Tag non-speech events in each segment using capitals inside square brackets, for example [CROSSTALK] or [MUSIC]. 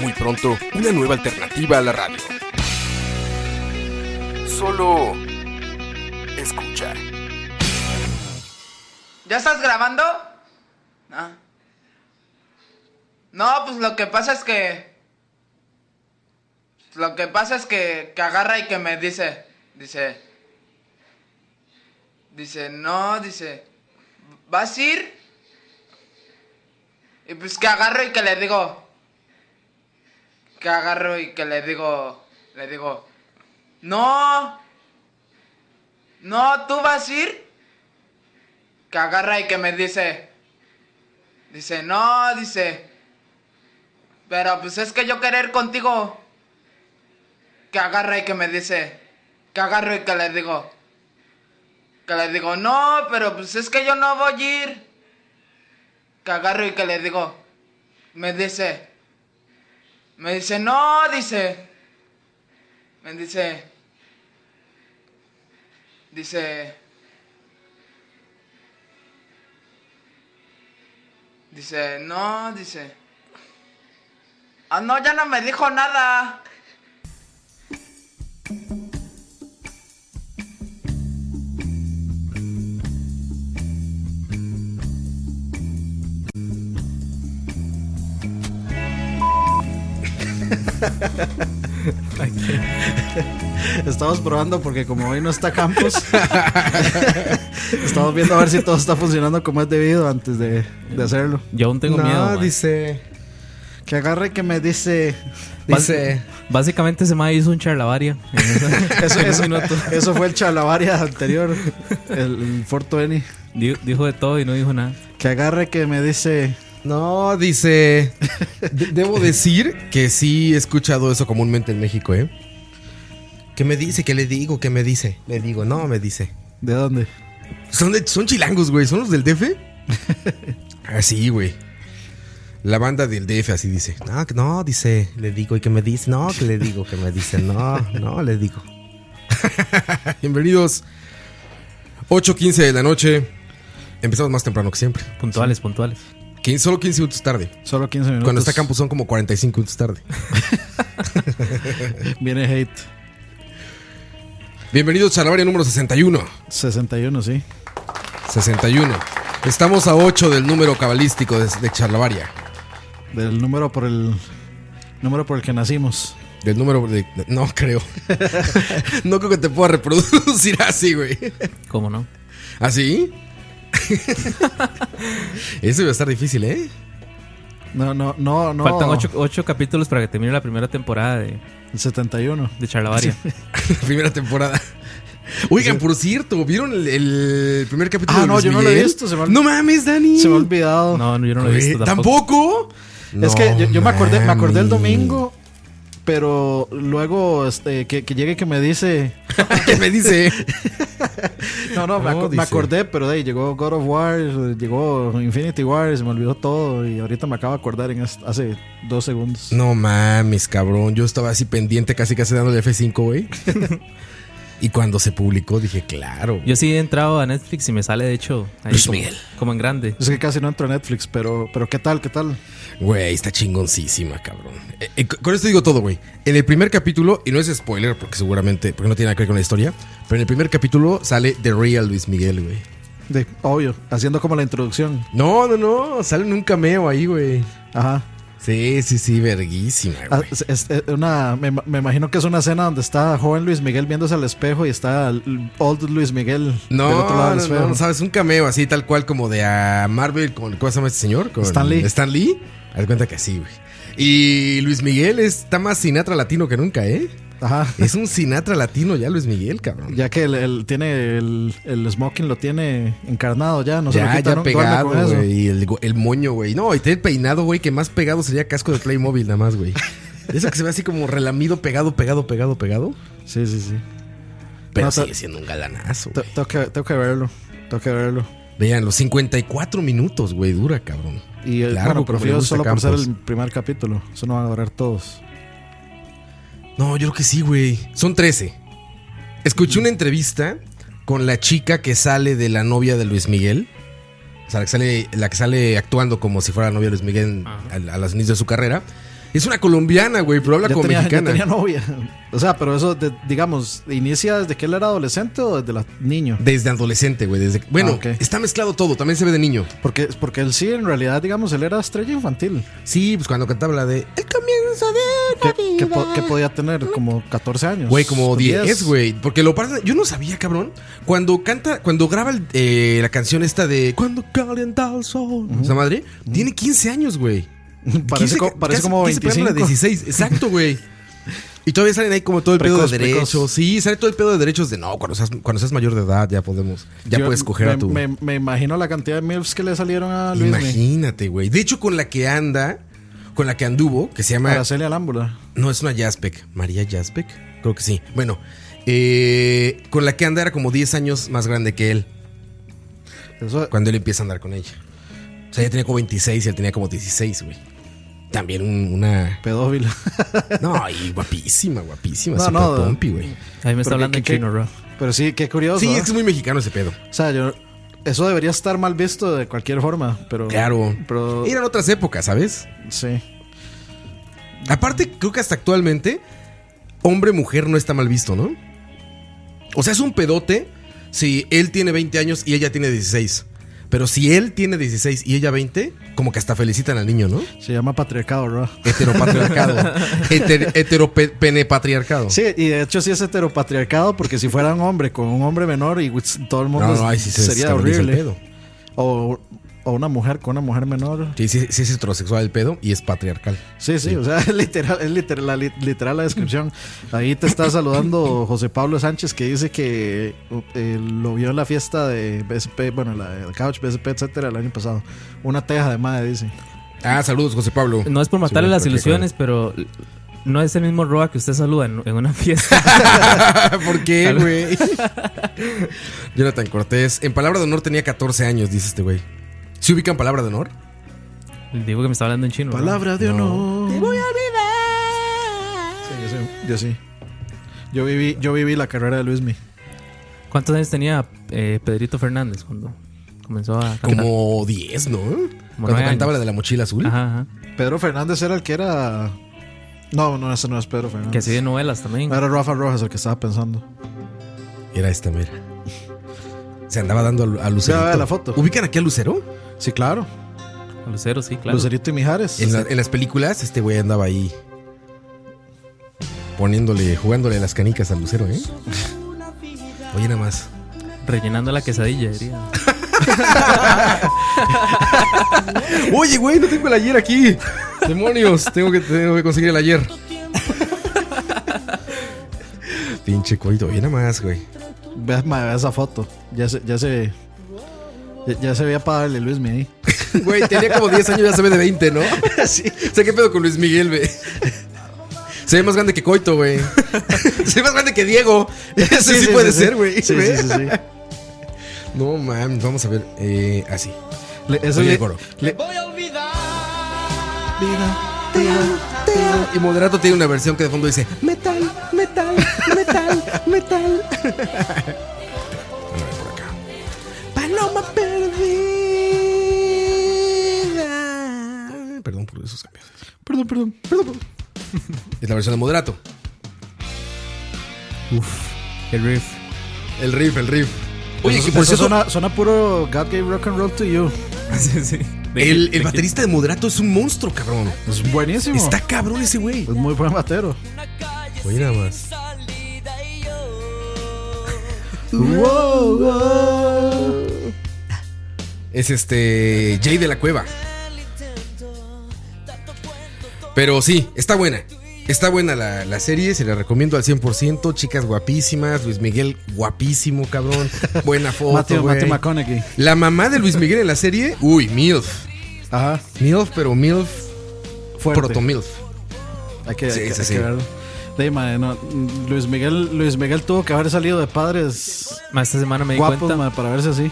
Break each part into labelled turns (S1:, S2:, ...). S1: Muy pronto, una nueva alternativa a la radio. Solo escucha.
S2: ¿Ya estás grabando? No. No, pues lo que pasa es que. Lo que pasa es que, que agarra y que me dice. Dice. Dice, no, dice. ¿Vas a ir? Y pues que agarro y que le digo. Que agarro y que le digo. Le digo. No. No, tú vas a ir. Que agarra y que me dice. Dice, no, dice. Pero pues es que yo querer contigo. Que agarra y que me dice. Que agarro y que le digo. Que le digo, no, pero pues es que yo no voy a ir que agarro y que le digo, me dice, me dice, no, dice, me dice, dice, dice, no, dice, ah, no, ya no me dijo nada.
S3: Aquí. Estamos probando porque como hoy no está Campos, [LAUGHS] estamos viendo a ver si todo está funcionando como es debido antes de, de hacerlo.
S4: Yo aún tengo
S5: no,
S4: miedo. mae.
S5: dice.
S3: Que agarre y que me dice...
S4: Bas-
S5: Dice.
S4: Básicamente ese mae hizo un charlavaria. en
S3: [LAUGHS]
S4: esa-
S3: Eso,
S4: en un
S3: eso-
S4: minuto.
S3: eso fue el chalabaria anterior, el, el Forto Eni.
S4: Di- Dijo de todo y no dijo nada.
S3: Que agarre que me dice...
S5: No, dice. de- debo decir que sí he escuchado eso comúnmente en México, ¿eh? ¿Qué me dice? ¿Qué le digo? ¿Qué me dice? Le digo, no, me dice.
S3: ¿De dónde?
S5: Son, de- son chilangos, güey. ¿Son los del DF? así, güey. La banda del DF así dice. No, que- no, dice. Le digo, ¿y qué me dice? No, que le digo, que me dice. No, no, le digo. [LAUGHS] Bienvenidos. 8.15 de la noche. Empezamos más temprano que siempre.
S4: Puntuales, puntuales.
S5: Quin- solo 15 minutos tarde.
S3: Solo 15 minutos.
S5: Cuando está Campos son como 45 minutos tarde.
S3: Viene Hate
S5: Bienvenidos a la área número 61.
S3: 61, sí.
S5: 61. Estamos a 8 del número cabalístico de, de Charlavaria.
S3: Del número por el... Número por el que nacimos.
S5: Del número de. de- No creo. [LAUGHS] no creo que te pueda reproducir [LAUGHS] así, güey. ¿Ah,
S4: ¿Cómo no?
S5: ¿Así? [LAUGHS] Eso iba a estar difícil, ¿eh? [LAUGHS]
S3: No, no, no, no.
S4: Faltan ocho, ocho capítulos para que termine la primera temporada de,
S3: El 71.
S4: de charlavaria.
S5: La primera temporada. Oigan, por cierto, ¿vieron el, el primer capítulo
S3: Ah,
S5: de
S3: no,
S5: Luis
S3: yo no lo he
S5: Miguel?
S3: visto, se me ha-
S5: No mames, Dani.
S3: Se me ha olvidado.
S4: No, no, yo no lo he
S5: Güey,
S4: visto tampoco.
S5: ¿Tampoco?
S3: es que yo, yo me acordé, me acordé el
S5: No mames.
S3: domingo, pero luego este, que, que llegue que me dice.
S5: [LAUGHS] ¿Qué me dice?
S3: No, no, me,
S5: No,
S3: aco- me
S5: dice.
S3: acordé, pero de ahí llegó God of War, eh, llegó Infinity War, se me olvidó todo y ahorita me acabo de acordar en est- hace dos segundos.
S5: No mames, cabrón. Yo estaba así pendiente, casi casi dándole F5, güey. [LAUGHS] y cuando se publicó, dije, claro.
S4: Yo sí he entrado a Netflix y me sale, de hecho, ahí
S5: Luis
S4: como,
S5: Miguel.
S4: como en grande.
S3: Es que casi no entro a Netflix, pero, pero ¿qué tal? ¿Qué tal?
S5: Güey, está chingoncísima, cabrón. Eh, eh, con esto digo todo, güey. En el primer capítulo, y no es spoiler porque seguramente, porque no tiene nada que ver con la historia, pero en el primer capítulo sale The Real Luis Miguel, güey.
S3: De, obvio, haciendo como la introducción.
S5: No, no, no, sale en un cameo ahí, güey.
S3: Ajá.
S5: Sí, sí, sí, verguísima,
S3: Ah,
S5: güey.
S3: es- es- es una, me, me imagino que es una escena donde está joven Luis Miguel viéndose al espejo y está el old Luis Miguel
S5: No,
S3: del otro lado del
S5: no,
S3: espejo.
S5: no, no, sabes, un cameo así, tal cual como de a Marvel, con, ¿cómo se llama este señor? Con
S3: Stan Lee.
S5: Stan Lee. Haz de cuenta que así, güey. Y Luis Miguel está más Sinatra latino que nunca, ¿eh?
S3: Ajá.
S5: Es un Sinatra latino ya, Luis Miguel, cabrón.
S3: Ya que el, el- tiene el, el smoking lo tiene encarnado ya, no se lo
S5: ya,
S3: quita,
S5: ya
S3: ¿no? Duerme
S5: pegado,
S3: con eso.
S5: güey. Y el, go- el moño, güey. No, y tiene el peinado, güey, que más pegado sería casco de Playmobil, nada más, güey. Eso que se ve así como relamido, pegado, pegado, pegado, pegado.
S3: Sí, sí, sí.
S5: Pero
S3: No, ta-
S5: sigue siendo un galanazo.
S3: Te-
S5: güey.
S3: Tengo que, tengo que verlo, tengo que verlo.
S5: Vean, los 54 minutos, güey, dura, cabrón.
S3: Y eh,
S5: Largo,
S3: bueno,
S5: como le
S3: prefiero
S5: gusta
S3: solo
S5: a
S3: por ser
S5: Campos.
S3: el primer capítulo. Eso no van a durar todos.
S5: No, yo creo que sí, güey. Son 13. Escuché una entrevista con la chica que sale de la novia de Luis Miguel. O sea, la que sale, la que sale actuando como si fuera la novia de Luis Miguel en-
S4: Ajá.
S5: a, a los inicios de su carrera. Es una colombiana, güey, pero habla
S3: Ya
S5: como
S3: tenía, ya
S5: mexicana.
S3: tenía novia. [LAUGHS] O sea, pero eso, de- digamos, ¿inicia desde que él era adolescente o desde la, niño?
S5: Desde adolescente, güey. Desde... Bueno,
S3: Ah, ok.
S5: está mezclado todo. También se ve de niño.
S3: Porque, porque él sí, en realidad, digamos, él era estrella infantil.
S5: Sí, pues cuando cantaba la de El comienzo de
S3: ¿Qué,
S5: la
S3: qué
S5: vida".
S3: po- qué podía tener? ¿Como 14 años?
S5: Güey, como
S3: ¿Con
S5: 10, güey. Porque lo pasan. Yo no sabía, cabrón. Cuando canta, cuando graba el- eh, la canción esta de Cuando calienta el sol. Esa madre. Tiene 15 años, güey.
S3: [LAUGHS]
S5: 15
S3: Parece, co- parece
S5: casi-
S3: como
S5: 15 pegando
S3: 25.
S5: a 16. Exacto,
S3: [LAUGHS]
S5: güey. Y todavía salen ahí como todo el pedo
S3: Precoz,
S5: de
S3: precoz.
S5: derechos. Sí, sale todo el pedo de derechos de no, cuando seas, cuando seas mayor de edad ya podemos. Ya
S3: Yo
S5: puedes coger
S3: me,
S5: a tu.
S3: Me, me imagino la cantidad de MILFs que le salieron a Ah, Luis. Imagínate.
S5: Imagínate, güey. De hecho, con la que anda, con la que anduvo, que se llama.
S3: Araceli Alámbula.
S5: No, es una Jaspek. ¿María Jaspek? Creo que sí. Bueno, eh, con la que anda era como 10 años más grande que él
S3: Eso,
S5: cuando él empieza a andar con ella. O sea, ella tenía como 26 y él tenía como 16, güey. También un- una.
S3: pedófilo. [LAUGHS]
S5: No, y guapísima, guapísima.
S3: No,
S5: super
S3: no.
S5: pompi, güey.
S4: Ahí
S3: Porque
S4: me está hablando en
S3: qué-
S4: chino, bro.
S3: Pero sí, qué curioso.
S5: Sí,
S3: ¿eh?
S5: es que es muy mexicano ese pedo.
S3: O sea, yo. Eso debería estar mal visto de cualquier forma, pero.
S5: Claro.
S3: Pero.
S5: Eran otras épocas, ¿sabes?
S3: Sí.
S5: Aparte, creo que hasta actualmente, hombre-mujer no está mal visto, ¿no? O sea, es un pedote si él tiene 20 años y ella tiene 16. Pero si él tiene 16 y ella 20, como que hasta felicitan al niño, ¿no?
S3: Se llama patriarcado, bro.
S5: Heteropatriarcado.
S3: [LAUGHS]
S5: Heter- heteropenepatriarcado.
S3: Sí, y de hecho sí es heteropatriarcado porque si fuera un hombre con un hombre menor y wits- todo el mundo
S5: No, no, ahí sí se
S3: pues, sería
S5: descabroniza el
S3: horrible.
S5: pedo.
S3: O, o una mujer con una mujer menor.
S5: Sí, sí, sí es heterosexual el pedo y es patriarcal.
S3: Sí, sí, o sea, [LAUGHS] es literal, es literal, la, li- literal la descripción. Ahí te está saludando José Pablo Sánchez que dice que eh, lo vio en la fiesta de BSP, bueno, la de Couch, BSP, etcétera, el año pasado. Una teja de madre, dice.
S5: Ah, saludos, José Pablo.
S4: No es por matarle
S5: Sí,
S4: las
S5: porque-
S4: ilusiones, pero no es el mismo Roa que usted saluda en, en una [LAUGHS] fiesta.
S5: [LAUGHS] ¿Por qué, güey? [LAUGHS] Jonathan Cortés. En Palabra de Honor tenía 14 años, dice este güey. ¿Se ubican Palabra de Honor?
S4: Le Digo que me está hablando en chino. bro.
S3: Palabra de
S5: No.
S3: honor. Te voy a olvidar. Sí, yo sí. Yo viví, yo viví la carrera de Luismi.
S4: ¿Cuántos años tenía eh, Pedrito Fernández cuando comenzó a cantar?
S5: Como 10, ¿no? Cuando
S4: nueve
S5: cantaba
S4: años.
S5: la de la mochila azul.
S4: Ajá, ajá.
S3: Pedro Fernández era el que era. No, no, ese no es Pedro Fernández.
S4: Que hacía novelas también.
S3: Era Rafa Rojas el que estaba pensando.
S5: Era esta, mira. Se andaba dando a Lu- a Lucero.
S3: Vea, vea Ah, la foto.
S5: ¿Ubican aquí a Lucero?
S3: Sí, claro.
S4: Lucero, sí, claro.
S3: Lucerito y Mijares.
S5: En, la- en las películas, este güey andaba ahí poniéndole, jugándole las canicas a Lucero,
S4: [LAUGHS]
S5: ¿eh? Oye, nada más.
S4: Rellenando la quesadilla, diría.
S5: Oye, güey, no tengo el ayer aquí. Demonios, tengo que, tengo que conseguir el ayer. Pinche coito, bien nada más, güey.
S3: Ve- ma, ve esa foto. Ya se, ya se. Ya, ya se veía para darle Luismi
S5: [LAUGHS]
S3: ahí.
S5: Güey, tenía como 10 años, ya se ve de 20, ¿no?
S3: Sí.
S5: O sea, ¿qué pedo con Luis Miguel, güey? Se ve más grande que Coito, güey. Se ve más grande que Diego. Ese sí, puede
S3: sí.
S5: ser, güey.
S3: Sí, sí, sí, sí.
S5: No, man, vamos a ver. Eh, así.
S3: Le- eso
S5: Oye,
S3: le-
S5: el coro.
S3: le- Mira, mira.
S5: Y Moderato tiene una versión que de fondo dice:
S6: Metal, metal, metal,
S5: [LAUGHS]
S6: metal.
S5: A ver, por acá.
S6: Paloma perdida.
S5: Eh, Perdón por esos cambios.
S3: Perdón, perdón, perdón. perdón.
S5: Es la versión de Moderato.
S4: El riff.
S5: El riff, el riff. Oye,
S3: Eso-
S5: que por [LAUGHS]
S3: eso
S5: cierto,
S3: suena, suena puro God gave rock and roll to you.
S4: sí, sí. De-
S5: el,
S4: de-
S5: el baterista de Moderato es un monstruo, cabrón.
S3: Es buenísimo.
S5: Está cabrón ese güey.
S3: Es muy buen batero.
S5: Oye, nada más. Uh. Es este. Jay de la Cueva. Pero sí, está buena. Está buena la, la serie, se la recomiendo al 100%. Chicas guapísimas, Luis Miguel guapísimo, cabrón. Buena [LAUGHS] foto,
S3: Matthew,
S5: güey.
S3: Matthew McConaughey.
S5: La mamá de Luis Miguel en la serie, uy, MILF.
S3: Ajá.
S5: MILF, pero MILF,
S3: Fuerte.
S5: proto MILF.
S3: Hay que,
S5: Sí,
S3: hay que-
S5: sí,
S3: hay
S5: sí.
S3: que verlo. De, mae, no, Luis, Miguel, Luis Miguel tuvo que haber salido de padres
S4: Ma, esta semana me di
S3: guapos
S4: cuenta.
S3: mae, para verse así.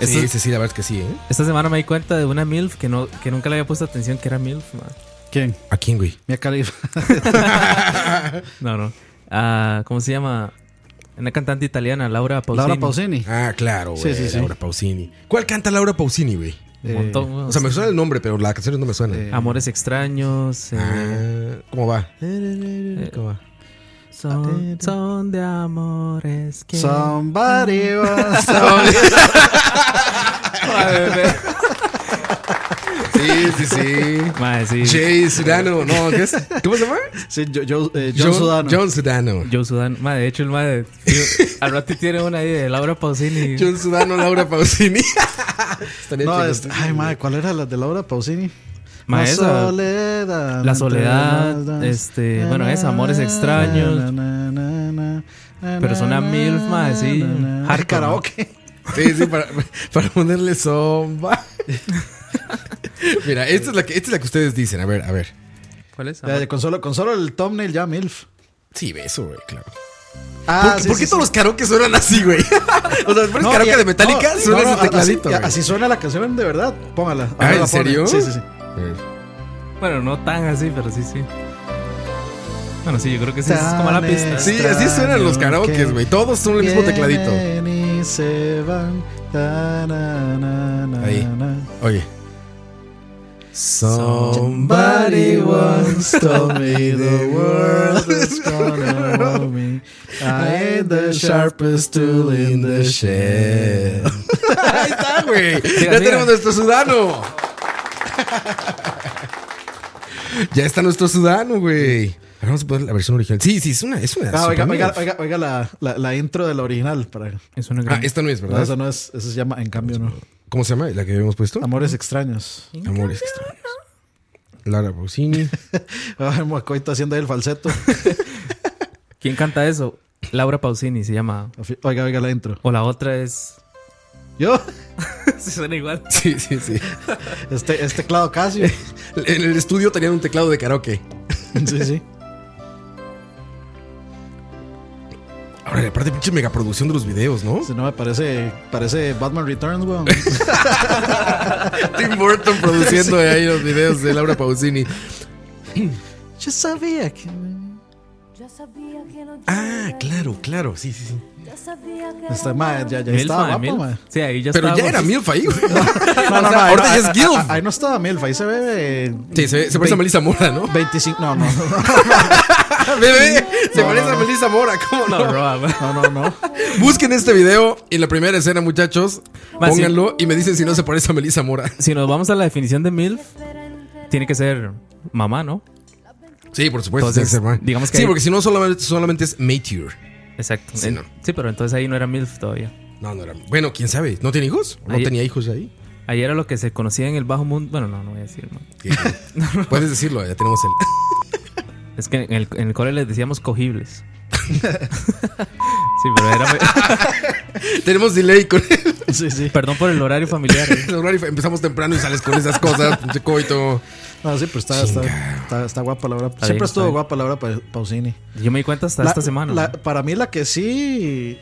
S5: Sí,
S4: Esto-
S5: sí, sí, la verdad es que sí, ¿eh?
S4: Esta semana me di cuenta de una MILF que, no, que nunca le había puesto atención que era MILF. ma.
S3: ¿Quién?
S5: ¿A quién, güey?
S3: Mia Khalifa.
S4: No, no. Ah, ¿Cómo se llama? Una cantante italiana, Laura Pausini.
S3: Laura Pausini.
S5: Ah, claro,
S3: Sí,
S5: güey.
S3: sí, sí.
S5: Laura Pausini. ¿Cuál canta Laura Pausini, güey?
S4: Un montón,
S3: Eh,
S4: weón.
S5: O sea, me suena el nombre, pero la canción no me suena.
S3: Eh,
S4: Amores extraños. eh,
S5: Ah, ¿Cómo va?
S3: eh,
S5: ¿Cómo va?
S4: son, son de amores que.
S3: Somebody was-
S5: Sí, sí, sí.
S4: Ma, sí.
S5: Jay Sudano, no, ¿qué es? ¿Cómo se llama?
S3: Sí, yo, yo, eh, John Sudano.
S5: John Sudano.
S4: Joe Sudán. Ma, de hecho, el madre. Al rato tiene una ahí de Laura Pausini.
S5: John Sudano, Laura Pausini. [LAUGHS] Estaría
S3: No,
S5: chido.
S3: este- ay, madre, ¿cuál era la de Laura Pausini?
S4: Ma,
S3: la
S4: esa-
S3: soledad.
S4: La
S3: entre
S4: soledad,
S3: las dos.
S4: este, bueno, esa, amores extraños. Pero suena milf, ma, sí,
S3: na, na.
S4: hardcore,
S3: karaoke.
S5: Sí, sí, para, para ponerle sombra. Mira, esta es, la que, esta es la que ustedes dicen. A ver, a ver.
S4: ¿Cuál es?
S3: Ya, ya, con, solo, con solo el thumbnail ya milf.
S5: Sí, beso, güey, claro.
S3: Ah,
S5: ¿Por, por qué todos los karaoke suenan así,
S3: [LAUGHS]
S5: güey? o sea, los pones karaoke de Metallica, suena ese tecladito.
S3: Así, ya,
S5: güey.
S3: así suena la canción de verdad. Póngala.
S5: Ah,
S3: Ahora
S5: ¿en
S3: la ponen.
S5: serio?
S3: Sí, sí, sí.
S4: Bueno, no tan así, pero sí, sí. Bueno, sí, yo creo que sí. Es como la pista.
S5: Sí, así suenan los karaoke, güey. Todos son el mismo tecladito.
S3: Vienen y se van. Ta, na, na, na,
S5: Ahí.
S3: na.
S5: Oye.
S3: Somebody once told me the world is [LAUGHS] gonna roll me. I ain't the sharpest tool in the shed.
S5: [LAUGHS] Ahí está, güey.
S4: Siga,
S5: Ya
S4: siga.
S5: tenemos nuestro sudano. ya está nuestro sudano, güey. Ahora vamos a poner la versión original. Sí, sí, es una. Es una
S3: Ah, oiga,
S5: super-
S3: oiga, oiga, oiga la, la, la intro de la original. Para,
S4: Es una gran.
S5: Ah, esta no es,
S3: no,
S5: ¿verdad?
S3: eso no es, eso se llama, en cambio, no.
S5: ¿Cómo se llama? ¿La que habíamos puesto?
S3: Amores extraños.
S5: Amores extraños. Lara Pausini.
S3: Ah, el mocoito haciendo ahí el falseto.
S4: ¿Quién canta eso? Laura Pausini se llama.
S3: Oiga, oiga la intro.
S4: O la otra es. [LAUGHS]
S3: Yo,
S4: Se suena igual.
S5: [LAUGHS] Sí, sí, sí.
S3: este, este clavo Casio.
S5: En el estudio tenían un teclado de karaoke.
S3: [LAUGHS] Sí, sí.
S5: Ahora, aparte, pinche megaproducción de los videos, ¿no?
S3: Si no me parece, parece Batman Returns, weón.
S5: Tim Burton produciendo ahí los videos de Laura Pausini.
S3: [LAUGHS] Yo sabía que.
S7: Ya sabía que no
S5: Ah, claro, claro. Sí, sí, sí.
S7: ya sabía que
S3: Este,
S7: no-
S3: ma, ya, ya
S4: Milf,
S3: estaba
S4: ma,
S3: guapo,
S4: Milf.
S3: ma.
S4: Sí, ahí ya
S5: Pero ya
S4: estábamos.
S5: era MILF ahí, [LAUGHS] güey.
S3: No, no, no,
S5: ahorita
S3: ahí-
S5: ya es
S3: ahí-
S5: Guild.
S3: ahí- Ahí no estaba Milf, ahí se ve. eh,
S5: ah, Sí, se, se parece a
S3: vein-
S5: Melissa Mora, [LAUGHS] ¿no?
S3: 25. No, no,
S5: Bebé, se parece a Melissa Mora, ¿cómo no?
S4: No, bro, ma.
S3: no, no, [LAUGHS] no.
S5: Busquen este video y la primera escena, muchachos.
S4: Más,
S5: Pónganlo y me dicen si no se parece a Melissa Mora.
S4: Si nos vamos a la definición de MILF, tiene que ser mamá, ¿no?
S5: Sí, por supuesto.
S4: Entonces,
S5: tiene que ser, man.
S4: digamos que
S5: sí,
S4: hay-
S5: porque si no, solamente, solamente es Meteor.
S4: Exacto.
S5: Sí,
S4: En-
S5: no.
S4: sí, pero entonces ahí no era MILF todavía.
S5: No, no era. Bueno, quién sabe. ¿No tiene hijos? ¿O ¿No
S4: Ahí-
S5: tenía hijos [LAUGHS] ahí?
S4: Ahí era lo que se conocía en el bajo mundo. Bueno, no, no voy a decir, ma.
S5: ¿Qué- qué? Puedes decirlo, ya tenemos el. [LAUGHS]
S4: Es que en el, en el cole les decíamos
S5: [LAUGHS]
S4: cogibles. [LAUGHS] sí, pero era.
S5: tenemos delay con [LAUGHS] el,
S3: Sí, sí.
S4: [LAUGHS] Perdón por el horario familiar. eh.
S5: el horario. Empezamos temprano y sales con esas cosas, pinche coito.
S3: No, sí, pero está, está,
S5: Chinga.
S3: está- está guapa la hora.
S4: Está
S3: Siempre
S4: bien, está
S3: estuvo
S4: bien.
S3: guapa la hora pa- Pausini.
S4: Yo me di cuenta hasta
S3: La-
S4: esta semana.
S3: la-
S4: ma.
S3: para mí, la que sí.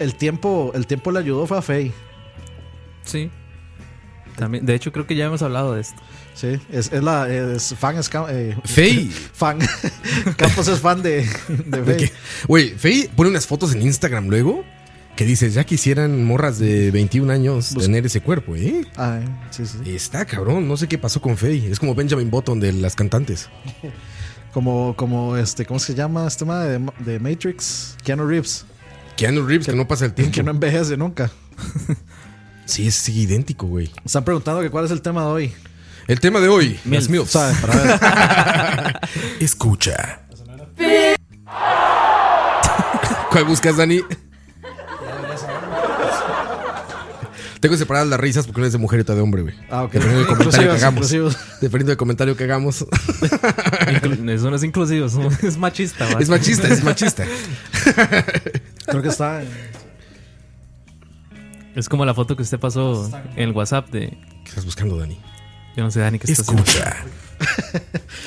S3: El tiempo, el tiempo le ayudó fue a Faye.
S4: Sí. También, de hecho, creo que ya hemos hablado de
S5: [LAUGHS]
S4: esto.
S3: Sí, es, es la es fan es cam- eh,
S5: Faye.
S3: fan. [LAUGHS] Campos es fan de, de Faye.
S5: ¿Qué? Güey, Faye pone unas fotos en Instagram luego que dices, ya quisieran morras de 21 años tener ese cuerpo, ¿eh?
S3: Ay, sí, sí.
S5: Está cabrón, no sé qué pasó con Faye. Es como Benjamin Button de las cantantes.
S3: Como, como este, ¿cómo se llama este tema de, de Matrix? Keanu Reeves,
S5: Keanu Reeves, que no pasa el tiempo.
S3: que no envejece nunca.
S5: Sí, es sí, idéntico, güey.
S3: Están preguntando que cuál es el tema de hoy.
S5: El tema de hoy,
S4: Milf.
S5: las MILFs.
S3: ¿Sabe? Para
S5: [LAUGHS]
S3: ver.
S5: Escucha. ¿Cuál buscas, Dani? Tengo separadas las risas porque una es de mujer y otra de hombre, güey.
S3: Ah, ok.
S5: Dependiendo del comentario que
S3: Inclusivas,
S5: hagamos.
S3: inclusivas.
S5: Dependiendo del comentario que hagamos.
S4: Inclu- eso no es inclusivo, eso es machista. va.
S5: Es machista, es machista.
S3: Creo
S5: [LAUGHS]
S3: que está. en-
S4: Es como la foto que usted pasó en el WhatsApp de.
S5: ¿Qué estás buscando, Dani?
S4: Yo no sé, Dani, qué está haciendo.
S5: Escucha.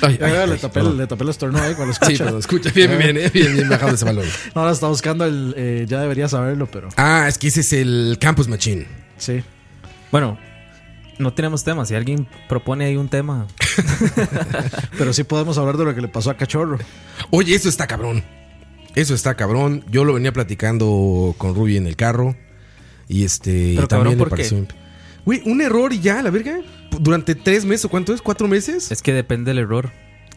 S5: Ay,
S3: Ya,
S5: ay,
S3: ya, le
S5: ay,
S3: tapé el-
S5: perdón.
S3: le tapé el estornudo ahí cuando
S5: [LAUGHS]
S3: lo
S5: Sí,
S3: escucha.
S5: perdón, escucha. Bien, bien, bien, eh, bien, bien bajado ese valor.
S3: No, ahora está buscando el. eh, ya debería saberlo, pero.
S5: Ah, es que ese es el Campus Machine.
S3: Sí.
S4: Bueno, no tenemos tema. Si alguien propone ahí un tema,
S3: Pero sí podemos hablar de lo que le pasó a Cachorro.
S5: Oye, eso está cabrón. Eso está cabrón. Yo lo venía platicando con Ruby en el carro. Y este.
S4: Pero
S5: y también
S4: cabrón,
S5: le
S4: ¿por qué?
S5: pareció. imp- Güey, un error y ya, la verga. Durante tres meses, ¿o cuánto es? ¿Cuatro meses?
S4: es que depende del error.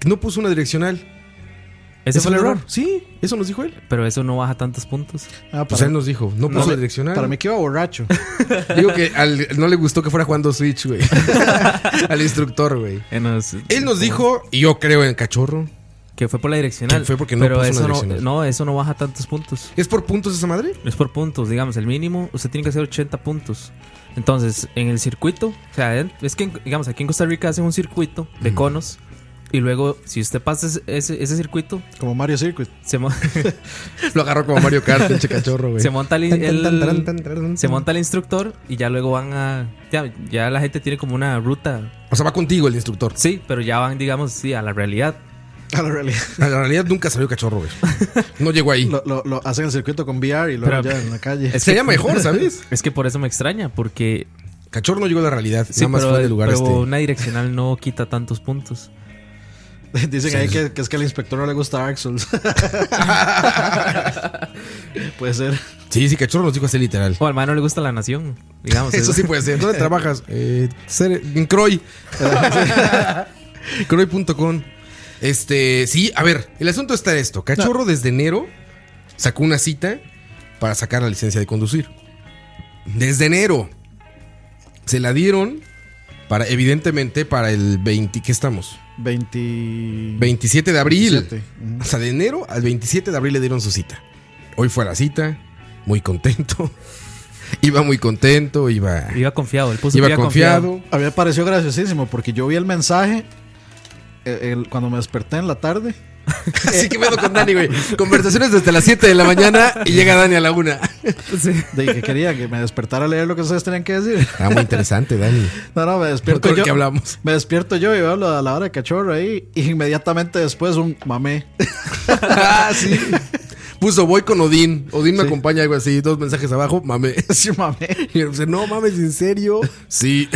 S5: No puso una direccional.
S4: Ese fue el error.
S5: Sí, eso nos dijo él.
S4: Pero eso no baja tantos puntos.
S3: Ah,
S5: Pues
S3: para-
S5: él nos dijo, no puso
S3: para-
S5: la direccional.
S3: Para mí que iba borracho.
S5: Digo que al- no le gustó que fuera jugando Switch,
S4: [LAUGHS]
S5: güey. al instructor, güey.
S4: Eh, no, es-
S5: Él nos dijo, y yo creo en cachorro.
S4: que fue por la direccional.
S5: Que fue porque no
S4: pero
S5: puso una
S4: eso
S5: direccional.
S4: No, no, eso no baja tantos puntos.
S5: ¿Es por puntos esa madre?
S4: Es por puntos, digamos, el mínimo, usted tiene que hacer 80 puntos. Entonces, en el circuito, o sea, él- es que, digamos, aquí en Costa Rica hacen un circuito de conos y luego, si usted pasa ese- ese, ese circuito,
S3: Como
S5: [LAUGHS]
S3: Mario Circuit.
S4: se, mo- [LAUGHS]
S5: Lo agarró como Mario Kart, pinche cachorro, güey.
S4: se monta el,
S5: Tan, tan, tan, tan,
S4: el-
S5: tan, tan.
S4: se monta el instructor y ya luego van a... Ya, ya la gente tiene como una ruta,
S5: O sea, va contigo el
S4: [LAUGHS]
S5: instructor.
S4: sí, pero ya van, digamos, sí, a la realidad.
S3: A la realidad.
S5: En realidad nunca salió cachorro, güey. No llegó ahí.
S3: Lo, lo- lo hacen el circuito con VR y luego
S4: Pero-
S3: ya en la calle.
S4: es
S5: Sería
S4: que-
S5: mejor, ¿sabes?
S4: [LAUGHS] Es que por eso me extraña, porque...
S5: Cachorro no llegó a la realidad.
S4: Sí,
S5: nada más
S4: pero,
S5: fue del lugar
S4: pero
S5: este.
S4: una direccional no quita tantos puntos.
S3: [LAUGHS] Dicen ahí que, que es que al inspector no le gusta Dark Souls. Puede ser.
S5: Sí, sí, cachorro nos dijo así literal.
S4: O al man no le gusta la nación,
S5: [LAUGHS]
S4: digamos.
S5: Eso sí puede ser. ¿Dónde trabajas? Eh, ser- en [LAUGHS] Croy. Croy.com. Este, sí, a ver, el asunto está en esto. Cachorro desde enero sacó una cita para sacar la licencia de conducir. Desde enero. Se la dieron para, evidentemente, para el 20. ¿Qué estamos?
S3: 20.
S5: 27 de abril.
S3: 27,
S5: O sea, de enero al 27 de abril le dieron su cita. Hoy fue a la cita, muy contento. [LAUGHS] Iba muy contento, iba,
S4: Iba confiado, él puso que
S5: iba confiado.
S3: A mí me pareció graciosísimo porque yo vi el mensaje eh, el- cuando me desperté en la tarde.
S5: [LAUGHS] Así que pedo con Dani, güey. Conversaciones desde las 7 de la mañana y llega Dani a la 1.
S3: De que quería que me despertara a leer lo que ustedes tenían que decir. [LAUGHS]
S5: Está Ah, muy interesante, Dani.
S3: No, no, me despierto
S5: No creo
S3: yo.
S5: que hablamos.
S3: Me despierto yo y veo lo de la hora de cachorro ahí. Y inmediatamente después un mamé.
S5: [LAUGHS]
S3: [LAUGHS]
S5: Ah, sí. Puso, voy con Odín. Odín me
S3: Sí.
S5: acompaña, algo así. Dos mensajes abajo, mame. [LAUGHS]
S3: Sí, mamé.
S5: Y yo, no mames, ¿en serio? Sí.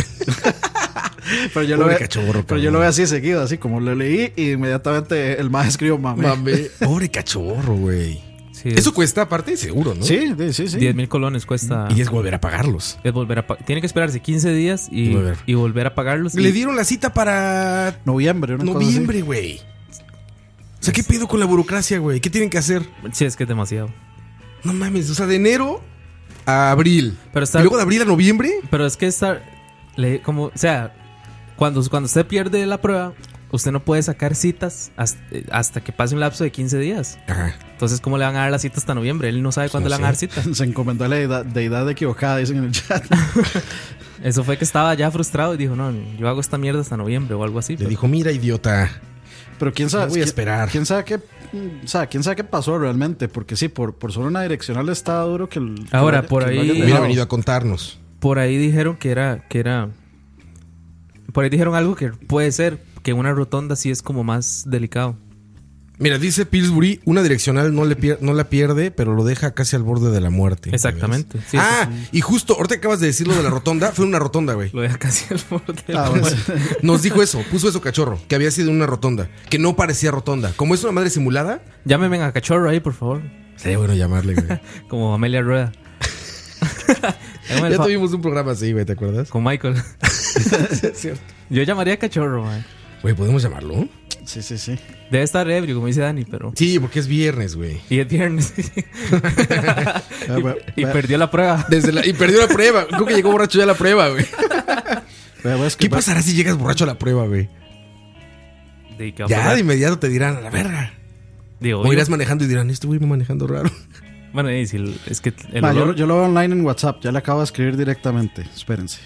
S3: Pero yo, lo
S5: Pobre
S3: veo,
S5: cachorro,
S3: pero yo
S5: cabrón.
S3: lo veo así seguido, así como lo leí. Y inmediatamente el más escribió mamé.
S5: Mame. Pobre cachorro, güey.
S4: Sí,
S5: Eso cuesta aparte, seguro, ¿no?
S3: Sí, sí, sí. sí.
S4: 10 mil colones cuesta.
S5: Y es volver a pagarlos.
S4: es volver a pa- Tiene que esperarse 15 días
S5: Y
S4: y, y
S5: volver.
S4: volver. a pagarlos.
S5: Le
S4: y-
S5: dieron la cita para
S3: Noviembre, una cosa así.
S5: Noviembre, güey. O sea, ¿qué pedo con la burocracia, güey? ¿Qué tienen que hacer?
S4: Sí, es que es demasiado.
S5: No mames, o sea, de enero a abril.
S4: Pero está-
S5: Y luego de abril a noviembre.
S4: Pero es que estar. le- como, o sea, cuando, cuando usted pierde la prueba, usted no puede sacar citas hasta, eh, hasta que pase un lapso de 15 días.
S5: Ajá.
S4: Entonces, ¿cómo le van a dar la cita hasta noviembre? Él no sabe
S5: no
S4: cuándo le van a dar cita.
S3: Se encomendó a la deidad, deidad equivocada, dicen en el chat.
S4: Eso fue que estaba ya frustrado y dijo: No, yo hago esta mierda hasta noviembre o algo así.
S5: Le
S4: pero-
S5: dijo, mira, idiota.
S3: Pero quién sabe.
S5: Voy a
S3: quién-
S5: esperar.
S3: Quién sabe qué. mm, O sea, quién sabe qué pasó realmente. Porque sí, por, por solo una direccional está duro que el. que
S4: Ahora,
S3: lo haya-
S4: por
S3: que lo
S4: ahí-
S3: hayan
S5: Hubiera
S3: dejado.
S5: venido a contarnos.
S4: Por ahí dijeron que era, que era. Por ahí dijeron algo que puede ser, que una rotonda sí es como más delicado.
S5: Mira, dice Pillsbury, una direccional no, le pier- no la pierde, pero lo deja casi al borde de la muerte.
S4: Exactamente,
S5: ¿Ves?
S4: sí,
S5: ah, y justo, ahorita acabas de decir lo de la rotonda. Fue una rotonda, güey.
S4: Lo deja casi al borde.
S3: Ah, bueno, sí.
S5: Nos dijo eso, puso eso cachorro, que había sido una rotonda, que no parecía rotonda. Como es una madre simulada,
S4: Llámeme a Cachorro ahí, por favor.
S5: sería bueno llamarle,
S4: [LAUGHS]
S5: güey.
S4: Como
S3: [LAUGHS]
S4: Amelia Rueda. Hágame el
S5: Ya
S4: fa-
S5: tuvimos un programa así, güey, ¿te acuerdas?
S4: [LAUGHS] Con Michael.
S5: cierto.
S4: Yo llamaría a Cachorro, man.
S5: Güey, ¿podemos llamarlo?
S3: sí, sí, sí.
S4: Debe estar ebrio, como dice Dani, pero.
S5: Sí, porque es viernes, güey.
S4: Y es viernes.
S3: Ah, bueno,
S4: [LAUGHS] y, y
S3: bueno.
S4: perdió la prueba.
S5: Desde la, y perdió la prueba. Creo que llegó borracho ya a la prueba, güey.
S3: Pero es que-
S5: ¿Qué pasará si llegas borracho a la prueba, güey?
S4: De que va a
S5: Ya
S4: parar.
S5: de inmediato te dirán a la verga.
S4: Digo,
S5: O
S4: yo-
S5: irás manejando y dirán, este güey va manejando raro.
S4: Bueno, y si el- es que el
S3: Ma, yo, lo-
S4: olor-
S3: yo lo veo online en WhatsApp, ya le acabo de escribir directamente. Espérense.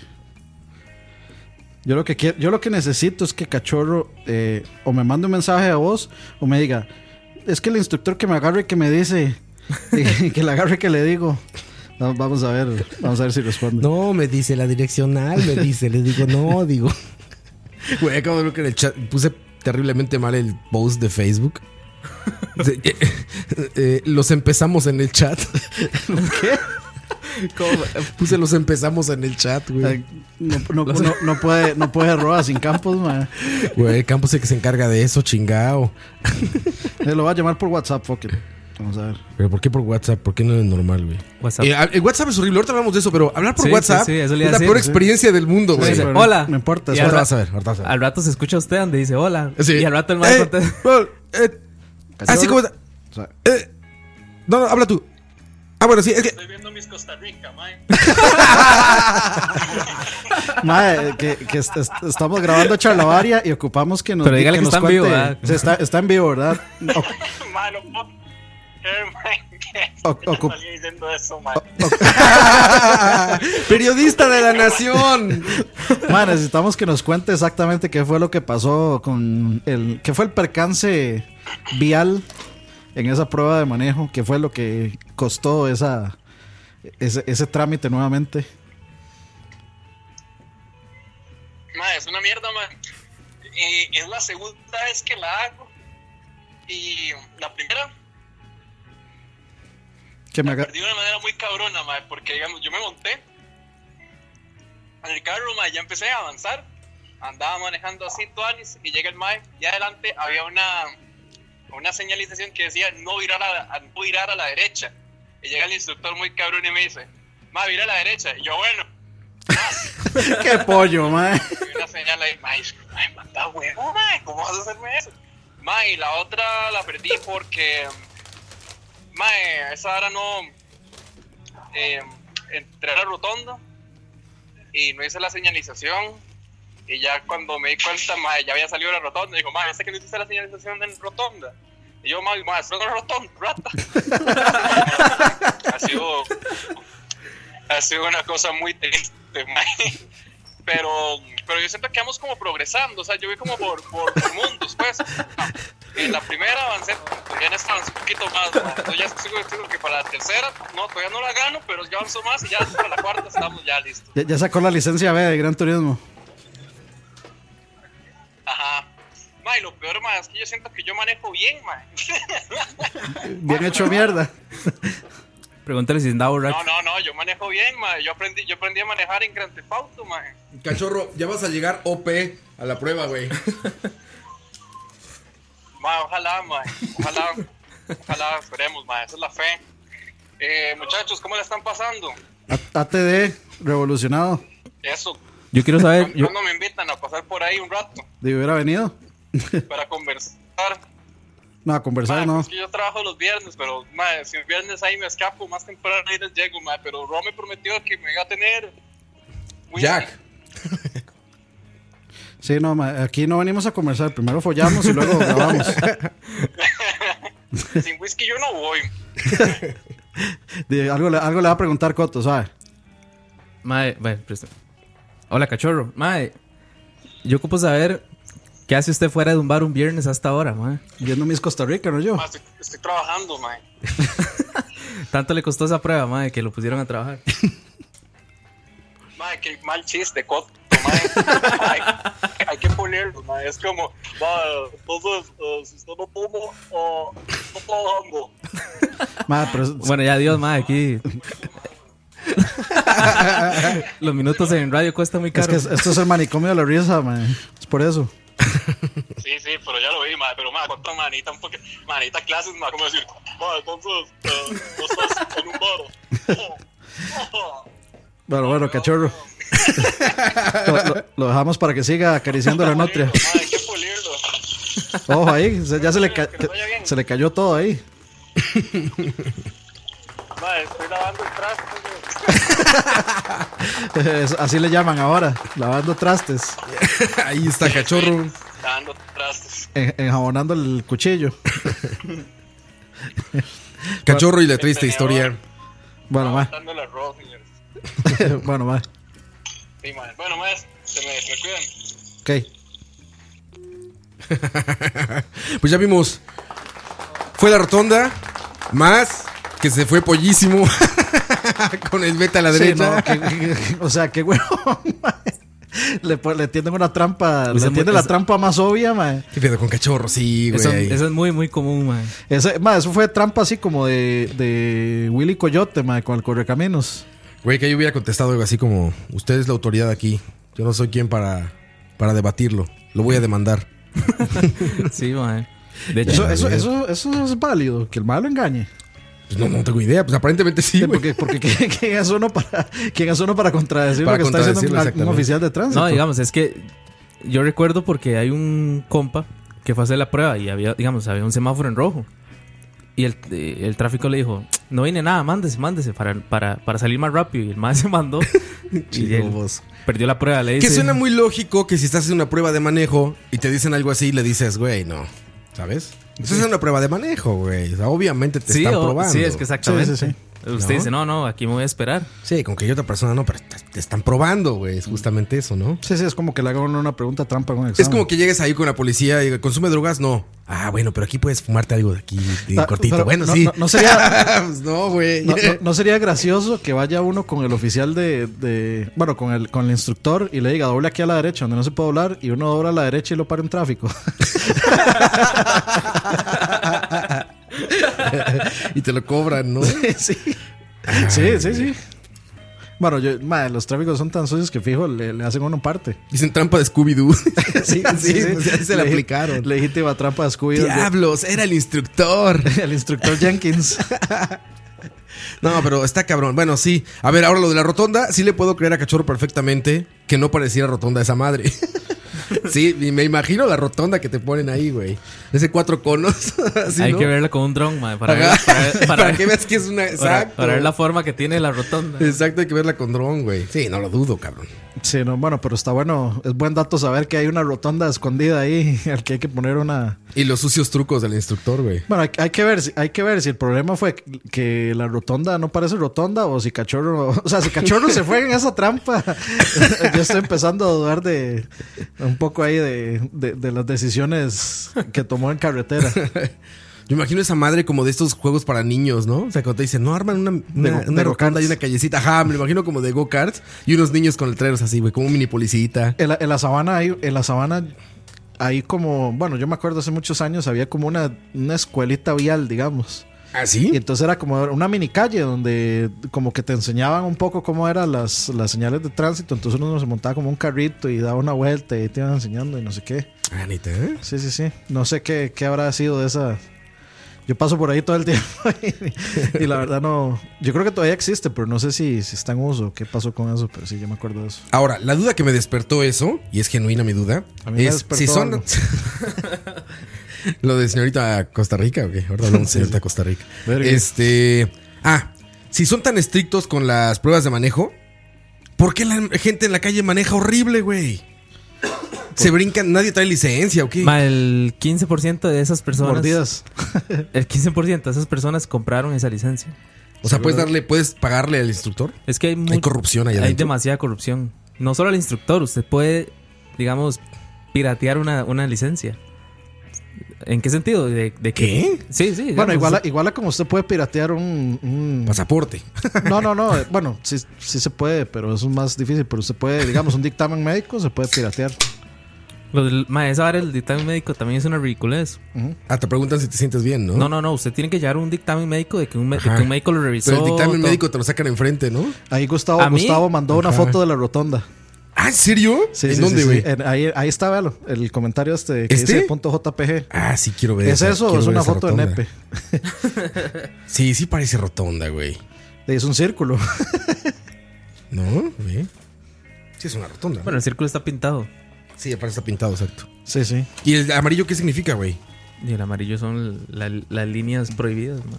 S3: Yo lo que quiero, yo lo que necesito es que Cachorro eh, o me mande un mensaje a vos o me diga, es que el instructor que me agarre y que me dice, [LAUGHS] y que le agarre y que le digo. No, Vamos a ver, vamos a ver si responde.
S5: No, me dice la direccional, me dice, le digo, no, digo. Güey, acabo de ver que en el chat puse terriblemente mal el post de Facebook. De- eh, eh, los empezamos en el chat.
S3: ¿Qué?
S5: Puse los empezamos en el chat, güey.
S3: Ay, Eh, No, no- no- no puede, no puede robar sin campos, ma.
S5: Güey, Campos es el que se encarga de eso, chingao.
S3: Eh, Lo va a llamar por WhatsApp, fuck it. Vamos a ver.
S5: Pero ¿por qué por WhatsApp? ¿Por qué no es normal, güey?
S4: WhatsApp.
S5: Eh, a- el WhatsApp es horrible, ahorita hablamos de eso, pero hablar por
S4: Sí,
S5: WhatsApp
S4: sí, sí, eso le
S5: es
S4: iba a
S5: la
S4: decir,
S5: peor
S4: sí.
S5: experiencia del mundo, güey.
S4: dice,
S3: pero
S4: hola.
S3: No importa,
S4: Y
S3: es
S5: Ahorita
S4: al,
S5: vas a
S4: ra-
S5: ver, ahorita vas a ver.
S4: al rato se escucha usted donde dice hola.
S5: Sí.
S4: Y al rato el
S5: Eh,
S4: maestro contesta.
S5: bro, eh, así como...
S3: O sea,
S5: Eh, no, no, habla tú. Ah, bueno, sí, es que.
S8: Estoy viendo mis Costa Rica, mae.
S3: Madre, eh, que, que est- est- estamos grabando Charlavaria y ocupamos que nos
S4: Pero dígale que
S3: nos
S4: está en vivo,
S3: cuente.
S4: ¿verdad?
S3: Sí, está, está en vivo, ¿verdad?
S8: Mae, lo puedo. [LAUGHS] Eh, mae, ¿qué?
S3: O-
S8: ¿Qué
S3: ocu-
S8: salía diciendo eso, mae?
S5: Periodista de la nación.
S3: Madre, necesitamos que nos cuente exactamente qué fue lo que pasó con el. qué fue el percance vial en esa prueba de manejo, qué fue lo que costó esa ese, ese trámite nuevamente.
S8: Mae, es una mierda, mae. Y es la segunda vez que la hago. Y la primera
S3: Que me
S8: la
S3: haga- [LAUGHS]
S8: perdí de una manera muy cabrona, mae, porque digamos, yo me monté en el carro, mae, ya empecé a avanzar. Andaba manejando así, Tuanis, y llega el mae, y adelante había una, una señalización que decía no virar a, la- a- no virar a la derecha. Y llega el instructor muy cabrón y me dice, mae, vira a la derecha. Y yo, bueno,
S3: ¡Qué pollo, madre!
S8: y una señal ahí, mae, es- mae, manda huevo, mae, ¿cómo vas a hacerme eso? Mae, y la otra la perdí porque, mae, esa hora no, eh, entré a la rotonda y no hice la señalización y ya cuando me di cuenta, mae, ya había salido de la rotonda, digo, mae, sé que no hiciste la señalización en rotonda. Y yo, mae, mae, solo rotonda, rata. [LAUGHS] ha sido, ha sido una cosa muy triste, mae pero, pero yo siento que vamos como progresando, o sea, yo voy como por, por, por mundos, pues. En la primera avancé, pues ya en esta avancé un poquito más, ¿no? Entonces ya estoy seguro que para la tercera, no, todavía no la gano, pero ya avanzo más y ya para la cuarta estamos ya listos.
S3: Ya, ya sacó la licencia B de Gran Turismo.
S8: Ajá. Ma, y lo peor, ma, es que yo siento que yo manejo bien, [LAUGHS] ma.
S3: Bien hecho mierda.
S4: Pregúntale si andaba borracho.
S8: No, no, no, yo manejo bien, ma. Yo aprendí, yo aprendí a manejar en Grand Theft Auto, ma.
S5: Cachorro, ya vas a llegar OP a la prueba, güey.
S8: [LAUGHS] Ma, ojalá, ma. Ojalá, ojalá, esperemos, ma. Esa es la fe. Eh, muchachos, ¿cómo la están pasando?
S3: A- ATD, revolucionado.
S8: Eso,
S4: Yo quiero saber. yo-
S8: ¿Cuándo me invitan a pasar por ahí un rato
S3: De hubiera venido.
S8: para conversar?
S3: No, a conversar
S8: Ma,
S3: Pues, no.
S8: es que yo trabajo los viernes, pero ma, si el viernes ahí me escapo, más temprano ahí les llego, ma, pero Ro me prometió que me iba a tener... muy-
S5: Jack.
S3: Sí, no, ma, aquí no venimos a conversar. Primero follamos y luego grabamos.
S8: Sin whisky yo no voy.
S3: De- algo, le- algo le va a preguntar Coto, ¿sabe?
S4: Mae, bueno, presta. Hola, cachorro. Mae, yo ocupo saber qué hace usted fuera de un bar un viernes hasta ahora, mae.
S3: Viendo mis Costa Rica, ¿no yo?
S8: Ma, estoy, estoy trabajando, ma.
S4: Tanto le costó esa prueba, mae, que lo pusieron a trabajar.
S8: Ma, qué mal chiste, coto, ma. hay, hay que ponerlo, ma. Es como, ma, entonces, eh, si usted no toma, eh, está trabajando.
S3: Ma, pero-
S4: Bueno, ya adiós, mae, aquí. [LAUGHS] Los minutos en radio cuesta muy
S3: es
S4: caro.
S3: que es- esto es el manicomio de la risa, ma. Es por eso.
S8: Sí, sí, pero ya lo vi, ma, pero ma, cuánto manita un poquito, manita clases, ma, como decir, ma, entonces, eh, no estás en un bar.
S3: Bueno, bueno, cachorro. Lo, lo- lo dejamos para que siga acariciando la nutria.
S8: Ma, hay que pulirlo.
S3: Ojo ahí, se- ya se le, ca-
S8: Que vaya bien.
S3: se le cayó todo ahí.
S8: Ma, estoy lavando el traste.
S3: Es- Así le llaman ahora, lavando trastes,
S5: [LAUGHS] Ahí está, cachorro.
S8: Lavando trastes.
S3: en- enjabonando el cuchillo.
S5: Cachorro y la triste historia.
S3: Bueno, va.
S8: Dando el arroz,
S3: [LAUGHS]
S8: señores.
S3: bueno, va.
S8: Sí, mae. Bueno, más, se me, me cuidan.
S3: Ok.
S5: Pues ya vimos. Fue la rotonda. Más que se fue pollísimo. [LAUGHS] Con el beta a la
S3: Sí,
S5: derecha.
S3: no, que- que- o sea, qué huevo. [LAUGHS] Le, pon- le tienden una trampa,
S5: Pues
S3: le
S4: Esa
S3: tienden
S4: mu-
S3: la
S4: esa-
S3: trampa más obvia, mae.
S5: ¿Qué pedo con cachorro? Sí, güey.
S4: Eso, eso es muy, muy común, man.
S3: Esa- mae, eso fue trampa así como de, de Willy Coyote, mae, con el correcaminos.
S5: Güey, que yo hubiera contestado algo así como: Usted es la autoridad aquí. Yo no soy quien para, para debatirlo. Lo voy a demandar.
S4: Sí, man. De hecho,
S3: Eso, eso, eso, eso es válido, que el malo engañe.
S5: Pues no, no tengo idea. Pues aparentemente sí,
S3: Sí,
S5: güey.
S3: porque porque ¿quién, [LAUGHS] quién es uno para, quién es uno para contradecir
S5: Para
S3: lo que está diciendo
S5: contradecirlo,
S3: un- un,
S5: exactamente.
S3: oficial de tránsito?
S4: [LAUGHS] no, digamos, es que yo recuerdo porque hay un compa que fue a hacer la prueba y había, digamos, había un semáforo en rojo. Y el, eh, el tráfico le dijo, no viene nada, mándese, mándese para, para, para salir más rápido. Y el man se
S5: [LAUGHS]
S4: mandó y
S5: Chido,
S4: él
S5: vos.
S4: perdió la prueba. Le
S5: [LAUGHS] Que
S4: dice,
S5: suena muy lógico que si estás haciendo una prueba de manejo y te dicen algo así, le dices, güey, no. ¿Sabes? Eso es una prueba de manejo, güey. O sea, obviamente te
S4: sí,
S5: están
S4: o-
S5: probando.
S4: sí, es que exactamente.
S3: Sí, sí,
S4: Usted
S5: ¿No?
S4: dice, no, no, aquí me voy a esperar.
S5: Sí, con que yo otra persona no, pero te, te están probando, güey. Es justamente eso, ¿no?
S3: Sí, sí, es como que le hagan una pregunta trampa con el
S5: Es como que llegues ahí con la policía y diga, consume drogas, no. Ah, bueno, pero aquí puedes fumarte algo de aquí, de
S3: Ah,
S5: cortito.
S3: pero
S5: bueno,
S3: no-
S5: sí.
S3: no- no sería-
S5: [LAUGHS] Pues no, güey.
S3: No,
S5: [LAUGHS]
S3: no- no sería gracioso que vaya uno con el oficial de, de- bueno, con el, con el instructor y le diga doble aquí a la derecha donde no se puede doblar y uno dobla a la derecha y lo para en tráfico. [LAUGHS]
S5: [LAUGHS] y te lo cobran, ¿no?
S3: sí. sí, sí, sí. Bueno, yo, madre, los tráficos son tan sucios que fijo, le, le hacen uno parte.
S5: Dicen trampa de Scooby-Doo. [LAUGHS] sí, pues, ya se la
S3: Legi-
S5: aplicaron.
S3: Legítima trampa de Scooby.
S5: Diablos, era el instructor.
S3: [LAUGHS] El instructor Jenkins.
S5: [LAUGHS] No, pero está cabrón. Bueno, sí. A ver, ahora lo de la rotonda, sí le puedo creer a Cachorro perfectamente que no pareciera rotonda esa madre. [LAUGHS] sí, y me imagino la rotonda que te ponen ahí, güey. Ese cuatro conos. [LAUGHS] así,
S4: Hay
S5: ¿no?
S4: que verla con un dron, man, para,
S5: Ajá.
S4: ver, para,
S5: [LAUGHS]
S4: ver-
S5: Para
S4: para-
S5: que veas que es una.
S4: para-
S5: Exacto.
S4: para ver la forma que tiene la rotonda.
S5: Exacto, hay que verla con dron, güey. Sí, no lo dudo, cabrón.
S3: Sí, no, bueno, pero está bueno. Es buen dato saber que hay una rotonda escondida ahí al que hay que poner una.
S5: Y los sucios trucos del instructor, güey.
S3: Bueno, hay, hay que ver, si, hay que ver si el problema fue que la rotonda no parece rotonda o si Cachorro, [LAUGHS] o sea, si Cachorro se fue en esa trampa. [LAUGHS] Yo estoy empezando a dudar de un poco ahí de, de- de las decisiones que tomó en carretera.
S5: Yo imagino esa madre como de estos juegos para niños, ¿no? O sea, cuando te dicen, no arman una, una,
S3: go-
S5: una
S3: de
S5: rotonda
S3: go-karts.
S5: y una callecita. Ajá, me lo imagino como de go-karts y unos niños con letreros así, güey, como un mini policita.
S3: En la, en la sabana hay, en la sabana hay como, bueno, yo me acuerdo hace muchos años había como una, una escuelita vial, digamos.
S5: ¿Así?
S3: Y entonces era como una mini calle donde como que te enseñaban un poco cómo eran las, las señales de tránsito. Entonces uno se montaba como un carrito y daba una vuelta y te iban enseñando y no sé qué.
S5: Ah, neta, ¿eh?
S3: Sí, sí, sí. No sé qué, qué habrá sido de esa... Yo paso por ahí todo el [LAUGHS] tiempo y, y la verdad no... Yo creo que todavía existe, pero no sé si, si está en uso. ¿Qué pasó con eso? Pero sí, yo me acuerdo de eso.
S5: Ahora, la duda que me despertó eso, y es genuina mi duda,
S3: A mí me
S5: es
S3: despertó
S5: si son...
S3: algo.
S5: [LAUGHS] Lo de señorita Costa Rica, ok. Ahorita hablamos de señorita Costa Rica.
S3: Verga.
S5: Este... Ah, si son tan estrictos con las pruebas de manejo, ¿por qué la gente en la calle maneja horrible, güey? Se brincan, nadie trae licencia, ¿o qué?
S4: Ma, el 15% de esas personas.
S3: Mordidas.
S5: ¿eh?
S4: El 15% de esas personas compraron esa licencia.
S5: O sea, puedes darle, puedes pagarle al instructor.
S4: Es que hay, mu-
S5: Hay corrupción allá
S4: Hay
S5: adentro.
S4: demasiada corrupción. No solo al instructor, usted puede, digamos, piratear una, una licencia. ¿En qué sentido? ¿De, de que-
S5: ¿Qué?
S4: Sí, sí.
S3: Bueno,
S4: digamos,
S3: igual a, igual a como usted puede piratear un... un-
S5: Pasaporte. [LAUGHS]
S3: [LAUGHS] No, no, no. eh, Bueno, sí, sí se puede, pero eso es más difícil. Pero usted puede, digamos, un dictamen médico se puede piratear.
S4: lo del- ma, Pues, esa vara del dictamen médico también es una ridiculez.
S5: Ah, te preguntan si te sientes bien, ¿no?
S4: No, no, no. Usted tiene que llevar un dictamen médico de que un, me- de
S5: Ajá.
S4: que un médico lo revisó.
S5: Pero el dictamen
S4: todo.
S5: médico te lo sacan enfrente, ¿no?
S3: Ahí Gustavo,
S4: ¿A mí?
S3: Gustavo mandó una
S5: Ajá.
S3: foto de la rotonda.
S5: Ah, ¿en serio?
S3: Sí,
S5: ¿En
S3: sí,
S5: dónde,
S3: sí,
S5: güey?
S3: sí. En- Ahí, ahí está, véalo. El comentario este que
S5: ¿Este?
S3: dice punto .jpg.
S5: Ah, sí quiero ver.
S3: ¿Es
S5: esa-
S3: eso o
S5: quiero
S3: es
S5: ver
S3: una
S5: esa
S3: foto
S5: rotonda.
S3: de nepe?
S5: Sí, sí parece rotonda, güey.
S3: Es un círculo. [LAUGHS]
S5: ¿No? Güey. Sí, es una rotonda. ¿no?
S4: Bueno, el círculo está pintado.
S5: Sí, aparece está pintado, exacto.
S3: Sí, sí.
S5: ¿Y el amarillo qué significa, güey? [LAUGHS]
S4: Y el amarillo son la- las líneas prohibidas. ma.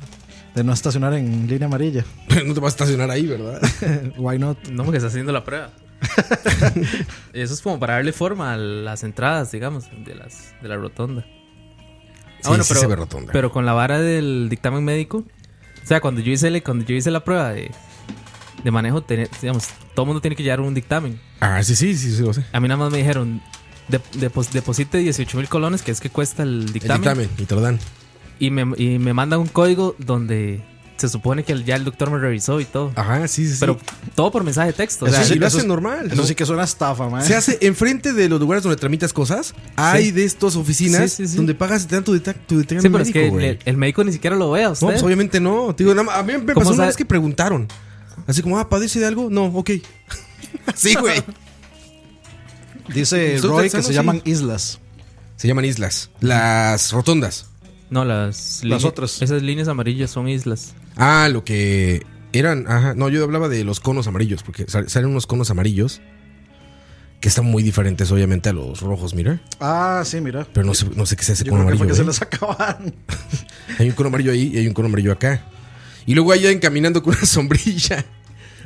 S3: De no estacionar en línea amarilla.
S5: [LAUGHS] No te vas a estacionar ahí,
S4: [LAUGHS]
S5: ¿verdad?
S4: Ah,
S3: Why not?
S4: No, porque está haciendo la
S5: [LAUGHS]
S4: prueba. Eso es como para darle forma a las entradas, digamos, de, las, de la rotonda.
S5: Sí, sí se ve rotonda.
S4: pero con la vara del dictamen médico, O sea, cuando yo hice, el- cuando yo hice la prueba de, de manejo, tené- digamos, todo el mundo tiene que llevar un dictamen.
S5: Ah, sí, sí, sí, sí, lo sé.
S4: A mí nada más me dijeron, de, depos- deposite 18 mil colones, que es que cuesta el
S5: El
S4: dictamen.
S5: dictamen, y te lo dan.
S4: Y, me, y me mandan un código donde se supone que el- ya el doctor me revisó y todo.
S5: Ajá, Ah, sí, sí. sí.
S4: Pero todo por mensaje de texto. o
S5: Eso
S4: sea,
S5: sí lo
S3: eso
S5: hacen
S3: es-
S5: normal.
S3: Eso
S5: ¿no?
S3: sí que es una estafa,
S4: ¿eh?
S3: man.
S5: Se hace enfrente de los lugares donde tramitas cosas. Hay de estas oficinas
S4: Sí, sí, sí.
S5: donde pagas y te dan tu, deta- tu detalle
S4: Sí, pero
S5: médico,
S4: es que
S5: güey.
S4: el, el médico ni siquiera lo ve a usted.
S5: No, pues obviamente no. Te digo, nada más- a mí me pasó una
S4: sabe?
S5: vez que preguntaron. Así como, ah, ¿padece de algo? No, ok. [LAUGHS] sí, güey.
S3: Dice
S5: Nosotros
S3: Roy que
S5: pensamos,
S3: se
S5: sí.
S3: llaman islas.
S5: Se llaman islas. Las rotondas.
S4: No, las,
S3: Las
S4: líneas-
S3: otras.
S4: Esas líneas amarillas son islas.
S5: Ah, lo que eran. Ajá. No, yo hablaba de los conos amarillos. Porque sal- salen unos conos amarillos. Que están muy diferentes, obviamente, a los rojos, mira.
S3: Ah, sí, mira.
S5: Pero no sé, no sé qué se hace
S3: Yo
S5: con
S3: creo que
S5: amarillo.
S3: fue que
S5: ¿eh?
S3: se las [LAUGHS] acabaron.
S5: Hay un cono amarillo ahí y hay un cono amarillo acá. Y luego ahí van caminando con una [LAUGHS] sombrilla.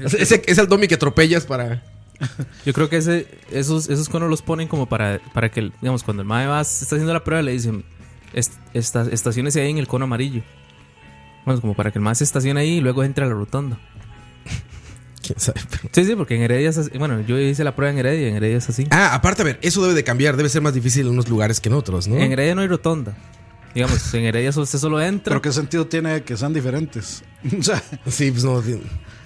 S5: Es, ese- es el domi que atropellas para.
S4: Yo creo que ese, esos, esos conos los ponen como para, para que, digamos, cuando el mae va, está haciendo la prueba, le dicen, "Est- esta- estaciones ahí en el cono amarillo. Bueno, como para que el mae se estacione ahí y luego entre a la rotonda.
S5: ¿Quién sabe? Pero-
S4: Sí, sí, porque en Heredia es así. Bueno, yo hice la prueba en Heredia y en Heredia es así.
S5: Ah, aparte, a ver, eso debe de cambiar. Debe ser más difícil en unos lugares que en otros, ¿no?
S4: En Heredia no hay rotonda. Digamos, en Heredia usted solo entra.
S3: Pero qué sentido tiene que sean diferentes. [LAUGHS] o sea,
S5: Sí, pues no.
S3: o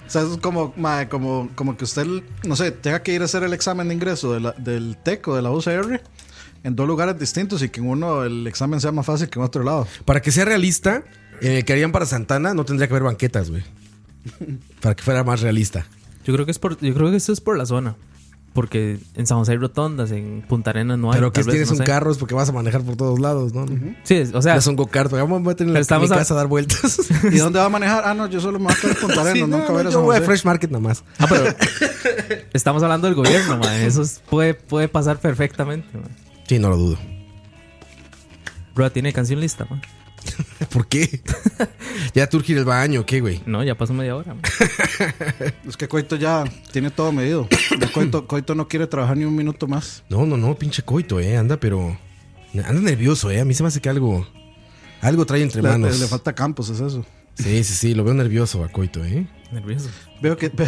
S3: sea, es como, ma, como, como que usted, no sé, tenga que ir a hacer el examen de ingreso de la- del TEC o de la UCR en dos lugares distintos y que en uno el examen sea más fácil que en otro lado.
S5: Para que sea realista, en el que harían para Santana no tendría que haber banquetas, güey. Para que fuera más realista.
S4: Yo creo que es por, yo creo que eso es por la zona. Porque en San José hay rotondas, en Punta Arenas no hay.
S5: Pero que
S4: tal
S5: si
S4: vez,
S5: tienes
S4: no
S5: un
S4: sé.
S5: carro es porque vas a manejar por todos lados, ¿no?
S4: Sí, es- o sea,
S5: Ya son go-kart, güey. vamos a tener
S4: Pero
S5: la
S4: estamos
S5: mi
S4: a-
S5: casa a dar vueltas.
S3: ¿Y dónde va a manejar? Ah, no, yo solo me voy a quedar
S5: [LAUGHS]
S3: en Punta Arenas,
S5: Sí, no,
S3: nunca
S5: no,
S3: voy a ir a
S5: yo
S3: San
S5: voy a
S3: José.
S5: Fresh Market nada más.
S4: ah, pero estamos hablando del gobierno, man. Eso es- puede, puede pasar perfectamente, man.
S5: Sí, no lo dudo.
S4: Bro, tiene canción lista, man.
S5: ¿Por qué? ¿Ya turgir el baño o qué, güey?
S4: No, ya pasó media hora, man.
S3: Es que Coito ya tiene todo medido. Ya
S5: [LAUGHS]
S3: Coito, Coito no quiere trabajar ni un minuto más.
S5: No, no, no, pinche coito, eh. Anda, pero. Anda nervioso, eh. A mí se me hace que algo. Algo trae entre
S3: Le,
S5: manos.
S3: le falta campos, es eso.
S5: Sí, sí, sí, lo veo nervioso a coito, eh.
S4: Nervioso.
S3: Veo que, ve-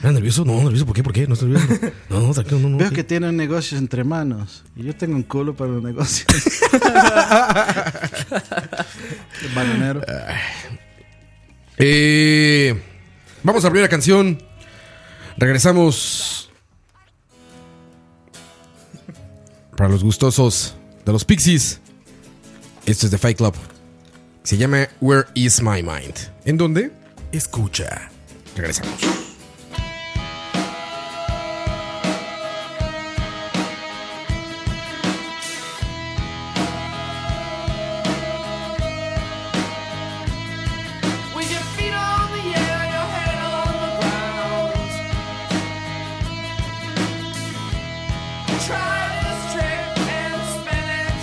S5: ¿Era nervioso? No, nervioso, ¿por qué? ¿Por qué? No estoy nervioso. No, no, tranquilo, no, no.
S3: [LAUGHS] veo
S5: ¿qué?
S3: que tienen negocios entre manos. Y yo tengo un culo para
S5: [LAUGHS]
S3: los negocios. [LAUGHS] El balonero.
S5: Eh, vamos a abrir la canción. Regresamos. Para los gustosos de los Pixies. Esto es de Fight Club. Se llama Where Is My Mind. ¿En dónde? Escucha. Regresamos.
S9: With your feet on the air, your head on the ground. Try this trick and spin it.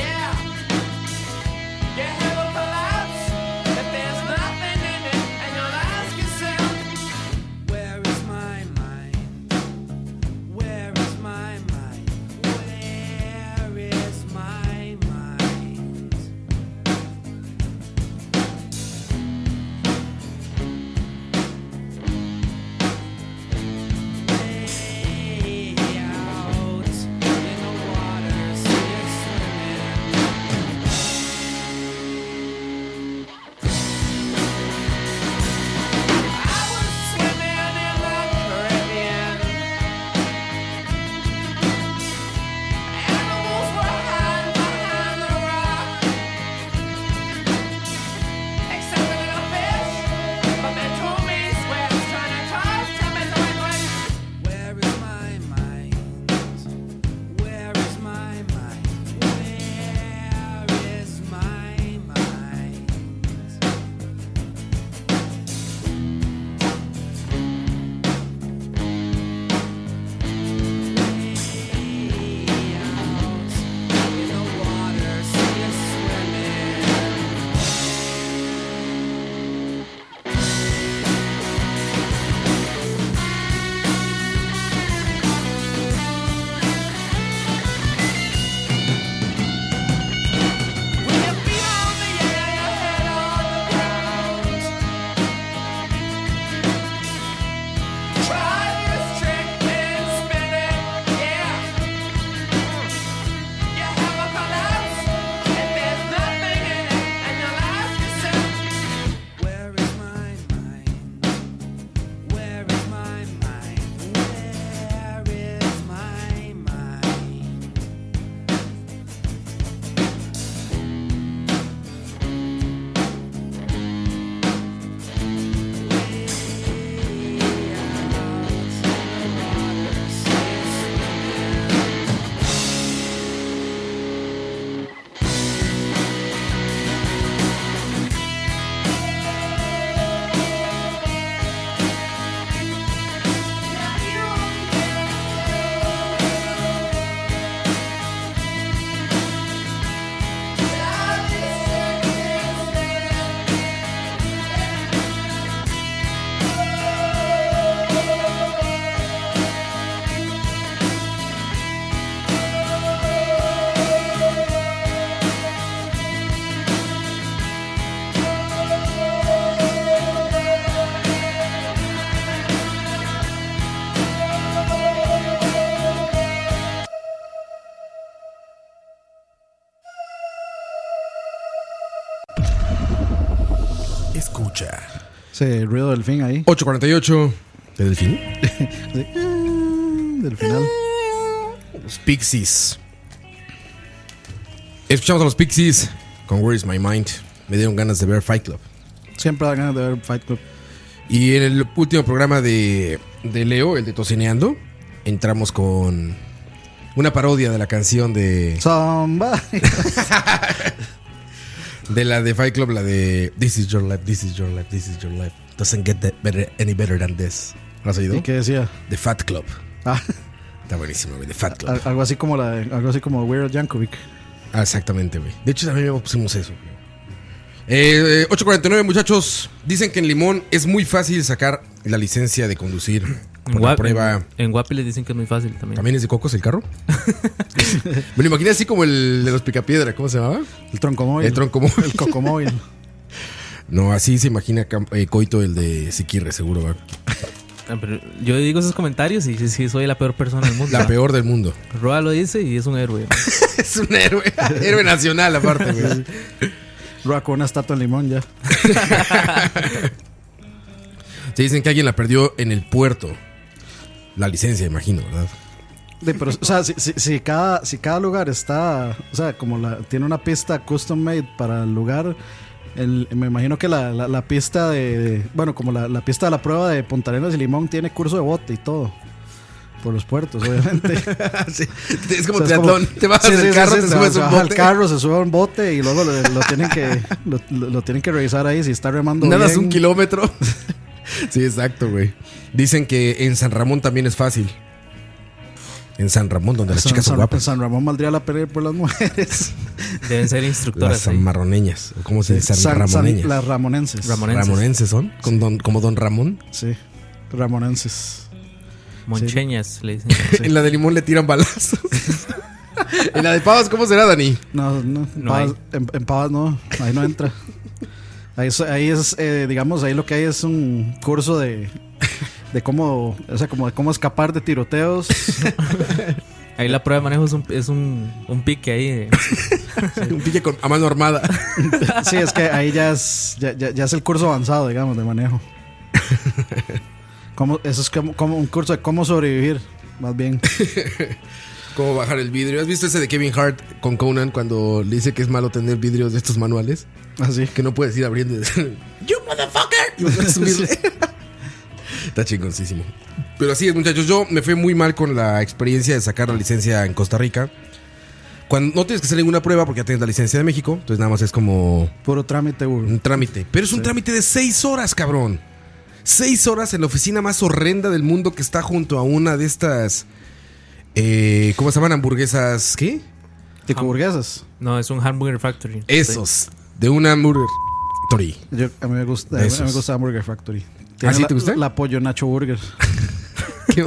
S9: Yeah. You have a collapse if there's nothing in it, and you'll ask yourself,
S5: escucha.
S3: Ese ruido del fin ahí.
S5: 848 de Delfín.
S3: Sí. Del
S5: Ah.
S3: final.
S5: Los Pixies. Escuchamos a los Pixies con Where is My Mind. Me dieron ganas de ver Fight Club.
S3: Siempre da ganas de ver Fight Club.
S5: Y en el último programa de, de Leo, el de Tocineando, entramos con una parodia de la canción de,
S3: Somebody.
S5: de la de Fight Club, la de This is your life, this is your life, this is your life. Doesn't get that better- any better than this. ¿Lo has oído?
S3: ¿Y qué decía?
S5: The Fat Club.
S3: Ah,
S5: Está buenísimo, güey. The Fat Club.
S3: al- algo así como la de- algo así como Weird Yankovic.
S5: Ah, exactamente, güey. De hecho, también pusimos eso. güey. Eh, eh, 849, muchachos. Dicen que en Limón es muy fácil sacar la licencia de conducir.
S4: En,
S5: Por la
S4: Guap-
S5: prueba.
S4: en Guapi les dicen que es muy fácil también.
S5: ¿También es de cocos el
S3: [LAUGHS]
S5: carro? Me lo imaginé así como el de los picapiedra. ¿Cómo se llamaba?
S3: El troncomóvil.
S5: El troncomóvil.
S3: El cocomóvil.
S5: [LAUGHS] No, así se imagina Cam- eh, Coito el de Siquirre, seguro, va.
S4: Ah, pero yo digo esos comentarios y sí, sí, soy la peor persona del mundo.
S5: La peor del
S3: [LAUGHS]
S5: mundo.
S4: Roa lo dice y es un héroe.
S5: es un héroe. [LAUGHS] héroe nacional, aparte, güey.
S3: Roa con una estatua en limón ya.
S5: Te dicen que alguien la perdió en el puerto. La licencia, imagino, ¿verdad?
S3: De, pero, o sea, si, si- si cada, si cada lugar está, o sea, como la, tiene una pista custom made para el lugar, el- me imagino que la, la- la pista de, de- bueno, como la, la pista de la prueba de Punta Arenas y Limón tiene curso de bote y todo. Por los puertos, obviamente.
S5: Es
S3: O sea, [LAUGHS] es como- Sí, sí, sí, sí, se va- se baja al carro, se sube a un bote y luego lo, lo tienen, que, lo, lo- lo tienen que revisar ahí si está remando
S5: Nada es
S3: bien.
S5: un kilómetro. [LAUGHS] sí, exacto, güey. Dicen que en San Ramón también es fácil. En San Ramón, donde las
S3: San,
S5: chicas son
S3: San-
S5: guapas.
S3: San Ramón valdría la pena ir por las mujeres.
S4: Deben ser
S5: Las
S4: instructoras. ahí.
S5: sanmarroneñas. ¿o
S3: [LAUGHS]
S5: ¿Cómo se dice? San,
S3: San- San-
S5: ramoneñas.
S3: las ramonenses.
S4: Ramonenses.
S5: Ramonenses son. con don- como Don Ramón.
S3: Sí, ramonenses.
S4: Moncheñas le dicen.
S5: En la de limón le tiran [LAUGHS] balazos. en la de pavas, ¿cómo será, Dani?
S3: No, no, en,
S4: No
S3: Pavas, en- en Pavas no, ahí no entra. Ahí, es- ahí es, eh, digamos, ahí lo que hay es un curso de, de cómo, o sea, como de cómo escapar de tiroteos.
S4: Ahí la prueba de manejo es un, es un, un pique ahí. de-
S5: Un pille con a mano armada.
S3: Sí, es que ahí ya es, ya, ya- ya es el curso avanzado, digamos, de manejo. Cómo- eso es como, como un curso de cómo sobrevivir, más bien.
S5: Cómo bajar el vidrio. ¿Has visto ese de Kevin Hart con Conan cuando le dice que es malo tener vidrios de estos manuales?
S3: Así.
S5: Que no puedes ir abriendo. y decir, you motherfucker. Y [LAUGHS] volver a subirle. Está chingoncísimo. Pero así es, muchachos. Yo me fue muy mal con la experiencia de sacar la licencia en Costa Rica. Cuando no tienes que hacer ninguna prueba porque ya tienes la licencia de México. Entonces nada más es como
S3: Puro trámite, güey.
S5: un trámite. Pero es un trámite de seis horas, cabrón. Seis horas en la oficina más horrenda del mundo que está junto a una de estas. eh, ¿Cómo se llaman? Hamburguesas. ¿Qué?
S3: Tico
S5: Ah.
S3: burguesas.
S4: No, es un hamburger factory.
S5: Esos. De una hamburger. Tori.
S3: Yo- a mí me gusta, a mí- a mí me
S5: Esos.
S3: gusta Hamburger Factory.
S5: ¿Ah, sí
S3: la-
S5: te gusta?
S3: La pollo
S5: [LAUGHS]
S3: nacho burger.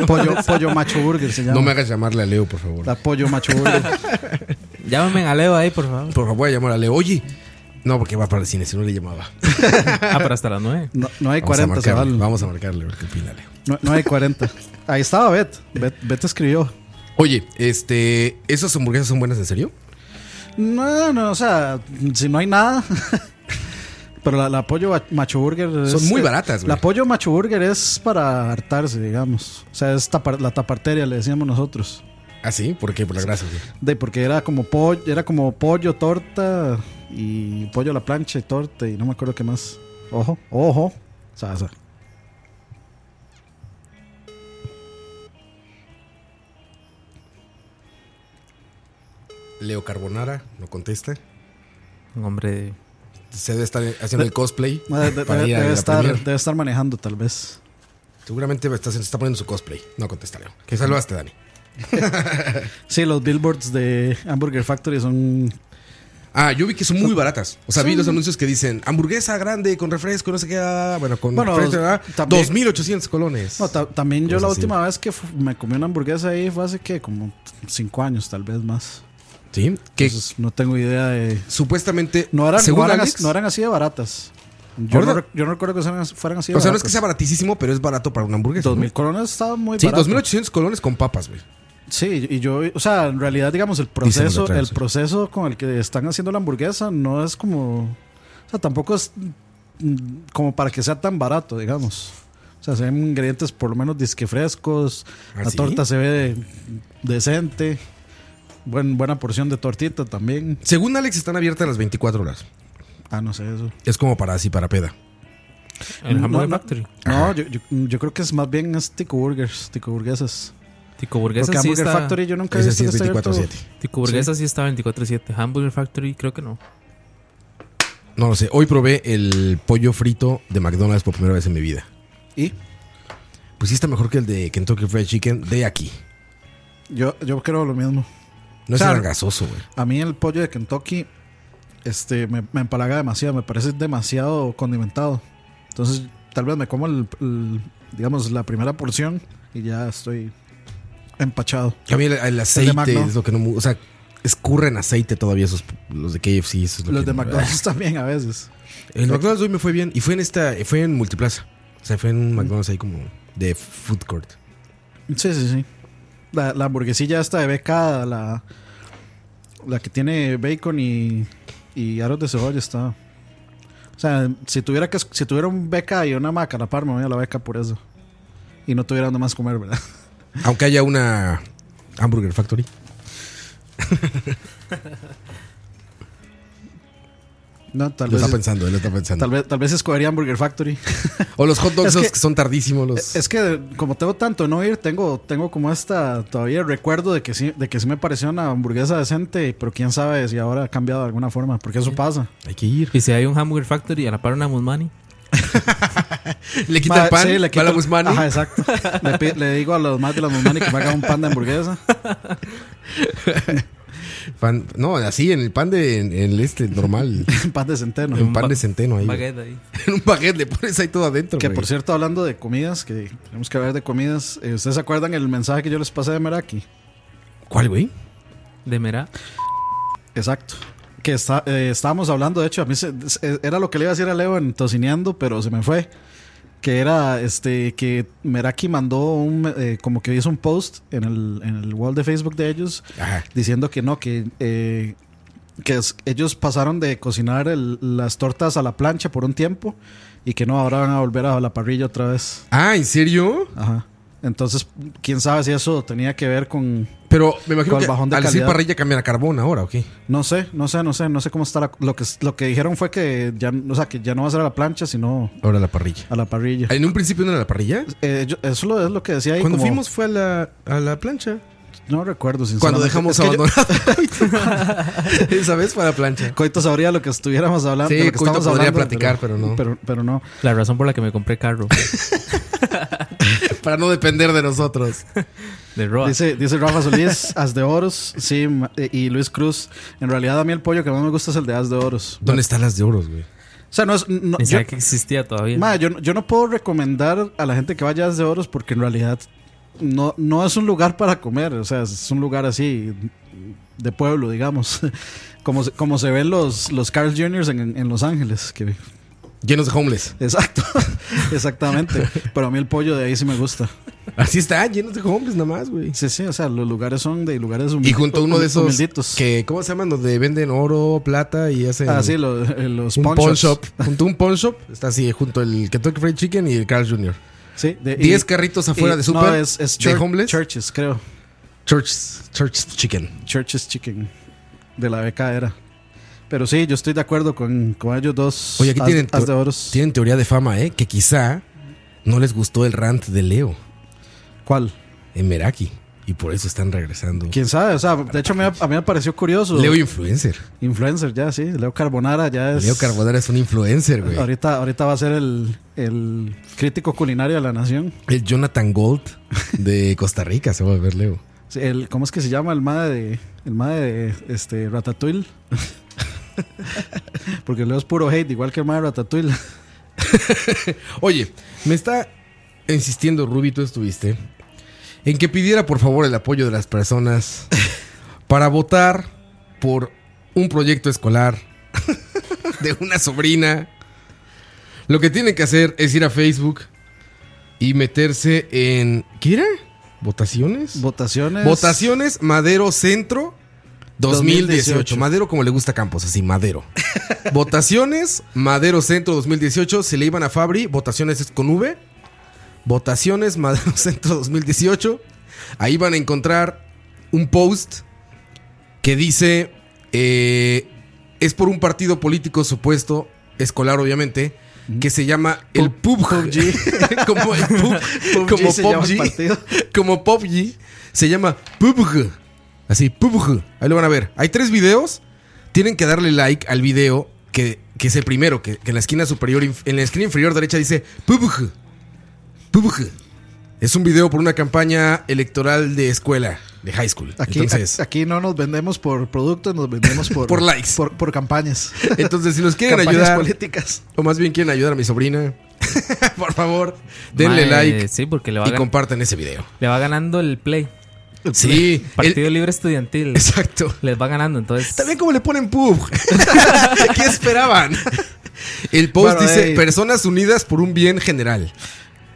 S3: pollo, pollo macho burger se llama.
S5: No me hagas llamarle a Leo, por favor.
S3: La pollo macho burger.
S4: Sí. Llámame a Leo ahí, por favor.
S5: Por favor, voy a llamar a Leo. Oye. No, porque va para el cine, si no le llamaba.
S4: Ah, pero hasta las 9.
S3: No, no hay
S5: Vamos a
S3: 40,
S5: marcarle,
S3: chaval.
S5: Vamos a marcarle, a ver qué opina Leo.
S3: No, no hay 40. Ahí estaba Bet. Bet, Bet escribió.
S5: Oye, este, ¿esas hamburguesas son buenas en serio?
S3: No, no, o sea, si no hay nada. [LAUGHS] Pero la, la pollo ba- macho burger. eh,
S5: Son muy baratas, güey.
S3: La pollo macho burger es para hartarse, digamos. O sea, es tapar- la taparteria, le decíamos nosotros.
S5: Ah, sí, ¿por qué? Por la grasa. güey.
S3: De porque era como pollo, era como pollo, torta y pollo a la plancha y torta y no me acuerdo qué más. Ojo, ojo,
S5: [LAUGHS]
S3: salsa.
S5: Leo Carbonara no contesta.
S4: Un hombre de-
S5: Se debe estar haciendo el cosplay.
S3: No, de- de-
S5: para
S3: debe,
S5: ir a
S3: debe
S5: la
S3: estar,
S5: premier.
S3: debe estar manejando tal vez.
S5: Seguramente está, se está poniendo su cosplay. No contesta, Leo. Que saludaste, Dani.
S3: Sí, los billboards de Hamburger Factory son...
S5: Ah, yo vi que son muy baratas. O sea, vi
S3: Son-
S5: los anuncios que dicen hamburguesa grande con refresco, no sé qué. ah, Bueno, con
S3: Bueno,
S5: refresco, ah,
S3: también-
S5: 2.800 colones.
S3: No, ta- también yo
S5: Cosas
S3: la
S5: Pues, así.
S3: última vez que fu- me comí una hamburguesa ahí fue hace que como 5 años tal vez más.
S5: sí, que
S3: Entonces no tengo idea de...
S5: supuestamente.
S3: Pues No eran,
S5: según
S3: no eran,
S5: Alex-
S3: as- no eran así de baratas. Yo no,
S5: Ahorita-
S3: rec- yo no recuerdo que sean- fueran así de
S5: O sea, no
S3: baratas.
S5: es que sea baratísimo, pero es barato para una hamburguesa.
S3: 2000
S5: ¿no?
S3: coronas estaba muy
S5: Sí,
S3: barato.
S5: 2.800 colones con papas, güey.
S3: Sí, y yo, o sea, en realidad, digamos, el
S5: Dicen
S3: proceso,
S5: los detrás,
S3: el
S5: sí.
S3: proceso con el que están haciendo la hamburguesa no es como. O sea, tampoco es mm, como para que sea tan barato, digamos. O sea, se ven ingredientes por lo menos disque frescos.
S5: ¿Ah,
S3: la
S5: sí?
S3: torta se ve decente. Buen, buena porción de tortita también.
S5: Según Alex, están abiertas las 24 horas.
S3: Ah, no sé eso.
S5: Es como para así, para peda.
S4: El
S3: No,
S4: Hamburger
S3: no.
S4: Factory.
S3: No, yo, yo- yo creo que es más bien es tico burgers, tico burguesas.
S4: Tico Burguesa
S3: Porque
S4: sí
S3: Hamburger
S4: está.
S3: Factory yo nunca he
S5: Ese sí
S3: visto
S5: es
S3: que esté abierto.
S5: 24-7.
S4: Tico Burguesa sí, está 24-7. Hamburger Factory creo que no.
S5: No lo sé. Hoy probé el pollo frito de McDonald's por primera vez en mi vida.
S3: ¿Y?
S5: Pues sí está mejor que el de Kentucky Fried Chicken de aquí.
S3: Yo, yo creo lo mismo.
S5: No es
S3: Claro.
S5: tan grasoso, güey.
S3: A mí el pollo de Kentucky este, me, me empalaga demasiado, me parece demasiado condimentado. Entonces, tal vez me como el, el- digamos la primera porción y ya estoy empachado.
S5: A mí el, el aceite
S3: Mac, ¿no?
S5: es lo que no... mu- O sea, escurren aceite todavía esos... Los de KFC. eso es lo
S3: Los
S5: que
S3: de
S5: no-
S3: McDonald's [LAUGHS] también a veces.
S5: El McDonald's hoy me fue bien. Y fue en esta... Fue en Multiplaza. O sea, fue en un McDonald's ahí como de food court.
S3: Sí, sí, sí. La, la hamburguesilla esta de becada, la, la que tiene bacon y, y aros de cebolla está. O sea, si tuviera que es- si tuviera un beca y una maca a la par, me voy a la beca por eso. Y no tuviera nada más comer, ¿verdad?
S5: Aunque haya una Hamburger Factory.
S3: No, tal
S5: Lo
S3: vez.
S5: está pensando, él lo está pensando.
S3: Tal vez, tal vez escogería
S5: [LAUGHS]
S3: Hamburger Factory.
S5: O los hot dogs
S3: Es
S5: esos
S3: que-
S5: que, son tardísimos. Los...
S3: Es que como tengo tanto no ir, tengo, tengo como esta todavía el recuerdo de que sí, de que sí me pareció una hamburguesa decente, pero quién sabe si ahora ha cambiado de alguna forma, porque eso pasa.
S5: Hay que ir.
S4: Y si hay un Hamburger Factory a la par una Musmani.
S5: Le quita
S3: Ma-
S5: el pan,
S3: sí,
S5: le
S3: quito-
S5: quita la Guzmán.
S3: Ajá, exacto. le, pi- le digo a los más de la Musmani que me hagan un pan de hamburguesa. [LAUGHS]
S5: Pan- no, así, en el pan de en el este
S3: [LAUGHS]
S5: normal.
S3: Un pan de centeno.
S5: en pan de centeno ahí. güey.
S4: Baguette ahí.
S5: [LAUGHS] En un baguette le pones ahí todo adentro.
S3: Que
S5: güey.
S3: por cierto, hablando de comidas, que tenemos que hablar de comidas, eh, ¿ustedes se acuerdan el mensaje que yo les pasé de Meraki?
S5: ¿Cuál, güey?
S4: De Merá.
S3: Exacto. Que está, eh, estábamos hablando, de hecho, a mí se- se- era lo que le iba a decir a Leo en Tocineando, pero se me fue. Que era este que Meraki mandó un eh, como que hizo un post en el, en el wall de Facebook de ellos
S5: Ajá.
S3: diciendo que no, que, eh, que es- ellos pasaron de cocinar el- las tortas a la plancha por un tiempo y que no, ahora van a volver a la parrilla otra vez.
S5: Ah, ¿en serio?
S3: Ajá. Entonces, quién sabe si eso tenía que ver con.
S5: Pero me imagino
S3: Con
S5: que al
S3: bajón de
S5: decir
S3: calidad.
S5: parrilla cambian a carbón ahora, ¿ok?
S3: No sé, no sé, no sé, no sé cómo está la- lo que lo que dijeron fue que ya, o sea, que ya no va a ser a la plancha, sino
S5: Ahora la parrilla.
S3: a la parrilla.
S5: ¿En un principio no era la parrilla?
S3: Eh, yo- eso lo- es lo que decía ahí.
S5: Cuando
S3: como-
S5: fuimos fue a la, a la plancha.
S3: no recuerdo sinceramente.
S5: Cuando dejamos
S3: Es que yo-
S5: abandonado. [LAUGHS] Esa vez fue a la plancha.
S3: [LAUGHS] Coito sabría lo que estuviéramos hablando.
S5: Sí,
S3: de lo que
S5: Coito
S3: estamos
S5: podría
S3: hablando,
S5: platicar, pero no.
S3: Pero, pero no.
S4: La razón por la que me compré carro.
S5: Para no depender de nosotros.
S4: De Roa.
S3: Dice, dice Rafa Solís, [LAUGHS] As de Oros, sí, ma- eh, y Luis Cruz. En realidad a mí el pollo que más me gusta es el de As de Oros. O
S5: ¿Dónde están las de oros, güey?
S3: sea, no es... no-
S4: Ni
S3: yo,
S4: sabía que existía todavía.
S3: ma, yo, no- yo no puedo recomendar a la gente que vaya a As de Oros porque en realidad no, no es un lugar para comer, o sea, es un lugar así de pueblo, digamos. [LAUGHS] Como, se- como se ven los, los Carl Juniors en, en Los Ángeles. Que,
S5: Llenos de homeless.
S3: [LAUGHS] exacto, [LAUGHS] exactamente. Pero a mí el pollo de ahí sí me gusta.
S5: Así está, llenos de homeless nomás, güey.
S3: Sí, sí, o sea, los lugares son de lugares humildes.
S5: Y junto a uno de esos
S3: Humilditos.
S5: que, ¿cómo se llaman? Donde venden oro, plata y hacen
S3: Ah, sí, lo- eh, los
S5: un
S3: pawn
S5: pawn,
S3: shops.
S5: shop. Junto a un pawn shop está así, junto el Kentucky Fried Chicken y el Carl Jr.
S3: Sí, de-
S5: Diez
S3: y-
S5: carritos afuera
S3: y-
S5: de
S3: no,
S5: super
S3: es, es
S5: de
S3: chur-
S5: homeless.
S3: Churches, creo.
S5: Church, Church Chicken.
S3: Churches Chicken. De la beca era. Pero sí, yo estoy de acuerdo con, con ellos dos.
S5: Oye, aquí
S3: Haz-
S5: tienen,
S3: haz de oros.
S5: tienen teoría de fama, ¿eh? Que quizá no les gustó el rant de Leo
S3: ¿Cuál?
S5: en Meraki. Y por eso están regresando.
S3: ¿Quién sabe? O sea, de hecho, a mí, a mí me pareció curioso.
S5: Leo Influencer.
S3: Influencer, ya, sí. Leo Carbonara ya es.
S5: Leo Carbonara es un influencer, güey.
S3: Ahorita, ahorita va a ser el, el crítico culinario de la nación.
S5: El Jonathan Gold de Costa Rica se va a ver, Leo.
S3: Sí, El, ¿Cómo es que se llama el madre de, el madre de este, Ratatouille? [LAUGHS] Porque Leo es puro hate, igual que el madre de Ratatouille. [LAUGHS]
S5: Oye, me está insistiendo, Ruby, tú estuviste, en que pidiera por favor el apoyo de las personas para votar por un proyecto escolar de una sobrina. Lo que tienen que hacer es ir a Facebook y meterse en. ¿Qué era? ¿Votaciones?
S3: Votaciones.
S5: Votaciones Madero Centro 2018. Madero como le gusta a Campos, así, Madero. votaciones, Madero Centro 2018, se le iban a Fabri, votaciones es con V. Votaciones, Madero [LAUGHS] Centro 2018. Ahí van a encontrar un post que dice, eh, es por un partido político supuesto, escolar obviamente, que se llama el PUBG. [LAUGHS] como el pub- como
S3: se llama el
S5: PUBG
S3: partido.
S5: como PUBG se llama PUBG. Así, PUBG. Ahí lo van a ver. Hay tres videos. Tienen que darle like al video que, que es el primero, que, que en la esquina superior, inf- en la esquina inferior derecha dice PUBG. PUBG. Es un video por una campaña electoral de escuela, de high school.
S3: Aquí,
S5: entonces,
S3: a- aquí no nos vendemos por productos, nos vendemos por,
S5: [LAUGHS] Por likes.
S3: Por, por campañas.
S5: entonces si los quieren
S3: campañas
S5: ayudar,
S3: políticas.
S5: o más bien quieren ayudar a mi sobrina, [LAUGHS] por favor, denle
S4: Mae,
S5: like
S4: eh, Sí, porque le va,
S5: y
S4: gan-
S5: compartan ese video.
S3: [LAUGHS]
S4: le va ganando el play.
S5: Sí, el-
S4: Partido Libre Estudiantil.
S5: [LAUGHS] exacto.
S4: Les va ganando, entonces.
S5: También como le ponen [LAUGHS] pub. ¿Qué esperaban? El post
S3: Bueno,
S5: dice
S3: ey.
S5: Personas unidas por un bien general.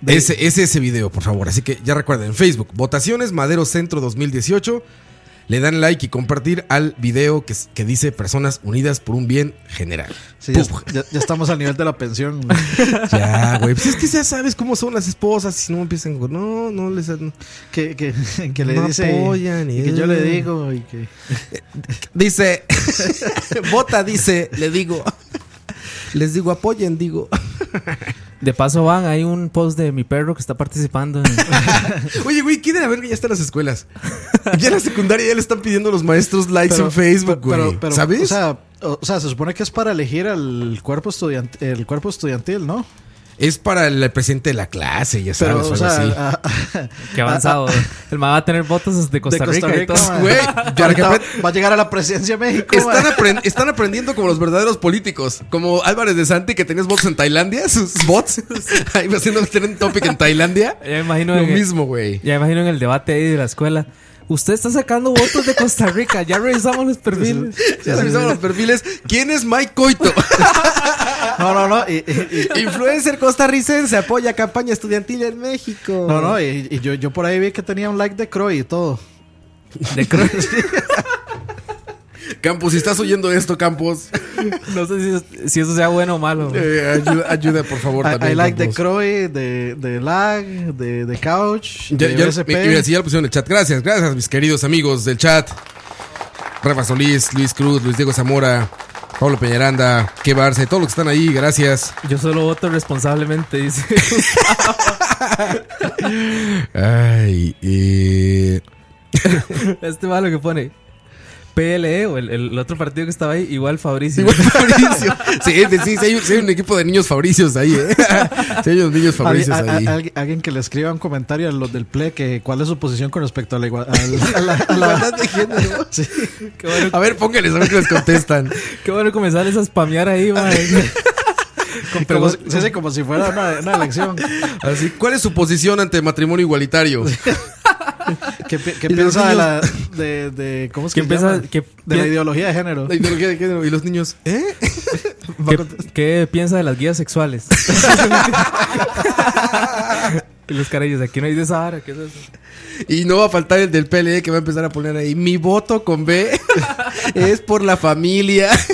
S5: Ese, ese ese video, por favor. Así que ya recuerden, Facebook, Votaciones Madero Centro 2018. Le dan like y compartir al video que, s- que dice Personas unidas por un bien general.
S3: Sí, ya,
S5: Pub.
S3: ya- ya estamos al nivel de la pensión.
S5: [LAUGHS] Ya, güey. Pues es que ya sabes cómo son las esposas. Si no empiezan con. No, no les.
S3: Que, que, que le
S5: No
S3: dice.
S5: apoyan,
S3: y que yo le
S5: eh.
S3: digo. Y que,
S5: [LAUGHS] Dice. Vota, dice. Le digo. Les digo, apoyen, digo.
S4: De paso van, hay un post de mi perro que está participando. en- [LAUGHS]
S5: [LAUGHS] Oye, güey, ¿qué de la verga ya están las escuelas? Ya en la secundaria ya le están pidiendo a los maestros likes en Facebook, güey.
S3: pero- pero,
S5: ¿Sabes?
S3: O sea, o- o sea, se supone que es para elegir al cuerpo, estudiant el cuerpo estudiantil, ¿no?
S5: es para el presidente de la clase, ya
S3: Pero,
S5: sabes, o
S3: o
S5: algo
S3: sea, ah,
S5: así.
S3: a- a-
S4: Qué avanzado. El más va a tener votos desde Costa,
S3: Costa
S4: Rica,
S3: Rica,
S4: y todo.
S3: mae.
S5: Güey, ya
S3: ahorita
S5: de repente-
S3: va a llegar a la presidencia de México.
S5: Están,
S3: mae.
S5: apren- están aprendiendo como los verdaderos políticos. Como Álvarez de Santi, que tenías bots en Tailandia, sus bots. Ahí va haciendo un topic en Tailandia.
S4: Ya me imagino
S5: Lo
S4: en el-
S5: mismo, güey.
S4: Ya imagino en el debate ahí de la escuela. Usted está sacando votos de Costa Rica. Ya revisamos los perfiles.
S5: Ya revisamos los perfiles. ¿Quién es Mike Coito?
S3: No, no, no. y- y- y-
S5: Influencer costarricense apoya campaña estudiantil en México.
S3: no, no, y, y yo, yo por ahí vi que tenía un like de Croy y todo.
S4: De cru-
S5: Campos, si estás oyendo esto, Campos,
S4: no sé si, es- si eso sea bueno o malo. güey.
S5: eh, ayuda, ayuda, por favor.
S3: I,
S5: también,
S3: I like de
S5: Campos.
S3: Croy, de, de Lag, de, de Couch,
S5: Ya,
S3: de
S5: ya-
S3: BSP.
S5: mi- mira, si ya lo pusieron en el chat. Gracias, gracias, mis queridos amigos del chat. Rafa Solís, Luis Cruz, Luis Diego Zamora, Pablo Peñaranda, Que Barce, todos los que están ahí, gracias.
S4: Yo solo voto responsablemente, dice. [LAUGHS]
S5: Ay, eh,
S4: Este malo que pone. PLE o el, el otro partido que estaba ahí, igual Fabricio.
S5: igual Fabricio. Sí, de- sí, sí, hay, un- sí hay un equipo de niños Fabricios ahí, ¿eh? Sí, hay unos niños
S3: Alguien,
S5: Fabricios
S3: a- a-
S5: ahí.
S3: alguien- alguien que le escriba un comentario a los del PLE que cuál es su posición con respecto a la igual- al- a la- a la- [LAUGHS] Sí.
S4: Qué bueno,
S5: A ver, pónganles a ver qué les contestan.
S4: qué bueno comenzar a spamear
S5: Ah,
S4: ahí, man. Con
S3: Como,
S4: pregun-
S3: si- sí, sí, como si fuera una, una elección.
S5: Así, ¿cuál es su posición ante el matrimonio
S3: [LAUGHS]
S5: igualitario?
S3: ¿Qué, pi- qué
S5: Y los
S3: piensa de
S5: niños-
S3: la de, de- cómo es que
S4: ¿Qué piensa-
S3: llaman?
S4: qué
S3: de la
S4: pi-
S3: ideología de género?
S5: La ideología de género. Y los niños, [LAUGHS] ¿eh?
S4: ¿Qué, qué piensa de las guías sexuales? [LAUGHS] y los carayos, aquí no hay de esa vara, ¿qué es eso?
S5: Y no va a faltar el del PLD que va a empezar a poner ahí. Mi voto con B [LAUGHS] es por la familia. [LAUGHS]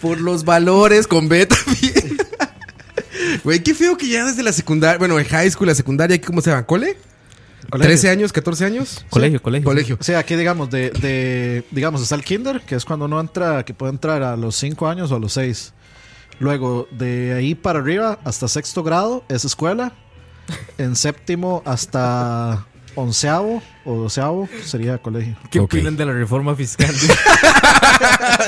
S5: por los valores con B también. [LAUGHS] Güey, qué feo que ya desde la secundaria, bueno, en high school, la secundaria, ¿cómo se llama? ¿Cole?
S3: Colegio.
S5: ¿13 años? ¿14 años?
S4: Colegio, colegio.
S5: Colegio. [LAUGHS]
S3: O sea, aquí digamos de, de- digamos está el kinder, que es cuando uno entra, que puede entrar a los 5 años o a los 6. Luego de ahí para arriba hasta sexto grado es escuela. En séptimo hasta onceavo o doceavo sería colegio.
S4: ¿Qué
S5: Ok.
S4: opinan de la reforma fiscal?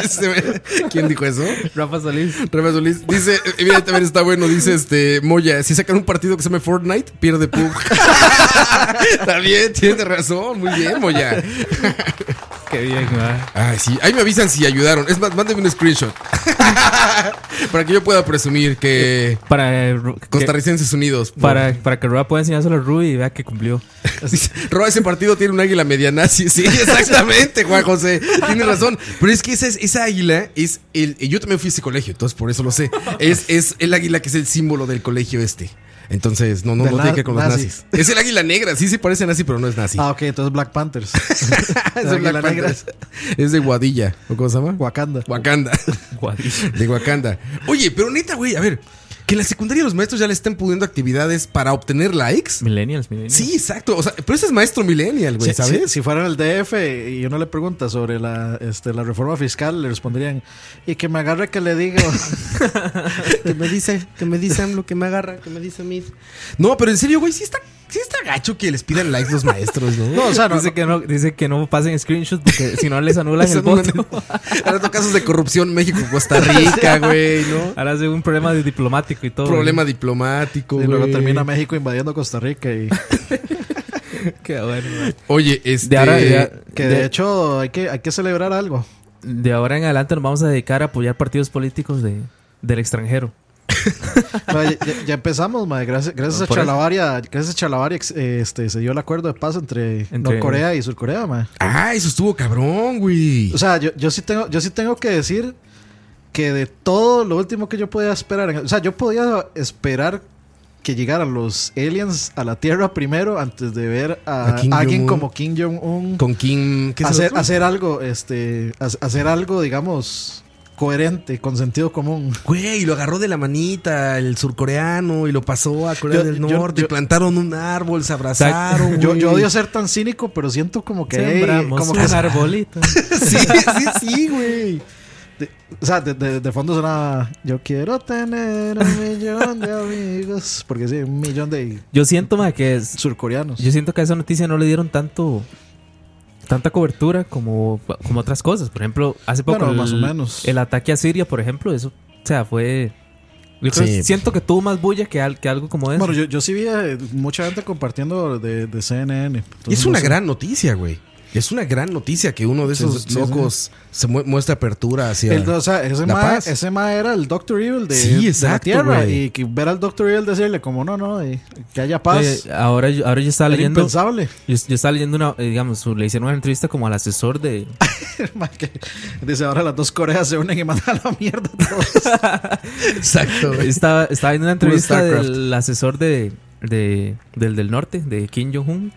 S5: Se ve- ¿Quién dijo eso?
S4: [LAUGHS] Rafa Solís.
S5: Rafa Solís dice, eh, mira, también está bueno, dice este Moya, si sacan un partido que se llame Fortnite, pierde [LAUGHS] PUB. también tiene razón, muy bien, Moya.
S4: Qué bien, man.
S5: Ay, sí. Ahí me avisan si ayudaron. Es más, mándenme un
S3: [LAUGHS]
S5: screenshot. para que yo pueda presumir que
S4: Para, eh, Ru- que-
S5: Costarricenses Unidos. [LAUGHS]
S4: para, para que Rueda pueda enseñárselo a Ruby y vea que cumplió.
S5: Dice, Roa, ese partido tiene un águila media nazi.
S3: [LAUGHS]
S5: Sí, exactamente, Juan José. Tienes razón. Pero es que esa, es- esa águila es
S3: [LAUGHS]
S5: el. y Yo también fui a ese colegio, entonces por eso lo sé. Es, es el águila que es el símbolo del colegio este. Entonces, no, no,
S3: De
S5: no tiene que ver con los
S3: nazi.
S5: nazis. Es el águila negra, sí se parece nazi, pero no es nazi.
S3: Ah, ok, entonces Black Panthers.
S5: [LAUGHS] es, de
S3: la
S5: Black
S3: [LAUGHS] águila
S5: Panther.
S3: negra.
S5: Es de Guadilla. ¿O cómo se llama?
S3: Wakanda.
S5: Wakanda.
S4: Guadilla.
S5: De Wakanda. Oye, pero neta, güey, a ver. Que en la secundaria los maestros ya le estén pudiendo actividades para obtener likes.
S4: Millennials, millennials.
S5: Sí, exacto. O sea, pero ese es maestro millennial, güey,
S3: Si-
S5: ¿sabes?
S3: Si, si fueran el DF y uno le pregunta sobre la, este, la reforma fiscal, le responderían, y que me agarre que le diga. [LAUGHS]
S5: que me dice, que me dice AMLO, que me agarra, que me dice mí. No, pero en serio, güey, sí está, sí está gacho que les pidan likes los maestros, ¿no?
S3: No, o sea, no,
S4: dice, Que no, dice que no pasen screenshots porque si no
S5: [LAUGHS]
S4: les anulan el voto.
S5: Han habido casos de corrupción
S3: [LAUGHS]
S5: México-Costa Rica, güey, ¿no?
S4: [LAUGHS] Ahora es un problema de diplomático y todo.
S5: Problema diplomático, güey.
S3: y luego termina México invadiendo Costa Rica. Y,
S4: Qué bueno, man.
S5: Oye, este...
S4: De ahora, de,
S3: que de hecho hay que, hay que celebrar algo.
S4: de ahora en adelante nos vamos a dedicar a apoyar partidos políticos de, del extranjero.
S3: Ma, ya, ya- ya empezamos, ma, gracias, gracias a
S4: Por eso.
S3: Chalabaria, gracias a Chalabaria ex- este, se dio el acuerdo de paz entre,
S4: Entre-
S3: Norcorea y Surcorea, ma.
S5: Ah, eso estuvo cabrón, güey.
S3: O sea, yo, yo sí tengo, yo sí tengo que decir que de todo lo último que yo podía esperar, o sea, yo podía esperar que llegaran los aliens a la Tierra primero antes de ver
S5: A
S3: a,
S5: Kim
S3: alguien
S5: Jong-un.
S3: como Kim Jong-un
S5: Con Kim... ¿Qué es el
S3: hacer,
S5: otro?
S3: hacer algo, este, ha- hacer algo, digamos, coherente, con sentido común.
S5: Güey, lo agarró de la manita el surcoreano y lo pasó a Corea
S3: Yo-
S5: del
S3: yo-
S5: Norte.
S3: yo-
S5: y plantaron un árbol, se abrazaron.
S3: Yo,
S5: güey.
S3: yo odio ser tan cínico, pero siento como que... hey,
S4: Sembramos
S3: como que
S4: un arbolito.
S5: [LAUGHS] Sí, sí, sí, güey.
S3: [LAUGHS] O sea, de, de- de fondo sonaba Yo quiero tener un millón de amigos. Porque sí, un millón de
S4: Yo siento, ma, que es,
S3: surcoreanos.
S4: Yo siento que a esa noticia no le dieron tanto tanta cobertura como, como otras cosas. Por ejemplo, hace poco
S3: Bueno,
S4: el,
S3: más o menos.
S4: el ataque a Siria, por ejemplo, eso, o sea, fue yo creo-
S5: Sí.
S4: siento que tuvo más bulla que, al- que algo como eso.
S3: Bueno, yo, yo sí vi eh, mucha gente compartiendo de, de
S5: Y
S3: CNN. Entonces,
S5: es una
S3: no sé.
S5: gran noticia, güey. Es una gran noticia que uno de esos
S3: Sí, sí, sí.
S5: locos se mu- muestra apertura hacia.
S3: El- o sea, ese
S5: La
S3: ma,
S5: Paz.
S3: ese ma era el Doctor Evil de,
S5: Sí,
S3: de la
S5: exacto,
S3: Tierra.
S5: güey.
S3: Y que ver al Doctor Evil decirle como no, no, y que haya paz.
S4: Eh, ahora, yo- ahora yo estaba
S3: era
S4: leyendo, yo,
S3: impensable. [LAUGHS]
S4: yo estaba leyendo una, eh, digamos, le hicieron una entrevista como al asesor de, [LAUGHS]
S3: Ma, que dice ahora las dos Coreas se unen y mandan a la mierda a
S5: [LAUGHS]
S3: todos.
S5: Exacto,
S3: [LAUGHS]
S5: güey.
S4: estaba, estaba viendo una
S5: Puro
S4: entrevista
S5: Starcraft.
S4: del asesor de, de- del del norte, de Kim Jong-un.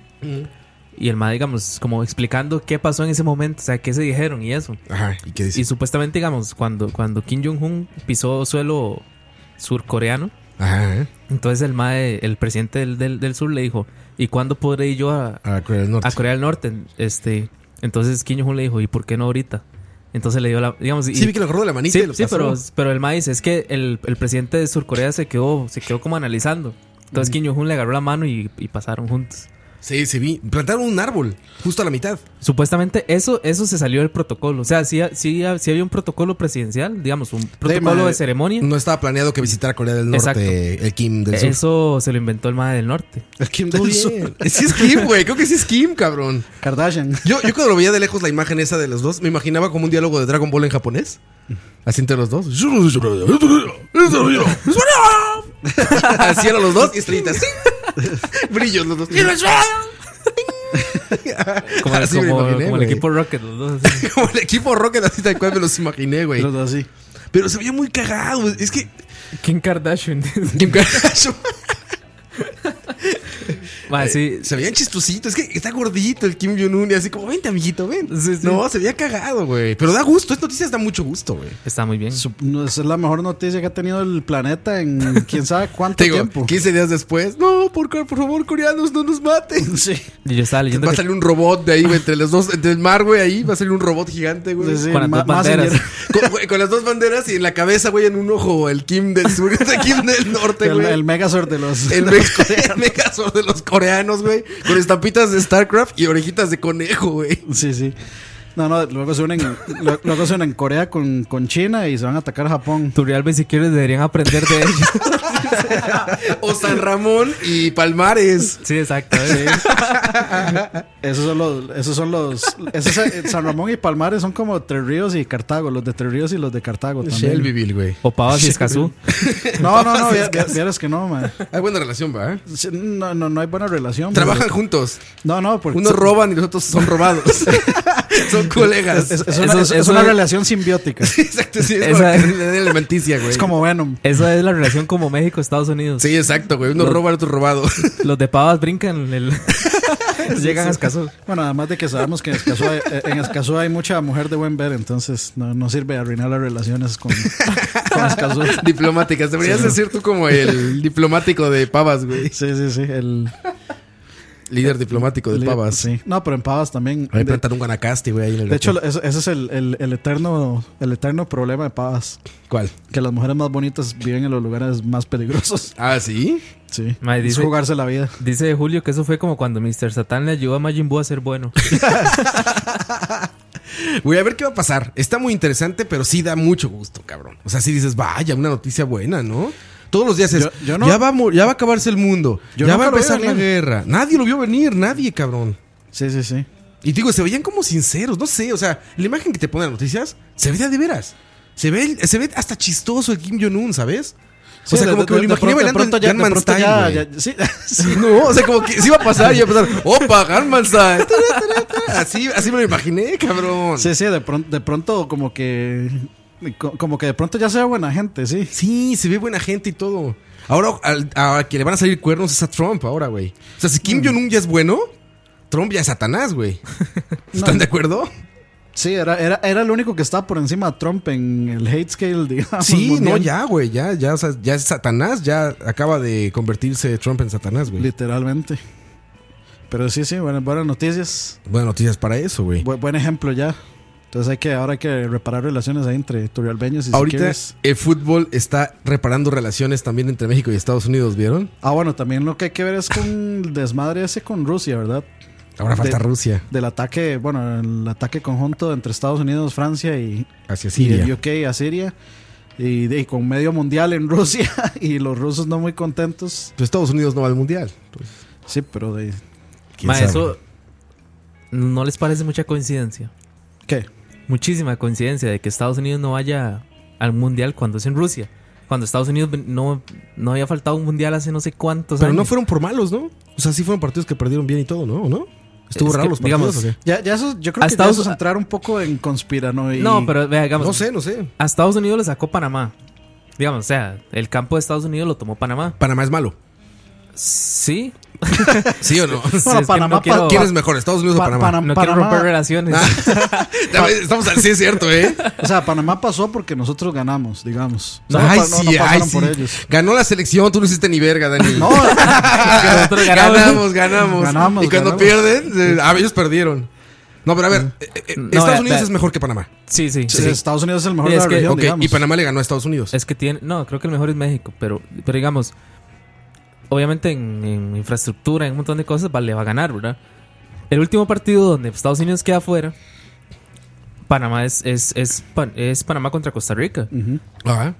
S4: Y el más, digamos, como explicando qué pasó en ese momento, o sea, qué se dijeron y eso.
S5: Ajá, ¿y qué dice?
S4: Y supuestamente, digamos, cuando, cuando Kim Jong-un pisó suelo surcoreano,
S5: Ajá, ¿eh?
S4: entonces el mae, el presidente del, del, del sur le dijo, ¿y cuándo podré ir yo a,
S5: A Corea del Norte.
S4: a Corea del Norte? Este, entonces Kim Jong-un le dijo, ¿y por qué no ahorita? Entonces le dio la, digamos, y-
S5: Sí, vi que lo agarró de la manita
S4: sí,
S5: y lo
S4: sí,
S5: pasó.
S4: pero, pero el mae dice, es que el, el presidente de Surcorea se quedó, se quedó como analizando. Entonces
S5: Mm.
S4: Kim Jong-un le agarró la mano y, y pasaron juntos.
S5: Sí, sí, vi. Plantaron un árbol, justo a la mitad.
S4: Supuestamente eso, eso se salió del protocolo. O sea, sí, sí, sí había un protocolo presidencial, digamos, un protocolo
S3: mae.
S4: de ceremonia.
S5: No estaba planeado que visitara Corea del Norte el Kim del Sur. [LAUGHS]
S4: Eso se lo inventó el MAE del Norte.
S5: El Kim
S3: del
S5: Sí es Kim, güey. Creo que sí es Kim, cabrón.
S3: Kardashian.
S5: Yo, yo cuando lo veía de lejos la imagen esa de los dos, me imaginaba como un diálogo de Dragon Ball en japonés. Así entre los dos. [LAUGHS] Así eran los dos y estrellitas. [LAUGHS] Brillos los dos.
S4: Como,
S5: Así Ah, me
S4: como-
S5: imaginé,
S4: como el
S5: güey.
S4: equipo Rocket, los dos.
S5: [LAUGHS]
S4: así.
S5: Como el equipo Rocket, así tal cual me los imaginé, güey.
S3: Pero así.
S5: Pero se veía muy cagado. güey. Es que.
S4: Kim Kardashian.
S5: Kim [LAUGHS] Kardashian,
S4: [LAUGHS] Mae, sí.
S5: Se veían chistositos. Es que está gordito el Kim Jong-un. Y así como, vente, amiguito, ven.
S4: Sí, sí.
S5: No, se veía cagado, güey. Pero da gusto. Esta noticia da mucho gusto, güey.
S4: Está muy bien.
S3: Sup- no, esa es la mejor noticia que ha tenido el planeta en quién sabe cuánto
S5: Te digo,
S3: Este tiempo.
S5: 15 días después. No, por, por favor, coreanos, no nos
S3: [LAUGHS]
S5: maten.
S3: [LAUGHS] Sí.
S4: Y yo estaba leyendo
S5: Va a
S4: que
S5: salir un robot de ahí, güey, entre los dos, entre el mar, güey, ahí va a salir un robot gigante, güey.
S3: Sí, sí,
S4: Con las
S3: ma-
S4: dos banderas.
S5: [LAUGHS]
S3: Mazinger.
S5: Con, güey, con las dos banderas y en la cabeza, güey, en un ojo, el Kim del sur [LAUGHS] y el Kim del norte,
S3: El,
S5: güey.
S3: el Megazord de los.
S5: El, me- [LAUGHS] el Megazord de los coreanos, güey. Con estampitas de StarCraft y orejitas de conejo, güey.
S3: Sí, sí. No, no, luego se unen, lo- luego se unen Corea con, con China y se van a atacar a Japón.
S4: tu real si quieres deberían aprender de ellos.
S5: [LAUGHS] O San Ramón y Palmares.
S4: sí, exacto. ¿eh?
S3: Esos son los, esos son los, esos, eh, San Ramón y Palmares son como Tres Ríos y Cartago, los de Tres Ríos y los de Cartago también.
S5: Shelbyville, güey.
S3: Oh.
S4: O Pavas y Escazú.
S3: No, no, no, vi- vi- vieras que no, man.
S5: Hay Ah, buena relación, va. ¿eh?
S3: Sí, No, no, no hay buena relación.
S5: Trabajan
S3: pero-
S5: juntos.
S3: No, no, porque
S5: Unos roban y los otros son robados. [LAUGHS] son son colegas.
S3: Es, es- es
S4: Eso-
S3: una, es- es
S4: eso-
S3: una relación simbiótica.
S5: exacto, sí, es
S4: Esa-
S5: como que- alimenticia, güey.
S3: Es como Venom.
S4: Esa es la relación como México-Estados Unidos.
S5: Sí, exacto, güey. Uno
S4: Lo-
S5: roba, otro
S3: [LAUGHS]
S5: robado.
S4: Los de Pavas
S5: [LAUGHS]
S4: brincan. el- Llegan a Escazú.
S3: pues, Bueno, además de que sabemos que en Escazú
S5: [LAUGHS]
S3: hay, eh, en Escazú hay mucha mujer de buen ver, entonces no, no sirve arruinar las relaciones con, con Escazú.
S5: Diplomáticas. Deberías
S3: Sí,
S5: de
S3: no.
S5: ser tú como el diplomático de Pavas, güey.
S3: Sí, sí, sí. El,
S5: Líder diplomático de
S3: el-
S5: Pavas.
S3: sí. No, pero en Pavas también.
S5: Ahí
S3: De,
S5: plantaron un guanacaste, güey. ahí en el
S3: de hecho,
S5: local.
S3: lo- ese, ese es el, el- el eterno, el eterno problema de Pavas.
S5: ¿cuál?
S3: Que las mujeres más bonitas viven en los lugares más peligrosos. [LAUGHS]
S5: Ah, sí.
S3: Sí.
S4: Mae,
S3: es
S4: dice-
S3: jugarse la vida.
S4: Dice Julio que eso fue como cuando Mr. Satan le ayudó a Majin Buu a ser bueno.
S5: Güey, a ver qué va a pasar. Está muy interesante, pero sí da mucho gusto, cabrón. O sea, sí dices, vaya, una noticia buena, ¿no? Todos los días es,
S3: Yo- yo no-
S5: ya, va a mu- ya va a acabarse el mundo,
S3: Yo
S5: ya
S3: nunca
S5: va a
S3: lo vi
S5: empezar la
S3: venir.
S5: guerra. Nadie lo vio venir, nadie, cabrón.
S3: Sí, sí, sí.
S5: Y digo, se veían como sinceros, no sé, o sea, la imagen que te ponen las noticias se ve de, a de veras. Se ve, se ve hasta chistoso el Kim Jong-un, ¿sabes?
S3: Sí,
S5: o sea,
S3: de-
S5: como
S3: de-
S5: que me lo
S3: de
S5: imaginé
S3: pronto- de
S5: bailando el
S3: pronto ya- de
S5: Gunman
S3: pronto
S5: Style,
S3: ya-
S5: güey.
S3: ya- sí. [LAUGHS]
S5: Sí, no, o sea, como que se iba a pasar y iba a pasar, opa, Gunman Style. Así, así me lo imaginé, cabrón.
S3: Sí, sí, de pronto, de pronto como que co- como que de pronto ya sea buena gente, sí.
S5: Sí, se ve buena gente y todo. Ahora al, a que le van a salir cuernos es a Trump ahora, güey. O sea, si
S3: Mm.
S5: Kim Jong-un ya es bueno, Trump ya es Satanás, güey.
S3: [LAUGHS]
S5: ¿Están de acuerdo?
S3: Sí, era, era, era el único que estaba por encima de Trump en el hate scale, [LAUGHS]
S4: Ah,
S3: digamos.
S4: pues,
S5: Sí, no,
S3: mundial.
S5: ya, güey. Ya, ya, o sea, ya es Satanás. Ya acaba de convertirse Trump en Satanás, güey.
S3: Literalmente. Pero sí, sí, buenas, buenas noticias.
S5: Buenas noticias para eso, güey.
S3: Bu- buen ejemplo ya. Entonces hay que, ahora hay que reparar relaciones ahí entre turrialbeños y
S5: Ahorita
S3: siquirres.
S5: el fútbol está reparando relaciones también entre México y Estados Unidos, ¿vieron?
S3: Ah, bueno, también lo que hay que ver es con el desmadre ese con Rusia, ¿verdad?
S5: Ahora falta
S3: De-
S5: Rusia
S3: Del ataque, bueno, el ataque conjunto entre Estados Unidos, Francia y,
S5: hacia
S3: y el
S5: Siria.
S3: UK a Siria y, de- y con medio mundial en [LAUGHS] Rusia y los rusos no muy contentos.
S5: Pues Estados Unidos no va al mundial.
S3: Sí, pero de
S5: ¿Quién
S4: Mae,
S5: sabe?
S4: eso no les parece mucha coincidencia.
S3: qué?
S4: Muchísima coincidencia de que Estados Unidos no vaya al mundial cuando es en Rusia. Cuando Estados Unidos no, no había faltado un mundial hace no sé cuántos
S5: Pero
S4: años.
S5: no fueron por malos, ¿no? O sea, sí fueron partidos que perdieron bien y todo, ¿no? ¿O ¿No? Estuvo
S4: Es
S5: raro
S4: que,
S5: los partidos.
S4: digamos,
S5: ¿o qué?
S3: Ya, ya eso, yo creo
S4: A
S3: que
S4: Estados-
S3: ya eso es entrar un poco en conspirano y
S4: No, pero vea, digamos,
S5: No sé, no sé.
S4: a Estados Unidos le sacó Panamá. Digamos, o sea, el campo de Estados Unidos lo tomó Panamá.
S5: Panamá es malo. [LAUGHS]
S4: Sí.
S5: ¿Sí o
S4: [LAUGHS]
S5: no?
S4: es que
S3: Panamá,
S4: no quiero,
S5: ¿Quién es mejor, Estados Unidos
S3: Pa-
S5: o Panamá? Ah.
S4: no quiero
S3: Panamá-
S4: romper relaciones.
S5: Ya ves, Estamos al- sí es cierto,
S4: [LAUGHS]
S5: ¿eh?
S3: o sea, Panamá pasó porque nosotros ganamos, digamos. No,
S5: ay,
S3: pa- no-
S5: sí,
S3: no
S5: ay,
S3: pasaron
S5: sí.
S3: por
S5: [LAUGHS]
S3: ellos.
S5: Ganó la selección, tú no hiciste ni verga, Dani. [LAUGHS]
S3: No,
S4: Nosotros ganamos.
S5: ganamos, ganamos.
S3: Ganamos,
S5: Y cuando
S3: ganamos. Mm.
S5: pierden, eh, ah, ellos perdieron. No, pero a ver, eh, eh,
S4: No,
S5: Estados
S4: eh,
S5: Unidos
S4: eh.
S5: es mejor que Panamá.
S4: Sí, sí.
S3: sí, Estados Unidos es el mejor
S4: Y
S3: de
S4: es
S3: la
S4: que-
S3: región,
S5: Ok,
S3: digamos.
S5: y Panamá le ganó a Estados Unidos.
S4: Pues Es que tiene. No, creo que el mejor es México, pero, pero digamos, obviamente en, en infraestructura, en un montón de cosas, vale, va a ganar, ¿verdad? El último partido donde Estados Unidos queda afuera, Panamá es, es, es, Pan- es Panamá contra Costa Rica.
S3: Ujú,
S5: Ajá.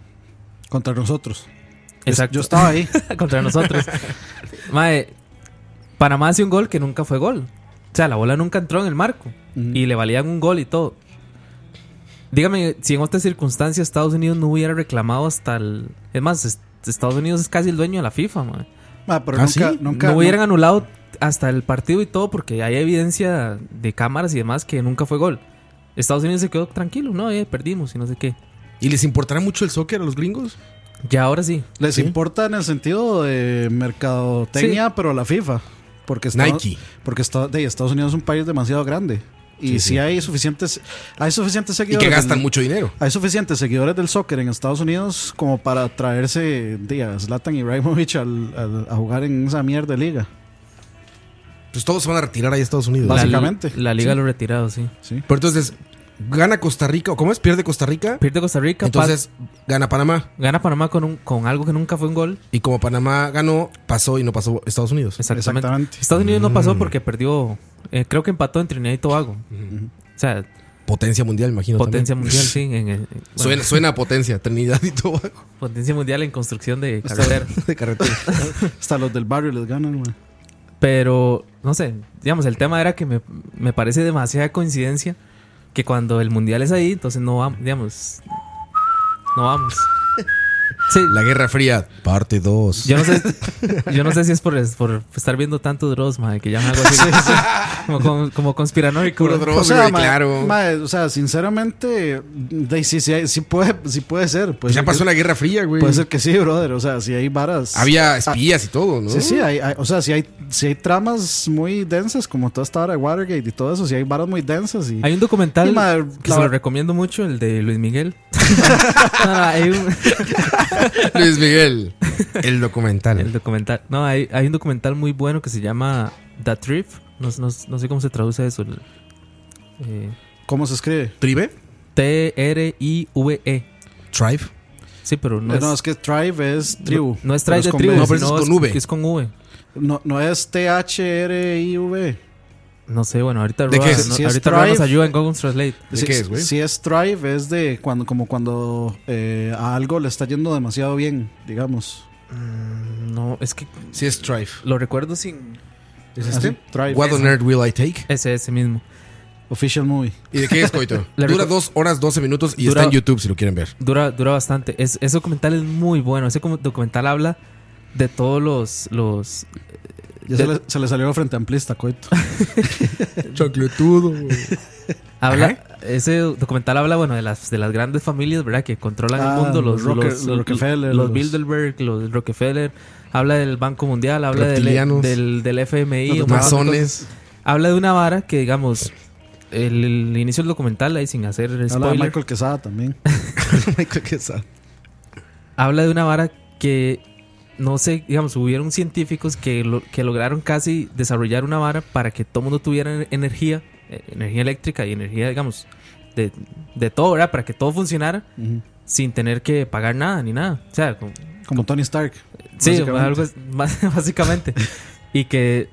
S3: Contra nosotros. Yo-
S4: Exacto.
S3: Yo, estaba ahí.
S4: [LAUGHS] contra nosotros. Mae, Panamá hace un gol que nunca fue gol. O sea, la bola nunca entró en el marco. Y le valían un gol y todo. Dígame si en otras circunstancias Estados Unidos no hubiera reclamado hasta el. Es más, es- Estados Unidos es casi el dueño de la FIFA, mae.
S3: Ah, pero
S5: ¿Ah,
S3: nunca,
S5: sí?
S3: nunca.
S4: no hubieran anulado hasta el partido y todo porque hay evidencia de cámaras y demás que nunca fue gol. Estados Unidos se quedó tranquilo, no, eh, perdimos y no sé qué.
S5: ¿Y les importará mucho el soccer a los gringos?
S4: Ya ahora sí.
S3: Les
S5: Sí.
S3: importa en el sentido de mercadotecnia, pero la FIFA. Porque está-
S5: Nike.
S3: Porque está- de, Estados Unidos es un país demasiado grande. Y
S5: Sí,
S3: si
S5: sí.
S3: hay suficientes hay suficientes
S5: Y
S3: seguidores.
S5: que gastan
S3: del-
S5: mucho dinero.
S3: Hay suficientes seguidores del soccer en Estados Unidos como para traerse de, a Zlatan Ibrahimovic al- al- a jugar en esa mierda de liga.
S5: Pues todos se van a retirar ahí a Estados Unidos.
S4: La-
S3: Básicamente,
S4: La, liga
S3: sí.
S4: lo retirado, sí.
S3: ¿sí?
S5: Pero entonces, gana Costa Rica, o ¿cómo es? Pierde Costa Rica.
S4: Pierde Costa Rica, pa-
S5: Entonces, gana Panamá.
S4: gana Panamá con, un, con algo que nunca fue un gol.
S5: Y como Panamá ganó, pasó y no pasó Estados Unidos.
S4: Exactamente.
S3: Exactamente.
S4: Estados Unidos no pasó porque perdió, eh, creo que empató en Trinidad y Tobago. O sea,
S5: Potencia mundial, imagino.
S4: potencia
S5: también.
S4: mundial, sí. en el- en- bueno,
S5: Suena, suena a potencia, Trinidad y Tobago
S4: Potencia mundial en construcción de carretera.
S5: de [LAUGHS] carretera.
S3: Hasta los del barrio les ganan, güey.
S4: Pero, no sé, digamos, el tema era que me, me parece demasiada coincidencia
S5: [LAUGHS]
S4: que cuando el mundial es ahí, entonces no vamos, digamos, no vamos. Sí,
S5: La Guerra Fría, parte 2.
S4: yo no sé, yo no sé si es por, es por estar viendo tanto Dross, mae, que ya me hago así.
S5: [LAUGHS]
S4: [LAUGHS] Como, como, como conspiranoico.
S5: Puro
S4: mae.
S5: Dross,
S3: o sea,
S5: güey,
S3: ma-
S5: claro.
S3: ma- o sea, sinceramente, de- sí, sí, sí puede, sí puede ser. Puede
S5: Pues ya
S3: ser
S5: pasó
S3: que,
S5: la Guerra Fría, güey.
S3: Puede ser que sí, brother. O sea, si hay varas.
S5: Había espías y todo, ¿no?
S3: Sí, ah. sí, hay, hay- o sea, si hay, si hay tramas muy densas, como toda esta hora de Watergate y todo eso, si hay varas muy densas. Y,
S4: Hay un documental
S3: Y, mae,
S4: que
S3: la-
S4: se lo recomiendo mucho, el de
S3: [LAUGHS]
S4: Luis Miguel. No, no, hay un-
S5: Luis Miguel, el documental.
S4: el documental, no, hay, hay un documental muy bueno que se llama The Trip. No, no- no sé cómo se traduce eso. el- eh,
S3: ¿Cómo se escribe?
S5: ¿Tribe?
S4: T-R-I-V-E.
S5: ¿Tribe?
S4: E. Sí, pero no
S3: No,
S4: es.
S3: es que Tribe es tribu.
S4: No es
S3: Pero
S4: trail de
S3: con
S4: tribu,
S3: B.
S5: No, pero ese es
S4: sino
S5: con V.
S4: que Es con V.
S3: No, no es T-H-R-I-V.
S4: No sé, bueno, ahorita
S5: ¿De
S4: Roa,
S5: qué es?
S4: no-
S3: Si es
S4: ahorita Roa nos
S3: Thrive-
S4: ayuda en Google Translate.
S5: ¿De
S3: Si-
S5: qué es, güey?
S3: Si es Tribe, es de cuando, como cuando eh, a algo le está yendo demasiado bien, digamos.
S4: No, es que
S5: Sí, es Tribe.
S4: lo recuerdo sin
S5: ¿Es este?
S4: este?
S3: Así, Thrive.
S5: What on earth will I take?
S4: ese ese mismo.
S3: Official movie.
S5: ¿Y de qué es, Coito?
S4: La
S5: Dura
S4: recu-
S5: 2 horas 12 minutos y
S4: Dura-
S5: está en YouTube si lo quieren ver.
S4: Dura dura bastante. Es, ese documental es muy bueno. Ese como- documental habla de todos los los
S3: Ya se, le, se le salió frente amplista,
S4: [LAUGHS]
S3: coito.
S5: Chocletudo.
S4: habla ese documental habla bueno de las de las grandes familias, ¿verdad? que controlan
S3: Ah,
S4: el mundo, los
S3: los Rocker-
S4: los,
S3: los Rockefeller,
S4: los
S3: los-
S4: Bilderberg, los Rockefeller, habla del Banco Mundial, habla del,
S5: Reptilianos.
S4: del del FMI, un montón de cosas.
S5: Masones.
S4: habla de una vara que, digamos, el, el inicio del documental, ahí sin hacer spoiler,
S3: Habla
S4: habla
S3: de
S4: de,
S3: Michael Quesada también.
S4: una vara que, no sé, digamos, hubieron científicos que, lo- que lograron casi desarrollar una vara para que todo mundo tuviera ener- energía, eh, energía eléctrica y energía, digamos, de, de todo, ¿verdad? Para que todo funcionara
S3: Ujú.
S4: sin tener que pagar nada ni nada. O sea, como-
S3: Como Tony Stark.
S4: Sí,
S3: básicamente.
S4: algo es- [LAUGHS] más- básicamente. y que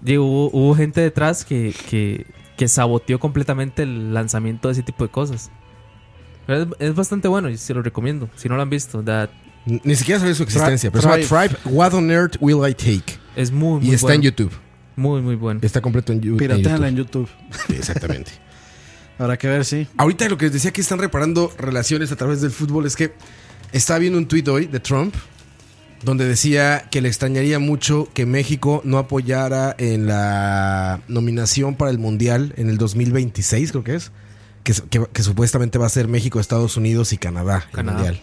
S4: digo, hubo, hubo gente detrás que, que, que saboteó completamente el lanzamiento de ese tipo de cosas. Pero es, es bastante bueno y se lo recomiendo. Si no lo han visto, da-
S5: Ni siquiera sabía su existencia. Pero se llama
S3: Tribe.
S5: Tribe, What on earth will I take?
S4: es muy, muy
S5: Y está
S4: bueno.
S5: en YouTube.
S4: Muy, muy bueno.
S5: Está completo en, Yu- en
S3: Pirateala
S5: YouTube.
S3: en YouTube.
S5: Sí, Exactamente.
S3: Habrá que ver, sí.
S5: Ahorita lo que les decía que están reparando relaciones a través del fútbol es que estaba viendo un tuit hoy de Trump donde decía que le extrañaría mucho que México no apoyara en la nominación para el Mundial en el 2026, creo que es, que, que- que supuestamente va a ser México, Estados Unidos y Canadá, el
S4: Canadá.
S5: Mundial.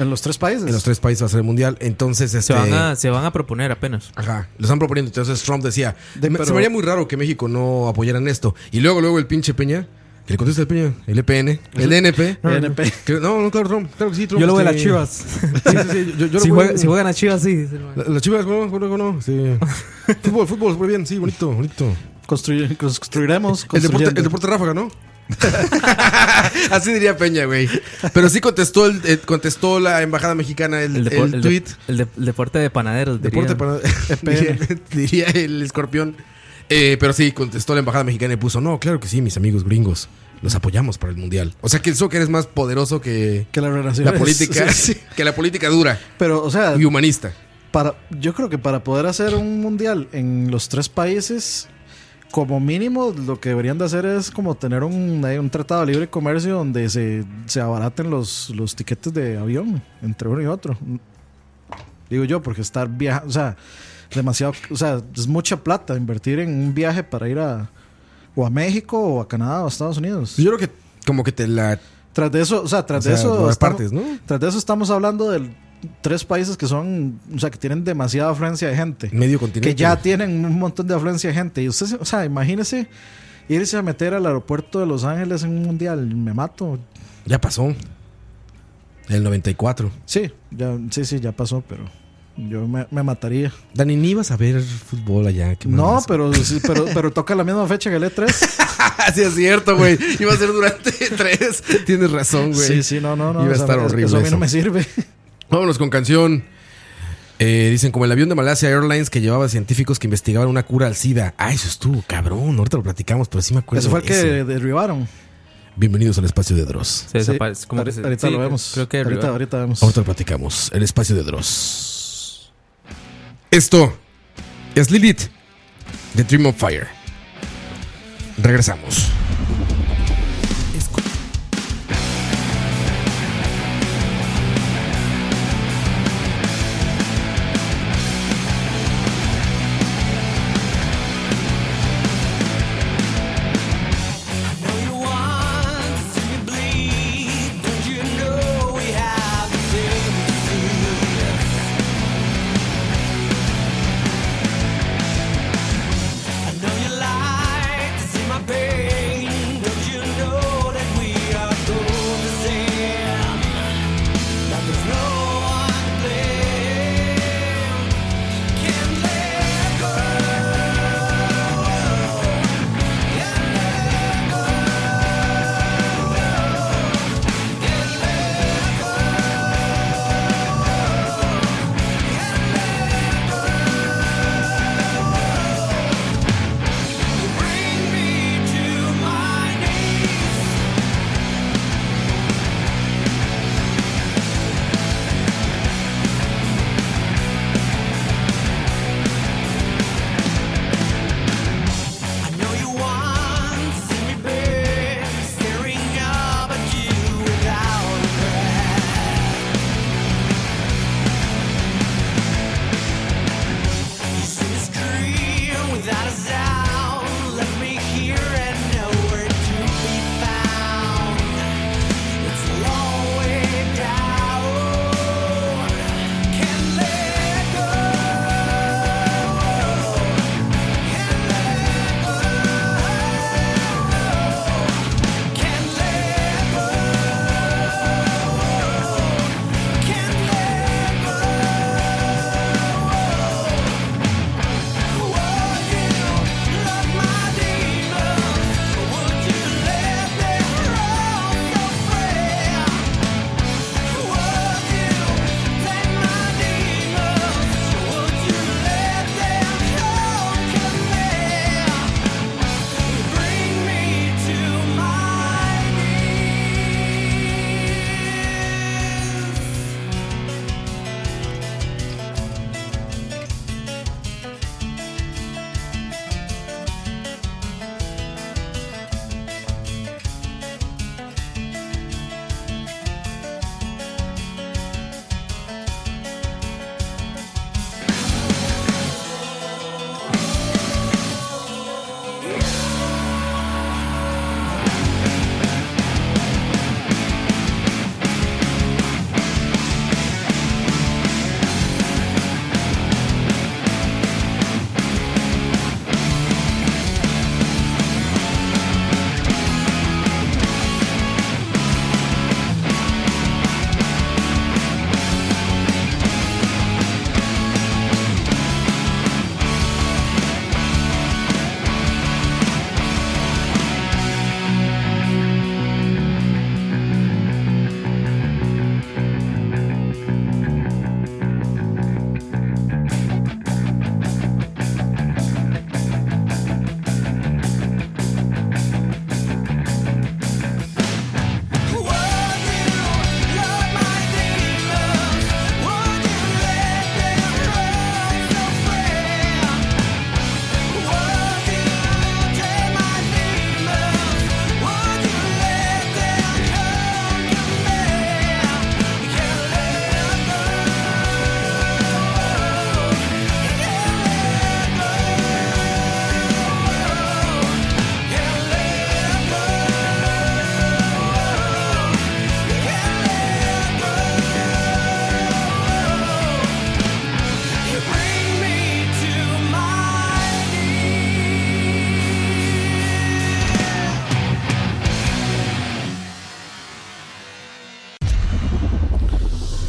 S3: En los tres países.
S5: En los tres países va a ser el Mundial, entonces
S4: Se,
S5: este...
S4: van a, se van a proponer apenas.
S5: Ajá, lo están proponiendo. Entonces Trump decía,
S3: De-
S5: "Me-
S3: pero-
S5: se me haría muy raro que México no apoyara en esto. Y luego, luego el pinche Peña, que le contesta el Peña, el E EPN, el NP.
S3: NP.
S5: Que- No, no, claro, Trump, claro que sí, Trump.
S4: Yo lo voy a las
S5: este, [LAUGHS]
S4: chivas.
S5: Sí, sí, sí, yo, yo lo
S4: si,
S5: voy-
S4: juega- si juegan a chivas, sí.
S5: La- Las chivas, no, no, no, no, [LAUGHS] sí. Fútbol, fútbol, muy bien, sí, bonito, bonito.
S3: Construir- construiremos.
S5: El deporte,
S3: construyendo.
S5: el deporte ráfaga, ¿no? [LAUGHS] Así diría Peña, güey. Pero sí contestó, el, eh, contestó la embajada mexicana el,
S4: El, depo-
S5: el
S4: el de-
S5: tweet.
S4: el de- el deporte de panaderos.
S5: Deporte
S4: dirían.
S5: para. [LAUGHS] diría, diría el escorpión. Eh, pero sí, contestó la embajada mexicana y puso: No, claro que sí, mis amigos gringos. Los apoyamos para el mundial. O sea que el soccer es más poderoso que
S3: Que
S5: [LAUGHS]
S3: la relación
S5: la
S3: es-
S5: política.
S3: [LAUGHS] sí, sí.
S5: Que la política dura
S3: Pero, o sea,
S5: y humanista.
S3: para, yo creo que para poder hacer un mundial en los tres países, como mínimo lo que deberían de hacer es como tener un, eh, un tratado de libre comercio donde se, se abaraten los, los tiquetes de avión entre uno y otro. Digo yo, porque estar viajando, o sea, demasiado, o sea, es mucha plata invertir en un viaje para ir a o a México o a Canadá o a Estados Unidos.
S5: Pues Yo creo que como que te la.
S3: Tras de eso, o sea, tras
S5: o sea,
S3: de eso
S5: las
S3: estamos-
S5: partes, ¿no?
S3: Tras de eso estamos hablando de tres países que son, o sea, que tienen demasiada afluencia de gente.
S5: Medio continente.
S3: Que ya tienen un montón de afluencia de gente. Y usted, se- o sea, imagínese irse a meter al aeropuerto de Los Ángeles en un mundial. Me mato.
S5: Ya pasó. El 94.
S3: Sí, ya, sí, sí, ya pasó, pero yo me, me mataría.
S5: Dani, ni ibas a ver fútbol allá. qué
S3: No,
S5: malas.
S3: pero, sí, pero, pero toca la misma fecha que el E E3.
S5: [LAUGHS] Ah, sí, es cierto,
S3: [LAUGHS]
S5: güey. Iba a ser durante [LAUGHS] tres. Tienes razón, güey.
S3: Sí, sí, no, no, no.
S5: Iba a
S3: o sea,
S5: estar
S3: es-
S5: horrible
S3: Eso a mí
S5: eso.
S3: no
S5: [LAUGHS]
S3: me sirve.
S5: Vámonos con canción. Eh, dicen, como el avión de Malasia Airlines que llevaba científicos que investigaban una cura al SIDA. Ah, eso estuvo cabrón. Ahorita lo platicamos, pero sí me acuerdo.
S3: Eso fue el
S5: de
S3: que
S5: eso.
S3: derribaron.
S5: Bienvenidos al espacio de Dross.
S4: Se
S3: Sí,
S4: desaparece, como que
S3: ahorita
S4: se-
S3: ahorita
S4: sí,
S3: lo vemos.
S4: Creo que
S3: ahorita, ahorita vemos.
S5: Ahorita lo platicamos. El espacio de Dross. Esto es Lilith de Dream of Fire. Regresamos.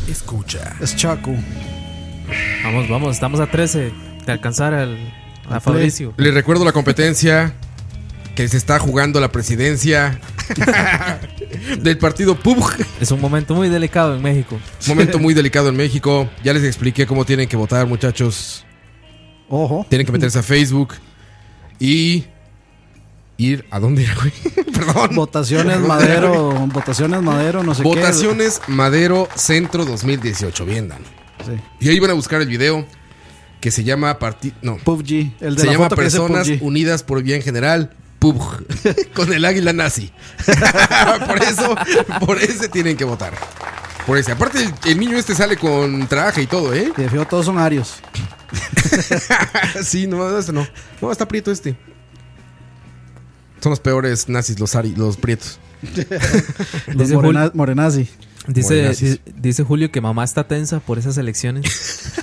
S1: escucha.
S3: Es Chaco.
S4: Vamos, vamos, estamos a 13 de alcanzar al, a
S3: Al
S4: Fabricio.
S5: Les recuerdo la competencia que se está jugando la presidencia [LAUGHS] del partido PUBG.
S4: Es un momento muy delicado en México.
S5: Momento muy delicado en México. Ya les expliqué cómo tienen que votar, muchachos.
S3: Ojo.
S5: Tienen que meterse a Facebook y ir a dónde era, güey. [LAUGHS] Perdón.
S3: Votaciones Madero, votaciones Madero, no sé
S5: Votaciones Madero Centro 2018. Bien, Dan.
S3: qué. Sí.
S5: Y ahí van a buscar el video que se llama Parti- No.
S3: PUBG, el de
S5: Se
S3: la
S5: llama
S3: foto que dice
S5: Personas
S3: PUBG.
S5: Unidas por Bien General. PUBG, [LAUGHS] con el águila nazi. [LAUGHS] por eso, por ese tienen que votar. Por ese. Aparte, el, el niño este sale con traje y todo, ¿eh?
S3: Y de fijo todos son arios.
S5: [LAUGHS] sí, no, este no. No, está prieto este. Son los peores nazis, los, ari- los prietos.
S3: Los
S4: Dice,
S3: morena-
S4: Jul-
S3: morenazi.
S4: dice,
S5: Morenazis.
S4: di- dice Julio que mamá está tensa por esas elecciones.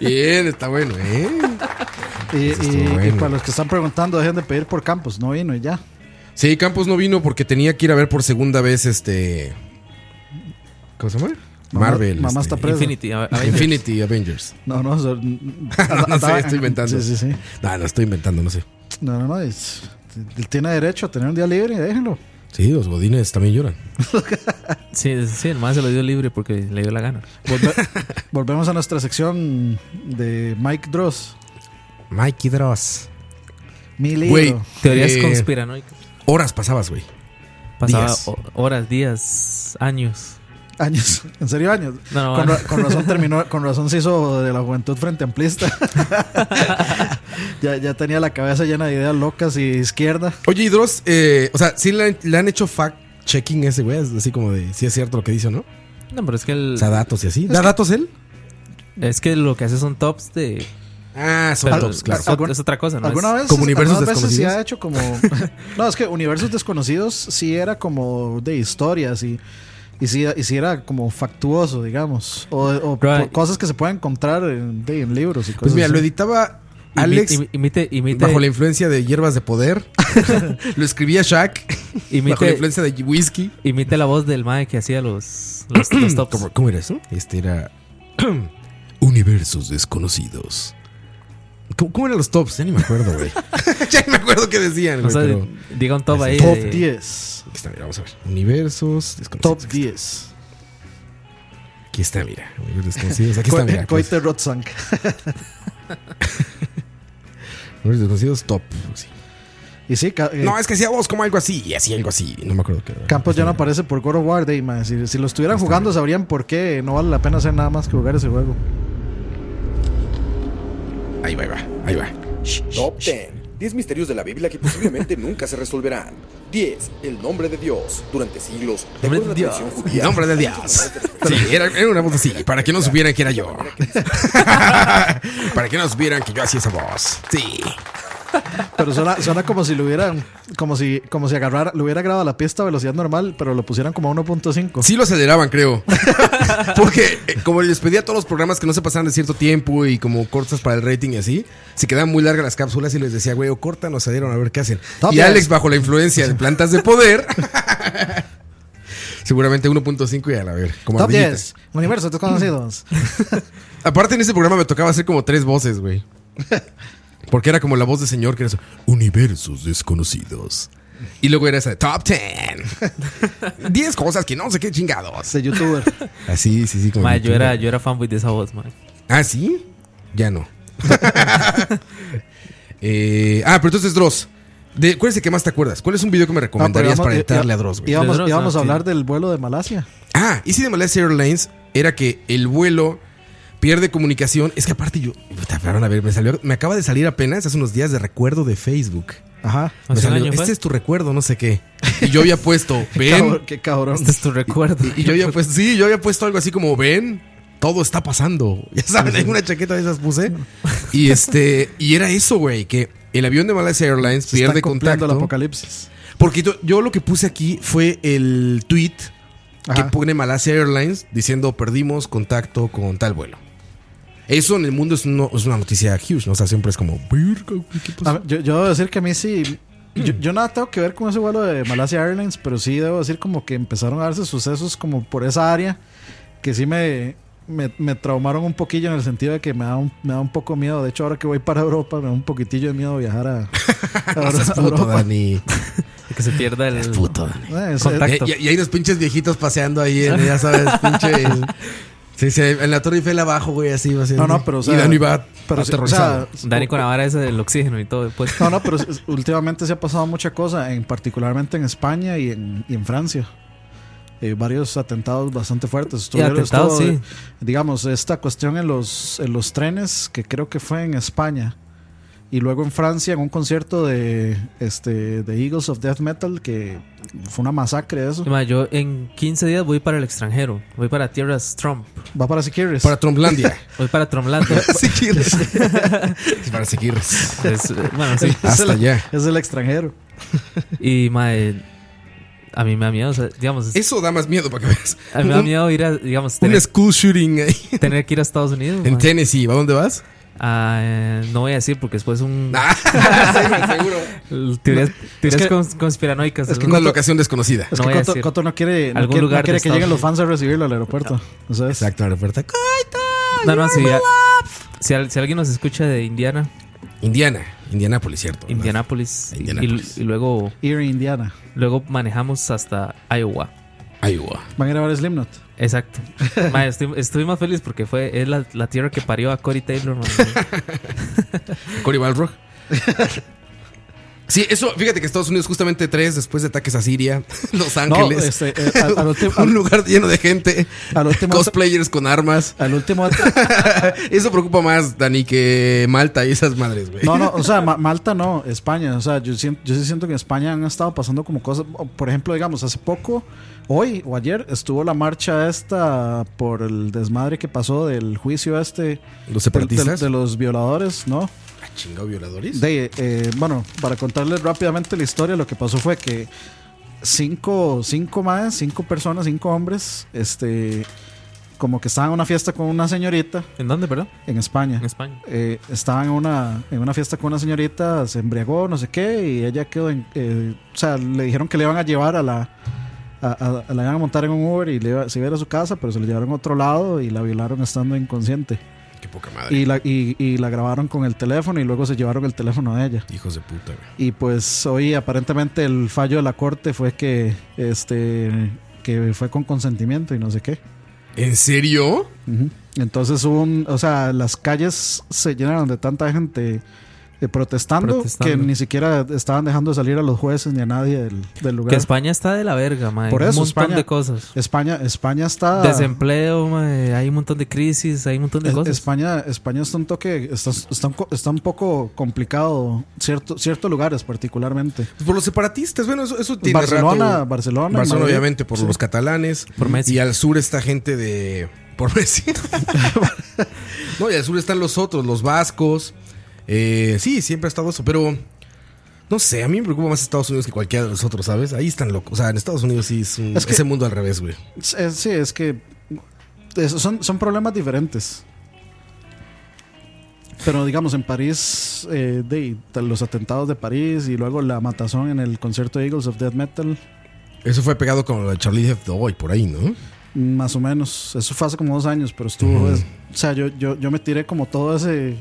S5: Bien, está bueno, ¿eh?
S3: Y,
S5: Eso
S3: y-
S5: estuvo
S3: y
S5: bueno.
S3: para los que están preguntando, dejen de pedir por Campos. No vino y ya.
S5: Sí, Campos no vino porque tenía que ir a ver por segunda vez este. ¿Cómo se llama?
S3: Mamá-
S5: Marvel.
S3: mamá
S5: este,
S3: está presa.
S4: Infinity. a- a-
S5: [LAUGHS] Infinity Avengers.
S3: [LAUGHS] No, no.
S5: [LAUGHS]
S3: so-
S5: No, no sé, estoy inventando.
S3: Sí, sí, sí.
S5: No, no estoy inventando, no sé.
S3: No, no, no. es- él tiene derecho a tener un día libre, déjenlo.
S5: Sí, los godines también lloran.
S4: sí, sí, el más se lo dio libre porque le dio la gana.
S3: Volve-
S5: [LAUGHS]
S3: volvemos a nuestra sección de Mike Dross.
S5: Mikey Dross.
S3: Mi
S5: Güey,
S3: libro.
S4: Teorías
S5: eh,
S4: conspiranoicas.
S5: Horas pasabas, güey.
S4: Pasaba
S5: días.
S4: ho- horas, días, años.
S3: Años. [LAUGHS] ¿En serio años?
S4: No, no,
S3: con,
S4: no.
S3: ra- con razón terminó, con razón se hizo de la juventud frente
S4: [LAUGHS]
S3: amplista. ya, ya tenía la cabeza llena de ideas locas y izquierda.
S5: Oye, y Dross, eh, o sea, sí le han, le han hecho fact-checking a ese güey, así como de si es cierto lo que dice, ¿no?
S4: No, pero es que,
S5: O
S4: el-
S5: sea, datos y así. ¿Da datos él?
S4: es que lo que hace son tops de...
S5: Ah, son
S4: pero
S5: tops,
S4: es-
S5: claro.
S4: es-
S3: ¿Algún-
S4: es otra cosa, ¿no?
S3: ¿Alguna
S4: Es-
S3: vez?
S5: como universos
S3: algunas veces sí
S5: desconocidos?
S3: ha hecho como. [LAUGHS] no, es que universos desconocidos sí era como de historias y. Y sí, y sí era como factuoso, digamos. O, o
S4: Right.
S3: co- cosas que se pueden encontrar en, de- en libros y cosas
S5: Pues mira,
S3: así.
S5: lo editaba
S4: imi-
S5: Alex
S4: imi- imite, imite,
S5: bajo la influencia de hierbas de [LAUGHS] poder. lo escribía Shaq bajo la
S4: imite,
S5: influencia de whisky.
S4: imite la voz del mae que hacía los, los,
S5: [CLEARS THROAT]
S4: los tops.
S5: ¿Cómo, cómo era eso? Este era. [CLEARS THROAT] Universos desconocidos. ¿Cómo, cómo eran los tops? Ya ni me acuerdo, güey. [LAUGHS] ya ni me acuerdo qué decían,
S4: O
S5: güey.
S4: sea,
S5: pero-
S4: diga un top ahí.
S3: Top
S4: de-
S3: 10.
S5: Aquí está, mira, vamos a ver. Universos
S3: Top
S5: desconocidos.
S3: 10.
S5: Aquí está, mira. Universos desconocidos. Aquí está,
S3: Co-
S5: mira.
S4: pues.
S3: Coite Rotzank.
S5: Universos desconocidos, top. Sí.
S3: Y sí, ca- eh,
S5: No, es que hacía voz como algo así, y así, algo así. No me acuerdo qué era.
S3: Campos ya no aparece por God of War Day, man. Si, si lo estuvieran jugando, sabrían por qué no vale la pena hacer nada más que jugar ese juego.
S5: Ahí va, ahí va, ahí va.
S1: Top 10. 10 misterios de la Biblia
S5: [LAUGHS]
S1: que posiblemente nunca se resolverán. 10. El nombre de Dios. Durante siglos, de acuerdo a la tradición judía,
S5: Nombre de Dios. Sí, era, era una voz así. Para que no supieran que era yo. [LAUGHS] Para que no supieran que yo hacía esa voz. Sí.
S3: Pero suena, suena como si lo hubieran, como si, como si agarrara, lo hubiera grabado a la pista a velocidad normal, pero lo pusieran como a 1.5.
S5: Sí lo aceleraban, creo. [LAUGHS] Porque eh, como les pedía a todos los programas que no se pasaran de cierto tiempo y como cortas para el rating y así, se quedaban muy largas las cápsulas y les decía, güey, o cortan o salieron a ver qué hacen.
S3: Top
S5: y
S3: diez.
S5: Alex, bajo la influencia de plantas de
S3: [LAUGHS]
S5: poder, seguramente 1.5 y a la ver. Como
S3: Top
S5: ardillita.
S3: 10. Universos desconocidos.
S5: [LAUGHS] Aparte en ese programa me tocaba hacer como tres voces,
S3: [LAUGHS]
S5: güey. Porque era como la voz de señor que era eso, universos desconocidos. Y luego era esa de top
S3: [LAUGHS]
S5: 10. 10 cosas que no sé qué chingados.
S3: de youtuber.
S5: [LAUGHS] Así, sí, sí. Como
S4: Mae,
S5: YouTube.
S4: yo era, yo era fanboy de esa voz, mae.
S5: ¿Ah, sí? Ya no. [LAUGHS] Eh, ah, pero entonces Dross. De, ¿Cuál es el que más te acuerdas? ¿Cuál es un video que me
S3: No, pero
S5: recomendarías
S3: íbamos-
S5: para
S3: í-
S5: entrarle a Dross, güey?
S3: Íbamos,
S4: De Dross,
S3: íbamos
S4: ah,
S3: a
S4: sí.
S3: hablar del vuelo de Malasia.
S5: Ah, y si de Malaysia Airlines era que el vuelo pierde comunicación. Es que aparte yo. puta, perdón, a ver, me salió. Me acaba de salir apenas hace unos días de recuerdo de Facebook.
S3: Ajá.
S5: Me
S4: Hace un
S5: salió,
S4: año fue.
S5: este es tu recuerdo, no sé qué. Y yo había puesto,
S4: [LAUGHS]
S5: ven.
S3: Cabr- qué cabrón.
S4: Este es tu recuerdo.
S5: Y yo había puesto, sí, yo había puesto algo así como, ven, todo está pasando. [LAUGHS] Ya saben, hay una chaqueta de esas
S4: [LAUGHS]
S5: puse. Y este, y era eso, güey, que el avión de Malaysia Airlines
S3: Se
S5: pierde
S3: está cumpliendo el
S5: contacto.
S3: apocalipsis.
S5: Porque yo, yo lo que puse aquí fue el tweet que
S3: Ajá.
S5: pone Malasia Airlines diciendo perdimos contacto con tal vuelo. Eso en el Pues, mundo es, uno- es una noticia huge, ¿no? O sea, siempre es como, "Verga, güey, ¿qué pasó?".
S3: A- yo, yo debo decir que a mí sí Yo, yo nada tengo que ver con ese vuelo de Malasia Airlines, pero sí debo decir como que empezaron a darse sucesos como por esa área que sí me, me, me traumaron un poquillo en el sentido de que me da, un, me da un poco miedo. De hecho, ahora que voy para Europa, me da un poquitillo de miedo
S5: [LAUGHS]
S3: viajar a, a
S5: No seas
S3: Europa. [LAUGHS]
S5: puto, Dani.
S4: [LAUGHS] Que se pierda
S5: Este
S4: el.
S3: Eh, es-
S4: Contacto.
S5: Y, y- y hay unos pinches viejitos paseando ahí, en- ya
S3: [LAUGHS]
S5: sabes, pinche. Sí, sí, en la Torre Eiffel abajo, güey, así va
S3: No, no, pero o sea,
S5: Y Dani va
S3: pero sí, o sea,
S5: aterrorizado.
S4: Dani con la vara esa del oxígeno y todo. Pues.
S3: No, no, pero s- últimamente se ha pasado mucha cosa, en particularmente en España y en, y en Francia. Eh, varios atentados bastante fuertes. Estuvieron-
S4: atentados,
S3: estuvo,
S4: sí.
S3: Digamos, esta cuestión en los, en los trenes, que creo que fue en España. Y luego en Francia, en un concierto de, este, de Eagles of Death Metal, que fue una masacre eso.
S4: Ma, Yo en 15 días voy para el extranjero. Voy para tierras Trump.
S3: Va para si quieres.
S5: Para
S3: [LAUGHS]
S5: Trumplandia.
S4: Voy
S5: [LAUGHS]
S4: para Tromlandia.
S5: si quieres. Para si
S3: [LAUGHS]
S5: quieres.
S4: [LAUGHS] Es- bueno, sí.
S5: Hasta allá.
S3: Es el extranjero.
S4: Y mae, a mí me da miedo, o sea, digamos,
S5: Eso da más miedo para que veas.
S4: a mí me da
S5: Un-
S4: miedo ir a, digamos,
S5: Un
S4: tener,
S5: school shooting ahí.
S4: tener que ir a Estados Unidos.
S5: En
S4: mae.
S5: Tennessee, ¿a dónde [LAUGHS] vas?
S4: Ah, eh, no voy a decir porque después un
S5: Ah, sí, seguro.
S4: l- teorías, teorías
S3: que-
S4: cons- conspiranoicas.
S5: Es
S4: Es
S5: que una locación desconocida.
S3: Es
S4: No voy
S3: que
S4: a
S3: Coto,
S4: decir.
S3: Coto no quiere, no
S4: Algún
S3: quiere, no
S4: lugar de
S3: quiere que lleguen
S4: Estados
S3: los fans a recibirlo al aeropuerto. ¿sabes?
S5: Exacto, aeropuerto.
S4: No, no, si, a- si, al- si alguien nos escucha de Indiana,
S5: Indiana. Indianapolis, cierto. ¿verdad?
S4: Indianapolis, y- y-
S5: Indianapolis.
S4: Y, luego,
S3: Erie, Indiana.
S4: luego manejamos hasta Iowa.
S5: Iowa.
S3: Van a grabar Slipknot.
S4: Exacto. Mae, estoy, estoy más feliz porque fue es la, la tierra que parió a Corey Taylor. mae.
S5: Cory Balrog. Sí, eso, fíjate que Estados Unidos justamente tres después de ataques a Siria, [LAUGHS] Los Ángeles,
S3: este, eh, al- al último-
S5: [LAUGHS] un lugar lleno de gente,
S3: al último-
S5: cosplayers con armas.
S3: Al
S4: [LAUGHS]
S3: último.
S5: Eso preocupa más, Dani, que Malta y esas madres, güey.
S3: No, no, o sea, Ma- Malta no, España. O sea, yo, siento, yo sí siento que en España han estado pasando como cosas. o, Por ejemplo, digamos, hace poco, hoy o ayer, estuvo la marcha esta por el desmadre que pasó del juicio
S5: ¿Los
S3: este. del- del-
S5: separatistas?
S3: de los violadores, ¿no?
S5: Ah, chingado, violadores.
S3: De, eh, bueno, para contarles rápidamente la historia, lo que pasó fue que cinco, cinco más, cinco personas, cinco hombres, este, como que estaban en una fiesta con una señorita
S4: ¿En dónde, perdón?
S3: en España.
S4: En España.
S3: Eh, estaban en una, en una fiesta con una señorita, se embriagó, no sé qué, y ella quedó en. eh, o sea, le dijeron que le iban a llevar a la. a- a- a- la iban a montar en un Uber y le iba- se iba a ir a su casa, pero se lo llevaron a otro lado y la violaron estando inconsciente.
S5: Qué poca madre.
S3: Y la, y, y la grabaron con el teléfono y luego se llevaron el teléfono de ella.
S5: Hijos de puta, güey.
S3: Y pues hoy aparentemente el fallo de la corte fue que este que fue con consentimiento y no sé qué.
S5: ¿En serio?
S3: Ujú. Entonces hubo un, o sea, las calles se llenaron de tanta gente eh, protestando,
S4: Protestando.
S3: que ni siquiera estaban dejando de salir a los jueces ni a nadie del, del lugar.
S4: Que España está de la verga, mae.
S3: Por eso
S4: un montón
S3: España-
S4: de cosas.
S3: España, España está
S4: Desempleo, mae, hay un montón de crisis, hay un montón
S3: Ah.
S4: de
S3: Es-
S4: cosas.
S3: España, España está un toque, está, está un, co- está un poco complicado cierto, ciertos lugares particularmente.
S5: Pues por los separatistas, bueno, eso, eso tiene
S3: Barcelona,
S5: rato. Barcelona,
S3: Barcelona, Madrid.
S5: obviamente, por los catalanes.
S4: Por Messi.
S5: Y al sur está gente de. Por Messi. [LAUGHS] no, y al sur están los otros, los vascos. Eh, sí, siempre ha estado eso, pero. No sé, a mí me preocupa más Estados Unidos que cualquiera de los otros, ¿sabes? Ahí están locos. O sea, en Estados Unidos sí es, un-
S3: Es que-
S5: ese mundo al revés, güey.
S3: Es- eh, Sí, es que es- son, son problemas diferentes. Pero digamos, en París, eh, de, de los atentados de París y luego la matazón en el concierto de Eagles of Death Metal,
S5: Eso fue pegado con lo de Charlie Hebdo y por ahí, ¿no?
S3: más o menos. Eso fue hace como dos años, pero estuvo. es- o sea, yo, yo, yo me tiré como todo ese.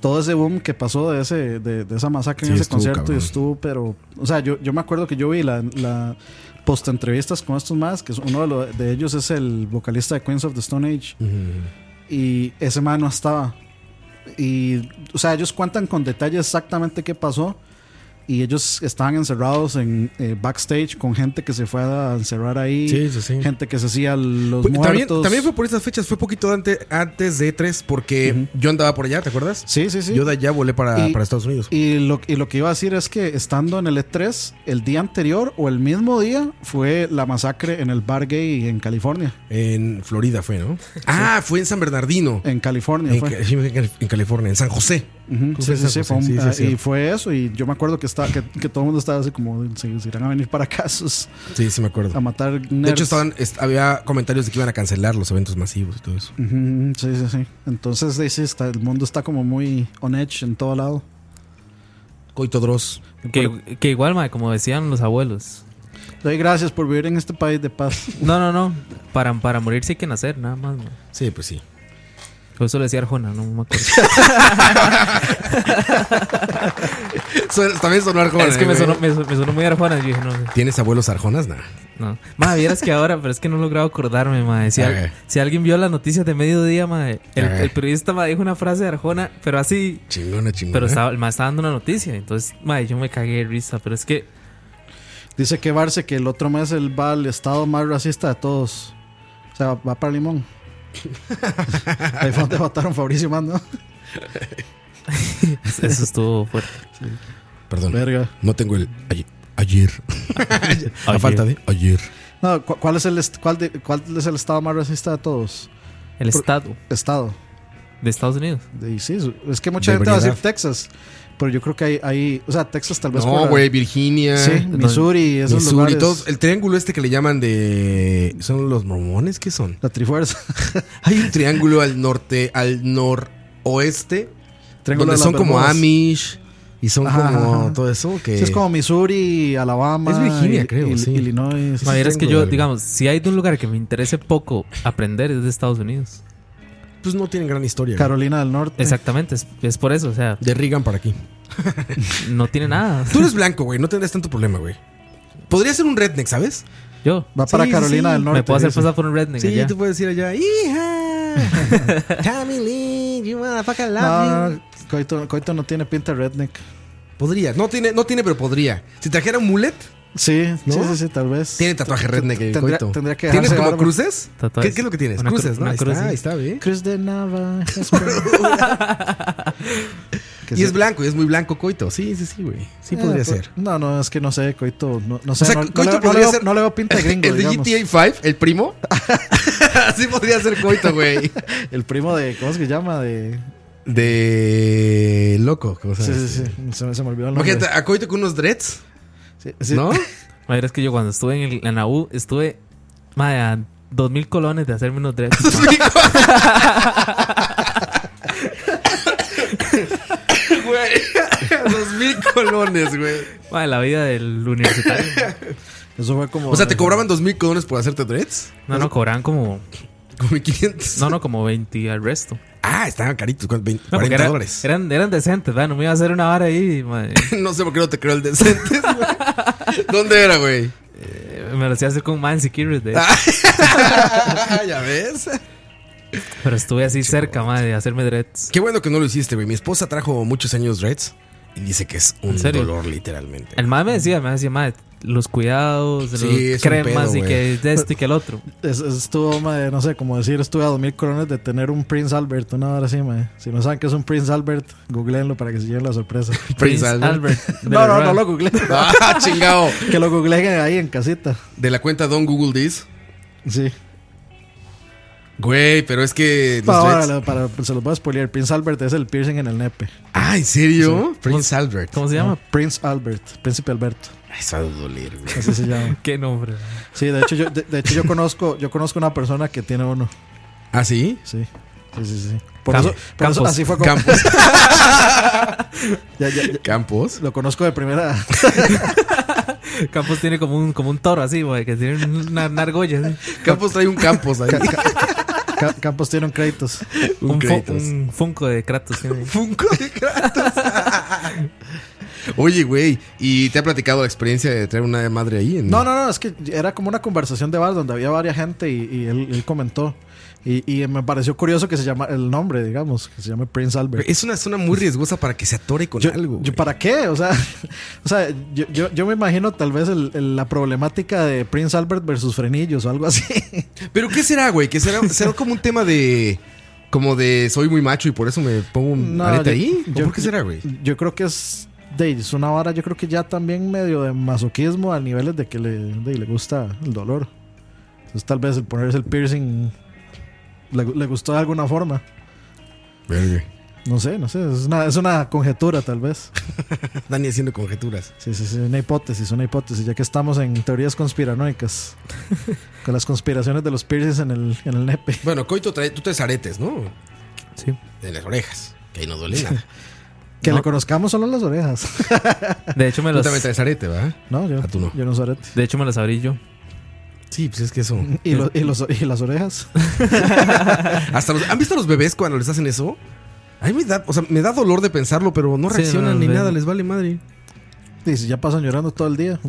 S3: Todo ese boom que pasó de, ese, de, de esa masacre en
S5: Sí,
S3: ese
S5: estuvo
S3: concierto
S5: cabrón.
S3: y estuvo, pero. O sea, yo, yo me acuerdo que yo vi la, la post entrevistas con estos más, que es- uno de, lo- de ellos es el vocalista de Queens of the Stone Age. y ese man no estaba. Y, o sea, ellos cuentan con detalle exactamente qué pasó. Y ellos estaban encerrados en eh, backstage con gente que se fue a encerrar ahí.
S5: Sí, sí, sí.
S3: Gente que se hacía los
S5: Pues, también,
S3: muertos.
S5: también fue por esas fechas, fue poquito ante- antes de E3, porque yo andaba por allá, ¿te acuerdas?
S3: Sí, sí, sí.
S5: Yo de allá volé para,
S3: Y-
S5: para Estados Unidos.
S3: Y lo, y lo que iba a decir es que estando en el E3, el día anterior o el mismo día fue la masacre en el bar gay en California.
S5: En Florida fue, ¿no? Ah, fue en San Bernardino.
S3: En California
S5: En,
S3: fue.
S5: Ca- sí, en- en California, en San José.
S3: Ujú,
S5: Creo que
S3: Sí,
S5: es
S3: sí,
S5: San
S3: sí,
S5: José,
S3: fue un-
S5: sí, sí,
S3: ah,
S5: sí.
S3: Y fue eso. Y yo me acuerdo que, estaba, que, que todo el mundo estaba así como: se, se irán a venir para acá [LAUGHS] sus-
S5: Sí, sí me acuerdo.
S3: a matar nerds.
S5: De hecho, estaban, est- había comentarios de que iban a cancelar los eventos masivos y todo eso.
S3: Ujú, sí, sí, sí. Entonces, sí, sí, está, el mundo está como muy on edge en todo lado.
S5: Coito Dross.
S4: Que, que igual, mae, como decían los abuelos.
S3: Doy gracias por vivir en este país de paz. [LAUGHS]
S4: No, no, no. Para, para morirse hay que nacer, nada más, mae.
S5: Sí, pues
S3: [LAUGHS]
S5: sí.
S4: Eso lo decía Arjona, no me acuerdo.
S5: Suena- También sonó Arjona.
S4: es que me
S5: güey.
S4: sonó, me, sonó- me sonó muy Arjona. Yo dije, no,
S5: ¿Tienes abuelos arjonas? Nah.
S4: no. Mae, vieras que ahora, pero es que no he logrado acordarme, mae. Si, al-
S5: Ok.
S4: si alguien vio las noticias de mediodía, mae, el,
S5: Ok.
S4: el periodista mae, dijo una frase de Arjona, pero así.
S5: Chingona, chingona. ¿eh?
S4: Pero estaba, el mae estaba dando una noticia. Entonces, mae, yo me cagué de risa. Pero es que
S3: Dice que Barce que el otro mes él va al estado más racista de todos. O sea, va para Limón.
S5: [LAUGHS]
S3: Ahí fue donde votaron Fabricio Mando.
S4: eso estuvo fuerte.
S5: Perdón.
S3: Verga.
S5: No tengo el. ay- Ayer. A
S4: Ayer.
S5: falta de. Ayer.
S3: No, cu- ¿cuál, es el est- cuál, de- ¿Cuál es el estado más racista de todos?
S4: El Estado
S3: Estado.
S4: de Estados Unidos.
S3: Y sí, es- es que mucha
S5: De
S3: gente va a decir
S5: variedad.
S3: Texas. Pero yo creo que hay, hay o sea, Texas tal vez. por
S5: No,
S3: la-
S5: güey, Virginia.
S3: Sí, Missouri, esos
S5: Missouri,
S3: lugares.
S5: todos- el triángulo este que le llaman de. ¿Son los mormones? ¿Qué son?
S3: La Trifuerza. [LAUGHS]
S5: Hay un triángulo al norte, al noroeste, donde
S3: Triángulo de las
S5: son como
S3: Bermudas.
S5: Amish y son
S3: Ajá,
S5: como
S3: ajá.
S5: todo eso. Que...
S3: Sí, es como Missouri, Alabama.
S5: eh, Es Virginia,
S3: Il-
S5: creo,
S3: Il-
S5: sí.
S3: Illinois.
S4: Mae, vieras que
S5: tengo
S4: yo,
S5: algo.
S4: digamos, si hay de un lugar que me interese poco aprender es de Estados Unidos.
S5: Pues no tienen gran historia. ¿no?
S3: Carolina del Norte.
S4: Exactamente, es, es por eso, o sea,
S5: De Reagan para aquí.
S4: no tiene nada.
S5: Tú eres blanco, güey, no tendrás tanto problema, güey. Podría ser un redneck, ¿sabes?
S4: Yo.
S3: Va para
S5: Sí, sí,
S3: Carolina
S5: sí.
S3: del Norte.
S4: Me puedo hacer
S3: dice.
S4: pasar por un redneck
S5: Sí,
S4: allá.
S5: tú puedes ir allá.
S3: [LAUGHS]
S5: ¡Hija! Tommy Lee, you motherfucker love
S3: No,
S5: me.
S3: no, Coito, Coito no tiene pinta de redneck.
S5: Podría, no tiene, no tiene, pero podría. Si trajera un mulet,
S3: Sí,
S5: ¿No?
S3: sí, sí, sí, tal vez.
S5: tiene tatuaje redneck. el
S3: tendría-
S5: coito.
S3: tendría que
S5: ¿Tienes
S3: dejarse
S5: como
S3: barba.
S5: cruces? ¿Qué,
S4: Tatuajes.
S5: qué es lo que tienes?
S4: Una cru-
S5: cruces, ¿no?
S4: una
S5: Ahí está,
S4: cruz, sí.
S5: ahí está, bien.
S3: Cruz
S5: [LAUGHS]
S3: de Navajas. Que
S5: Y
S3: sí.
S5: es blanco, y es muy blanco coito. Sí, sí, sí, güey. Sí
S3: Eh,
S5: podría
S3: pues,
S5: ser.
S3: No, no, es que no sé, Coito. No, no sé.
S5: sea,
S3: no,
S5: Coito
S3: no le- no
S5: podría
S3: le veo-
S5: ser-
S3: no le
S5: [LAUGHS]
S3: veo pinta de este gringo.
S5: el de
S3: digamos.
S5: GTA V, el primo.
S3: [LAUGHS]
S5: Así podría ser coito, güey.
S3: El primo de. ¿Cómo es que se llama? De,
S5: De loco. ¿cómo
S3: sí,
S5: sabes?
S3: sí, sí. Se, me- se me olvidó el nombre.
S5: Imagínate, a coito con unos dreads,
S3: Sí, sí. [LAUGHS]
S5: ¿no?
S4: Madre, es que yo cuando estuve en, el, en la U, estuve madre, a dos mil colones de hacerme unos dreads.
S5: [LAUGHS]
S3: [LAUGHS]
S5: Güey, dos mil colones, güey.
S4: Madre, la vida del universitario.
S5: [LAUGHS]
S3: Eso fue como.
S5: O sea, ¿te cobraban dos mil colones por hacerte dreads?
S4: No, no, cobraban como,
S5: Como 1500.
S4: no, no, como 20 al resto.
S5: Ah, estaban caritos, ¿cuánto? 20,
S4: No, porque
S5: 40
S4: era-
S5: dólares.
S4: Eran, eran decentes, ¿verdad? No me iba a hacer una vara ahí, madre.
S5: [LAUGHS] No sé por qué no te creo el decente. [LAUGHS] güey. ¿Dónde era, güey?
S4: Eh, Me lo hacía hacer con Man Security.
S5: [LAUGHS] Ah. ya ves.
S4: Pero estuve así cerca, madre, de hacerme dreads.
S5: Qué bueno que no lo hiciste, güey. Mi esposa trajo muchos años dreads y dice que es un
S4: ¿En serio?
S5: dolor, literalmente.
S4: El madre me decía, me decía, madre, los cuidados,
S5: Sí,
S4: los
S5: es un
S4: cremas
S5: pedo,
S4: y que de este y que
S5: [LAUGHS]
S4: el otro.
S3: Es- es- estuvo, madre, no sé, como decir, estuve a 2000 coronas de tener un Prince Albert, una hora así, madre. Si no saben qué es un Prince Albert, googleenlo para que se lleven la
S4: [LAUGHS]
S3: sorpresa.
S5: Prince Albert. [LAUGHS]
S4: de
S3: no, no,
S4: verdad.
S3: no
S4: [LAUGHS]
S3: lo googleen.
S5: Ah, chingado.
S3: que lo googleen ahí en casita.
S5: De la cuenta Don Google This.
S3: Sí. Güey.
S5: Güey, pero es que los
S3: Para,
S5: dreads-
S3: para- se los voy a spoilear. Prince Albert es el piercing en el nepe.
S5: Ah, ¿en serio? Prince Albert.
S4: ¿Cómo se llama?
S3: Prince Albert, Príncipe Alberto.
S5: Eso va a doler, güey.
S3: Así se llama.
S4: ¿Qué nombre?
S3: Sí, de hecho, yo, de, de hecho yo conozco yo conozco una persona que tiene uno.
S5: ¿Ah, sí?
S3: Sí. Sí, sí, sí. Por,
S4: Cam-
S3: eso, por eso
S4: Campos.
S3: así fue como.
S5: [LAUGHS] Campos.
S3: Ya, ya, ya.
S5: Campos.
S3: Lo conozco de primera.
S4: [LAUGHS] Campos tiene como un, como un toro así, güey, que tiene una, una argolla. así.
S5: Campos trae un Campos ahí.
S3: Ca- ca- ca- Campos tiene un créditos.
S5: [LAUGHS] Un
S4: Un, fu-
S5: Kratos.
S4: un Funko de Kratos. tiene ahí.
S5: Funko de Kratos. [LAUGHS] Oye, güey, ¿y te ha platicado la experiencia de traer una madre ahí? en-
S3: No, no, no, es que era como una conversación de bar donde había varias gente y, y él, él comentó. Y, y me pareció curioso que se llama el nombre, digamos, que se llame Prince Albert.
S5: Es una zona muy riesgosa para que se atore con
S3: Yo,
S5: algo.
S3: yo,
S5: güey.
S3: ¿Para qué? O sea, [LAUGHS] o sea yo, yo, yo me imagino tal vez el- el- la problemática de Prince Albert versus Frenillos o algo así. [LAUGHS]
S5: Pero ¿qué será, güey? ¿Que será, será como un tema de. Como de soy muy macho y por eso me pongo un
S3: No,
S5: arete
S3: yo-
S5: ahí? Mm, ¿O
S3: yo-
S5: ¿Por qué será, güey?
S3: Yo creo que es, de, es una vara, yo creo que ya también medio de masoquismo a niveles de que le, de, le gusta el dolor. Entonces tal vez el ponerse el piercing le, le gustó de alguna forma.
S5: Verga.
S3: No sé, no sé, es una, es una conjetura tal vez.
S5: Dani haciendo conjeturas.
S3: Sí, sí, sí, una hipótesis, una hipótesis, ya que estamos en
S5: [LAUGHS]
S3: teorías conspiranoicas. con las conspiraciones de los piercings en el, en el nepe.
S5: Bueno, Coito, trae, tú traes aretes, ¿no?
S4: Sí.
S5: De las orejas. Que ahí no duele nada.
S3: Que
S4: No.
S3: le conozcamos solo las orejas. [LAUGHS]
S4: De hecho, me
S5: Tú
S4: los,
S5: también traes arete, ¿verdad?
S3: No, yo,
S5: Ah, tú no.
S3: yo no soy arete.
S4: de hecho, me los abrí yo.
S5: Sí, pues es que eso.
S3: Y, lo- y los, y
S5: [LAUGHS]
S3: las orejas.
S5: Hasta los- ¿Han visto a los bebés cuando les hacen eso? A mí me da, o sea, me da dolor de pensarlo, pero no
S4: Sí,
S5: reaccionan
S4: no,
S5: ni
S4: ven.
S5: nada, les vale madre.
S3: Dice, ya pasan llorando todo el día.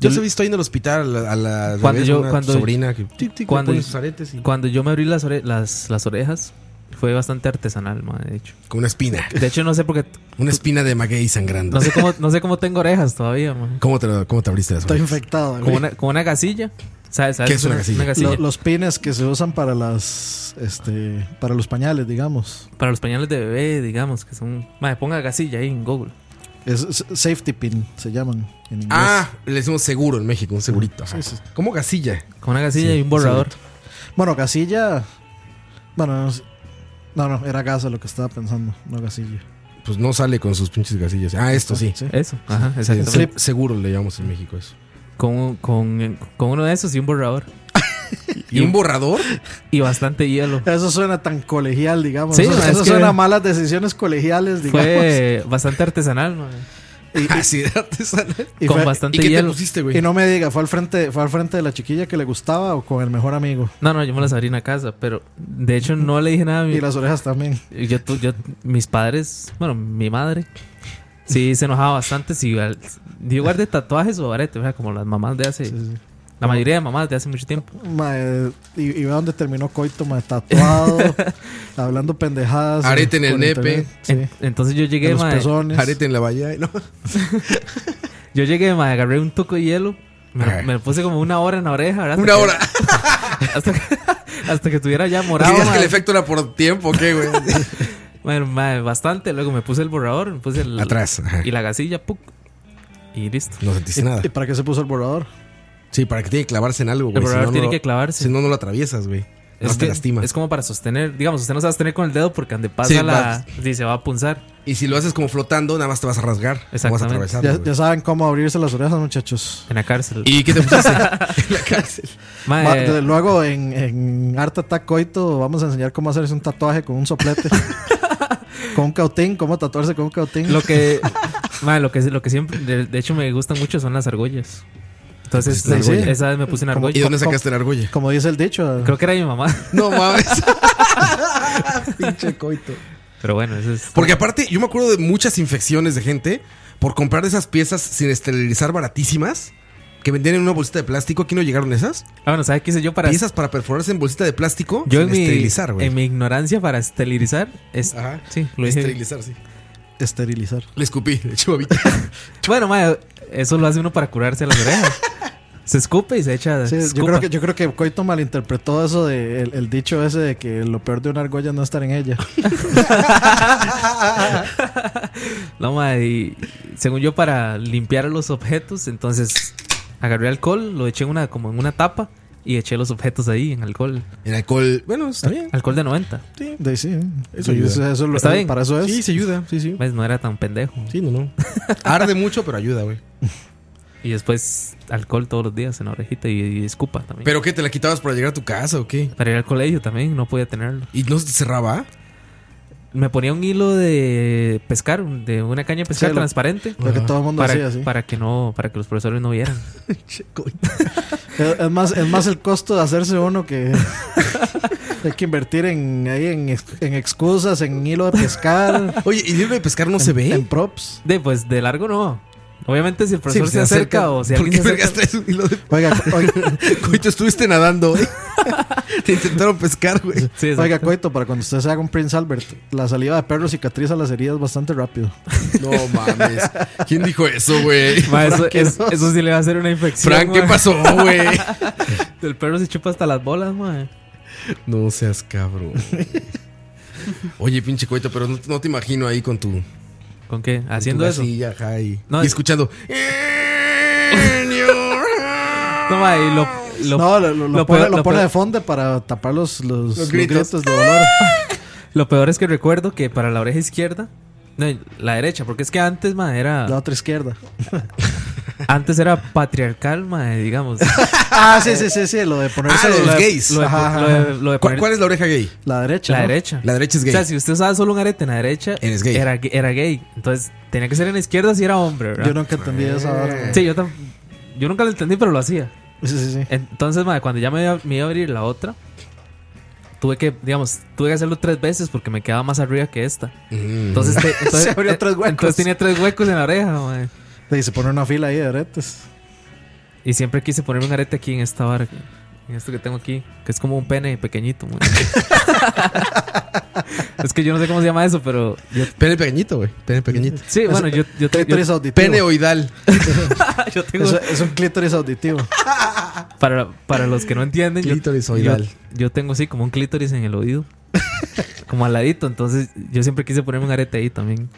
S5: Yo los he visto ahí en el hospital a la, a la
S4: Cuando
S5: bebé,
S4: yo-
S5: una
S4: cuando-
S5: sobrina que tic, tic, le
S4: cuando
S5: pone
S4: yo-
S5: sus aretes y-
S4: Cuando yo me abrí las, ore- las, las orejas, fue bastante artesanal, ma, de hecho.
S5: con una espina,
S4: De hecho, no sé por qué.
S5: una espina de maguey sangrando.
S4: No
S5: [LAUGHS]
S4: sé cómo, no sé cómo tengo orejas todavía, ma.
S5: ¿Cómo, te, lo- ¿Cómo te abriste las
S3: Está
S5: orejas?
S3: infectado.
S4: Como
S3: güey.
S4: una, como una gasilla. ¿Sabes? ¿Sabes?
S5: ¿Qué es una gasilla?
S3: Lo- los pines que se usan para las este para los pañales, digamos.
S4: Para los pañales de bebé, digamos, que son. Madre, ponga gasilla ahí en Google.
S3: Es, es- safety pin se llaman en inglés.
S5: Ah, le decimos seguro en México, un segurito. ajá.
S3: Sí, sí.
S5: Como gasilla.
S4: Con una gasilla y un borrador.
S3: Bueno, Casilla. Bueno, no, sé. no, no, era Gaza lo que estaba pensando, no Casilla.
S5: Pues no sale con sus pinches gasillas. Ah, esto sí.
S4: Eso, ajá,
S5: Sí,
S4: exactamente.
S5: se- seguro le llamamos en México eso.
S4: Con, con, con uno de esos y un borrador.
S5: ¿Y un borrador?
S4: Y bastante hielo.
S3: Eso suena tan colegial, digamos.
S4: Sí,
S3: eso
S4: ma, es
S3: eso
S4: que-
S3: suena a malas decisiones colegiales, [LAUGHS] digamos.
S4: Fue bastante artesanal, madre.
S5: [LAUGHS] Así de Ah, artesanal.
S3: y,
S4: con
S3: fue-
S4: bastante
S5: ¿Y qué te
S4: hielo.
S5: pusiste,
S3: y
S5: güey?
S3: no me diga, ¿fue al frente fue al frente de la chiquilla que le gustaba o con el mejor amigo?
S4: No, no, yo me las abrí en la casa, pero de hecho no le dije nada a mi,
S3: Y las orejas también.
S4: yo, tu- yo- mis padres, bueno, mi madre, sí se enojaba bastante si al- yo guardé tatuajes o aretes, ¿verdad? como las mamás de hace,
S3: Sí, sí.
S4: la mayoría de mamás de hace mucho tiempo.
S3: Ma, eh, y, y ve dónde terminó Coito,
S5: [LAUGHS]
S3: ma, tatuado, hablando pendejadas.
S5: Arete en el
S3: por
S5: nepe.
S3: internet, sí,
S4: En- entonces yo
S3: en
S4: llegué,
S3: los
S4: mae,
S3: pezones.
S5: Arete en la valla. ¿no?
S4: yo llegué, mae, agarré un toco de hielo, me, lo-
S5: Ajá.
S4: me lo puse como una hora en la oreja, ¿verdad?
S5: Una hora.
S4: Hasta que, hasta que [LAUGHS] estuviera ya morado,
S5: ¿Querías que
S4: mae.
S5: el efecto era por tiempo o qué, güey?
S4: Bueno, mae, bastante, luego me puse el borrador, me puse el,
S5: [LAUGHS] Atrás. ajá.
S4: y la gasilla, puc, y listo.
S5: No sentiste nada.
S3: ¿Y para qué se puso el borrador?
S5: Sí, para que tiene que clavarse en algo,
S4: El
S5: güey. Si no,
S4: borrador
S5: no
S4: tiene
S5: lo-
S4: que clavarse.
S5: Si no, no lo atraviesas, güey. No
S4: Es,
S5: te
S4: que
S5: lastima.
S4: es como para sostener, digamos, usted no se va a sostener con el dedo porque donde pasa
S5: Sí,
S4: la. Sí, se va a punzar.
S5: Y si lo haces como flotando, nada más te vas a rasgar. No vas a
S4: Exactamente.
S5: atravesar.
S3: Ya,
S5: güey.
S3: ya saben cómo abrirse las orejas, muchachos.
S4: En la cárcel.
S5: ¿Y qué te pusiste? [LAUGHS] en la
S4: [LAUGHS]
S5: cárcel.
S4: Ma,
S3: Ma,
S4: eh,
S3: desde luego en, en Art Attack Coito vamos a enseñar cómo hacerse un tatuaje con un
S4: [LAUGHS]
S3: soplete. con un cautín, cómo tatuarse con un cautín.
S4: lo que. ma, lo que lo que siempre. De, de hecho, me gustan mucho son las argollas. Entonces,
S5: Te pusiste una
S4: sí,
S3: argolla.
S4: esa vez me puse una
S3: Como-
S5: ¿Y
S4: argolla.
S5: dónde sacaste la argolla?
S3: Como dice el dicho.
S4: Creo que era mi mamá. [LAUGHS]
S5: No mames. Pinche coito.
S4: Pero bueno, eso es.
S5: [LAUGHS] Porque aparte, yo me acuerdo de muchas infecciones de gente por comprar esas piezas sin esterilizar baratísimas que vendían en una bolsita de plástico. Aquí no llegaron esas.
S4: Ah, bueno, ¿sabes qué hice yo para.
S5: Piezas para perforarse en bolsita de plástico
S4: Yo en
S5: sin
S4: mi,
S5: esterilizar, güey.
S4: en mi ignorancia para esterilizar. es-
S5: Ajá.
S4: Sí, lo dije. bien.
S5: Esterilizar, sí.
S3: Esterilizar.
S4: Ah,
S5: Le escupí, le eché [LAUGHS] babita.
S4: Bueno, ma, eso lo hace uno para curarse
S5: [LAUGHS]
S4: las orejas. se escupe y se echa.
S3: Sí, yo,
S4: escupa.
S3: creo que, yo creo que Coito malinterpretó eso de el, el dicho ese de que lo peor de una argolla es no estar
S5: [LAUGHS]
S3: en ella.
S4: No, ma, y según yo, para limpiar los objetos, entonces agarré alcohol, lo eché en una, como en una tapa y eché los objetos ahí en alcohol.
S5: En alcohol, bueno, está bien.
S4: Alcohol de 90.
S3: De ahí sí.
S5: Eso
S3: Sí,
S5: ayuda.
S3: eso- eso lo-
S4: Está bien.
S3: Para eso es.
S5: Sí, se ayuda, sí, sí.
S4: ¿Ves? pues, No era tan pendejo.
S5: Sí, no, no. [LAUGHS] Arde mucho, pero ayuda, güey.
S4: Y después alcohol todos los días en la orejita y, y escupa también.
S5: ¿Pero qué? ¿Te la quitabas para llegar a tu casa o qué?
S4: para ir al colegio también, no podía tenerlo.
S5: ¿Y no se te cerraba?
S4: Me ponía un hilo de pescar, un- de una caña de pescar
S3: Sí, lo-
S4: transparente.
S3: Lo que todo el mundo
S4: Para,
S3: hacía, sí.
S4: para que no, para que los profesores no vieran.
S3: Es, es más, es más el costo de hacerse uno que [LAUGHS] hay que invertir en ahí en, ex- en excusas, en hilo de pescar,
S5: Oye, ¿y el libro de pescar no se
S4: ¿Eh?
S5: ve?
S3: en props.
S4: De pues de largo no. Obviamente si el
S5: Sí,
S4: profesor
S5: pues,
S4: se, acerca, o si
S5: ¿Por
S4: alguien
S5: qué
S4: se
S5: vergas
S4: acerca.
S5: traes un hilo de [LAUGHS]
S3: Oiga,
S4: [LAUGHS]
S3: oiga,
S5: Coito, estuviste nadando, [LAUGHS] güey. Te intentaron pescar, güey.
S4: Sí, exacto.
S3: Oiga, Coito, para cuando usted se haga un Prince Albert, la saliva de perro cicatriza las heridas bastante rápido.
S5: No mames. ¿Quién dijo eso, güey?
S4: [LAUGHS] Ma, eso,
S3: Frank, ¿qué
S4: eso-
S3: no?
S4: eso sí le va a hacer una infección.
S5: Frank, ¿qué
S4: ma.
S5: pasó, güey?
S4: El perro se chupa hasta las bolas, mae.
S5: No seas cabrón. Oye, pinche coito, pero no, no te imagino ahí con tu.
S4: ¿Con qué? Haciendo eso.
S5: Sí, ajá, y,
S4: No,
S5: y
S4: es-
S5: escuchando. "In
S4: [LAUGHS]
S5: your house".
S4: No, mae, y lo, lo-
S3: no, lo, lo- lo
S4: lo
S3: pone,
S4: peor-
S3: lo
S4: lo
S3: pone
S4: peor-
S3: de fondo para tapar los, los, los gritos.
S5: gritos.
S3: de dolor.
S4: Ah. lo peor es que recuerdo que para la oreja izquierda, no, la derecha, porque es que antes, mae, era.
S3: La otra izquierda.
S4: Antes era patriarcal, mae,
S3: [LAUGHS]
S4: digamos.
S3: Ah, sí, sí, sí, sí, lo de ponerse
S5: Ah, lo de los
S3: la,
S5: gays.
S4: Lo de,
S3: Ajá,
S4: lo de- lo de
S5: ¿Cuál,
S4: poner-
S5: cuál es la oreja gay?
S3: la derecha.
S4: la
S3: ¿no?
S4: derecha.
S5: La derecha es gay.
S4: O sea, si usted usaba solo un arete en la derecha,
S5: Eres gay.
S4: Era, era gay. Entonces tenía que ser en la izquierda si era hombre, ¿verdad?
S3: Yo nunca entendí esa vara.
S4: Sí, yo, tam- yo nunca lo entendí, pero lo hacía.
S3: Sí, sí, sí.
S4: Entonces, madre, cuando ya me iba, me iba a abrir la otra, tuve que, digamos, tuve que hacerlo tres veces porque me quedaba más arriba que esta. Entonces, te- entonces-
S3: Mm. [LAUGHS] Se abrió
S4: eh,
S3: tres huecos.
S4: entonces tenía tres huecos en la oreja, madre.
S3: Y se pone una fila ahí de aretes.
S4: Y siempre quise ponerme un arete aquí en esta barra, en esto que tengo aquí, que es como un pene pequeñito, madre. [LAUGHS] es que yo no sé cómo se llama eso, pero yo-
S5: Pene pequeñito, güey. Pene pequeñito.
S4: sí, bueno, yo, yo, yo-
S3: Clítoris [LAUGHS] auditivo.
S5: Pene oidal.
S4: yo tengo
S3: Eso- es un clítoris auditivo.
S4: para, para los que no entienden, yo-
S5: Clítoris
S4: yo,
S5: oidal.
S4: yo tengo así como un clítoris en el oído,
S5: [LAUGHS]
S4: como al ladito. Entonces, yo siempre quise ponerme un arete ahí también.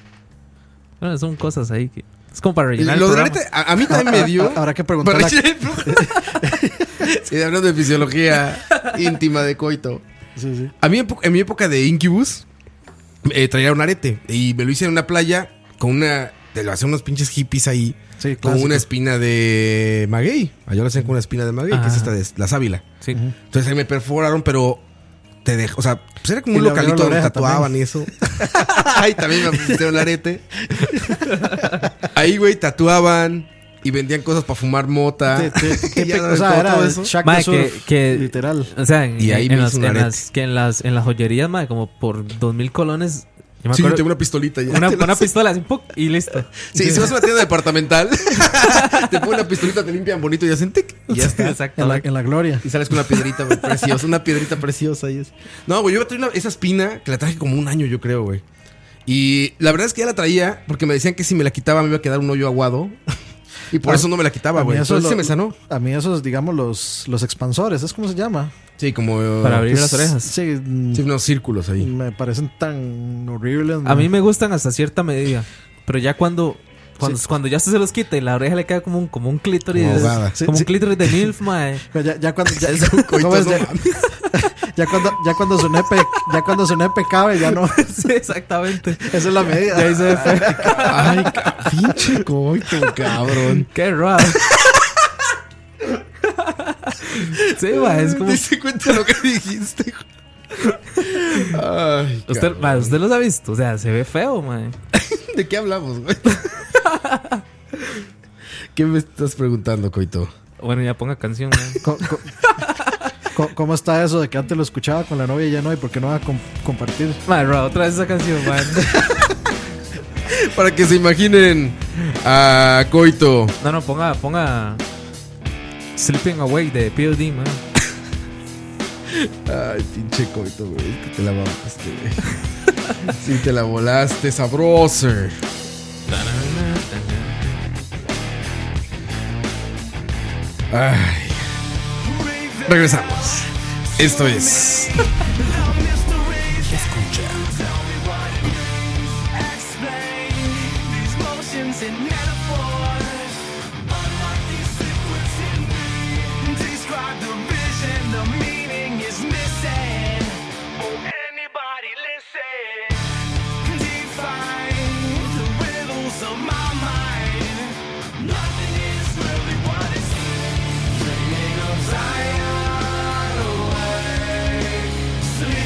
S4: Bueno, son cosas ahí que es como para rellenar. el
S5: Los
S4: programa.
S5: aretes, a, a mí
S4: [LAUGHS]
S5: también me dio.
S3: Habrá que
S5: [LAUGHS]
S3: preguntarle a-
S5: Para rellenar el programa. Sí, hablando de fisiología íntima de coito.
S3: Sí, sí.
S5: A mí, en po- en mi época de Incubus, eh, traía un arete. Y me lo hice en una playa con una. Te lo hacían unos pinches hippies ahí.
S3: Sí,
S5: con
S3: clásico.
S5: una espina de maguey. Allá lo hacían con una espina de maguey, que es
S4: Ah.
S5: esta de la sábila.
S4: Sí.
S5: Entonces ahí me perforaron, pero te dejó. O sea, pues era como
S3: Y
S5: un
S3: le abrieron
S5: localito
S3: la
S5: donde
S3: oreja
S5: tatuaban y eso. [LAUGHS] Ahí también me pusieron el arete. Ahí, güey, tatuaban y vendían cosas para fumar mota.
S3: Sí,
S5: [LAUGHS]
S3: sí,
S5: Y Ah. ya
S3: típico,
S5: de
S3: o sea,
S5: todo
S3: era el
S5: eso.
S3: Shack de
S4: Mae, que,
S3: surf,
S4: que-
S3: literal.
S4: O sea, en,
S5: Y ahí
S4: en
S5: me hizo
S4: las,
S5: un
S4: en,
S5: arete.
S4: las, que en, las, en las joyerías, madre, como por dos mil colones. Yo me
S5: Sí, yo
S4: acuerdo-
S5: tengo una pistolita ya.
S4: una,
S5: [LAUGHS] Te lo-
S4: una pistola así, ¡puc! y listo.
S5: Sí,
S4: [LAUGHS]
S5: si vas a una tienda departamental, te ponen una pistolita, te limpian bonito y hacen tic. Y ya [LAUGHS] está.
S4: Exacto.
S3: En la, en la gloria.
S5: Y sales con una piedrita güey, preciosa, una piedrita preciosa. Y es... No, güey, yo traía una- esa espina que la traje como un año, yo creo, güey. Y la verdad es que ya la traía porque me decían que si me la quitaba me iba a quedar un hoyo aguado. Y por
S3: A-
S5: eso no me la quitaba,
S3: a
S5: Ah,
S3: mí
S5: güey.
S3: eso
S5: Entonces
S3: lo-
S5: se me sanó.
S3: A mí esos, digamos, los, los expansores, ¿es como se llama?
S5: Sí, como. eh,
S4: Para abrir las orejas.
S3: Sí, mm,
S5: Sí, unos círculos ahí.
S3: me parecen tan horribles.
S4: A mí me gustan hasta cierta medida. Pero ya cuando. Cuando, cuando ya se, se los quita y la oreja le queda como un, como un clítoris.
S5: Como
S4: es-
S5: ahogada.
S3: Sí,
S4: como
S3: sí.
S4: un clítoris de
S5: [LAUGHS]
S4: MILF, mae.
S3: Ya, ya cuando
S4: [LAUGHS]
S3: ya,
S5: Coito,
S3: ¿cómo es?
S5: no
S3: Ya- ya cuando ya cuando su nepe ya cuando su nepe cabe ya no [LAUGHS]
S4: Sí, exactamente.
S5: [LAUGHS]
S3: esa es la medida
S4: Ya hice efecto.
S5: Ay, ca- pinche coito, cabrón.
S4: Qué raro. Sí,
S5: Ah,
S4: mae, Ah, es como.
S5: Dice cuenta lo que dijiste. güey. Ay,
S4: Usted,
S5: cabrón.
S4: mae, usted los ha visto. O sea, se ve feo, mae.
S5: ¿De qué hablamos, güey? [LAUGHS] ¿Qué me estás preguntando, coito?
S4: Bueno, ya ponga canción, mae.
S3: Co- co- co- ¿Cómo está eso de que antes lo escuchaba con la novia y ya no? ¿Y por qué no va a com- compartir?
S4: Mae, Ra, otra vez esa canción, mae.
S5: Para que se imaginen a Coito.
S4: No, no, ponga, ponga. Sleeping Away de POD,
S5: [LAUGHS]
S4: mae.
S5: Ay, pinche Coito, güey. Es que te la volaste, güey. Sí, te la volaste, sabroso. Ay. Regresamos. Esto es.
S9: Sleeping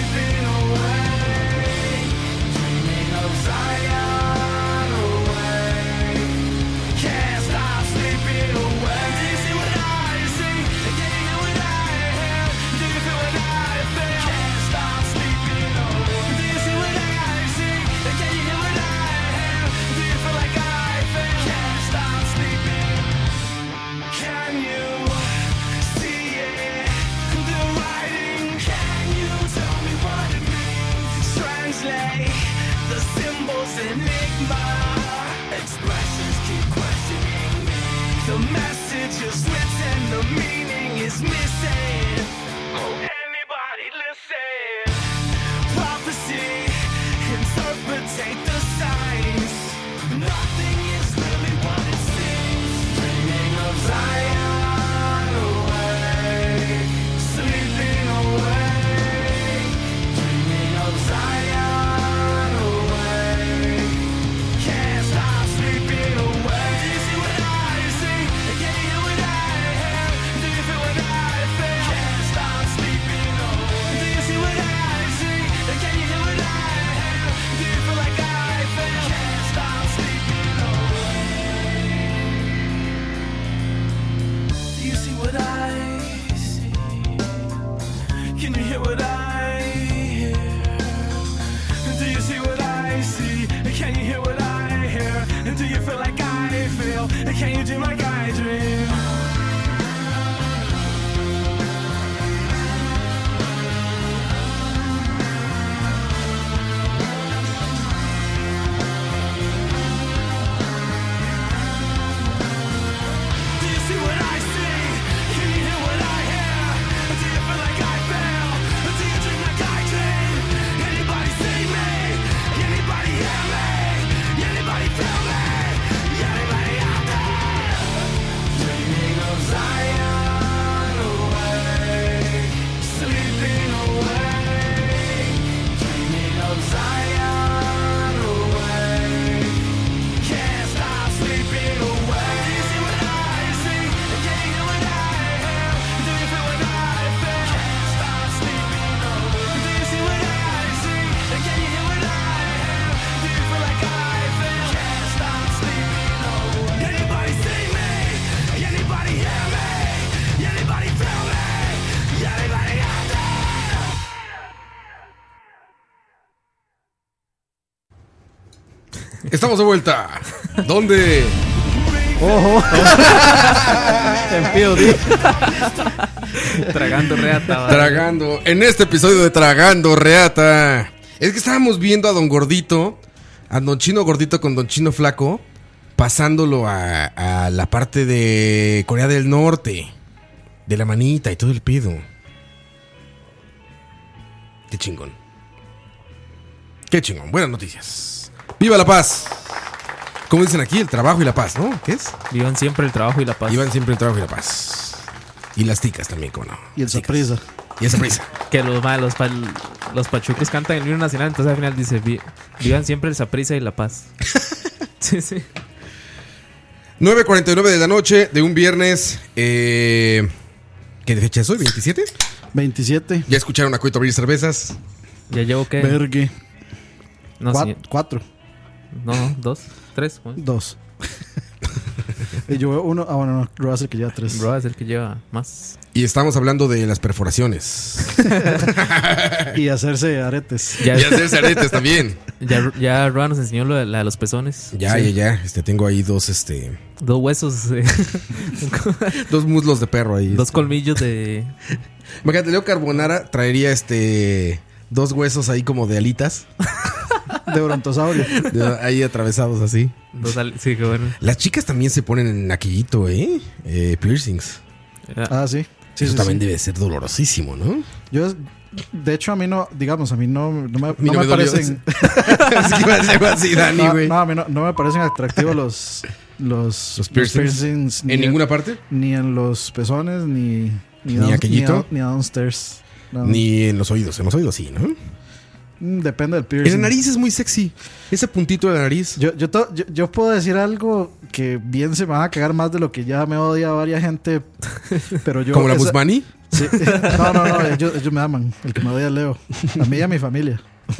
S9: what I hear? Do you see what I see? Can you hear what I hear? And do you feel like I feel? And can you dream like I dream? Do you see what I see? Can you hear what I hear? Do you feel like I feel? Do you dream like I dream? Anybody see me? Anybody hear me? Anybody feel me? Anybody out there? Dreaming of Zion awake, sleeping awake. Dreaming of Zion awake. Can't stop sleeping away. Do you see what I see? Can you hear what I hear? Do you feel what I feel? Can't stop sleeping away. Do you see what I see? Can you hear what I hear? Do you feel like I feel? Can't stop sleeping away. Anybody see me? Anybody hear me? Anybody feel me? Anybody out there?
S5: Estamos de vuelta. ¿Dónde?
S3: Ojo. en POD.
S4: [LAUGHS]
S5: [LAUGHS]
S4: Tragando reata. va.
S5: Tragando. En este episodio de Tragando Reata. Es que estábamos viendo a Don Gordito, a Don Chino Gordito con Don Chino Flaco, pasándolo a, a la parte de Corea del Norte. De la manita y todo el pido. Qué chingón. Qué chingón. Buenas noticias. ¡Viva la paz! Como dicen aquí, el trabajo y la paz, ¿no? ¿Qué es?
S4: Vivan siempre el trabajo y la paz.
S5: Iban siempre el trabajo y la paz. Y las ticas también, como no.
S3: Y el sorpresa.
S5: Y esa prisa.
S4: Que los, ma, los, pal- los pachucos cantan el himno nacional, entonces al final dice: "Vi- Vivan siempre el saprisa y la
S3: [LAUGHS]
S4: paz. sí, sí.
S5: 9.49 de la noche de un viernes. Eh, ¿Qué fecha es hoy? ¿27?
S3: 27.
S5: Ya escucharon a Cuito abrir cervezas.
S4: Ya llevo
S5: Eh,
S4: que.
S3: Vergue.
S4: No,
S3: Cuat-
S4: sí.
S3: cuatro.
S4: no, no, dos, tres. bueno.
S3: Dos. y yo veo uno. Ah, bueno, no. Lo voy a hacer que ya tres.
S4: Bro, es el que lleva
S3: [LAUGHS]
S4: más.
S5: Y estamos hablando de las [LAUGHS] perforaciones.
S3: Y hacerse aretes.
S4: Ya,
S5: Y hacer aretes también.
S4: ya, ya Roa nos enseñó lo de, la de los pezones.
S5: Ya, ya, ya. Este, tengo ahí dos, este,
S4: Dos huesos, eh,
S5: dos muslos de perro ahí.
S4: dos colmillos de.
S5: Imagínate, Leo Carbonara traería este, dos huesos ahí como de alitas.
S3: De brontosaurio.
S5: de- ahí atravesados así.
S4: Dos al- sí, qué bueno.
S5: Las chicas también se ponen en aquillito, ¿eh? Eh, piercings.
S4: Ah,
S3: Ah, sí. Sí,
S5: Eso
S3: sí,
S5: también
S3: sí.
S5: debe ser dolorosísimo, [LAUGHS] ¿no?
S3: Yo, de hecho, a mí no, digamos, a mí no, no me,
S5: mí no
S3: no me
S5: me dolió.
S3: parecen.
S5: es que iba [LAUGHS] a decir así, Dani,
S3: no,
S5: güey.
S3: no, a mí no, no me
S5: [LAUGHS]
S3: parecen atractivos los, los,
S5: Los piercings.
S3: piercings, ni
S5: ¿En ninguna parte?
S3: Ni en los pezones, ni.
S5: Ni
S3: down-
S5: aquellito.
S3: down- Ni, downstairs. No.
S5: Ni en los oídos. En los oídos sí, ¿no?
S3: Mm, Depende del piercing.
S5: En la nariz es muy sexy. Ese puntito de la nariz.
S3: Yo, yo, to- yo, yo puedo decir algo que bien se me va a cagar más de lo que ya me odia
S5: [LAUGHS]
S3: varias gente. Pero yo.
S5: como la
S3: esa-
S5: Guzmani.
S3: sí. [LAUGHS] No, no, no. Ellos, ellos me aman. El que me odia es Leo. A mí y a mi familia. [LAUGHS]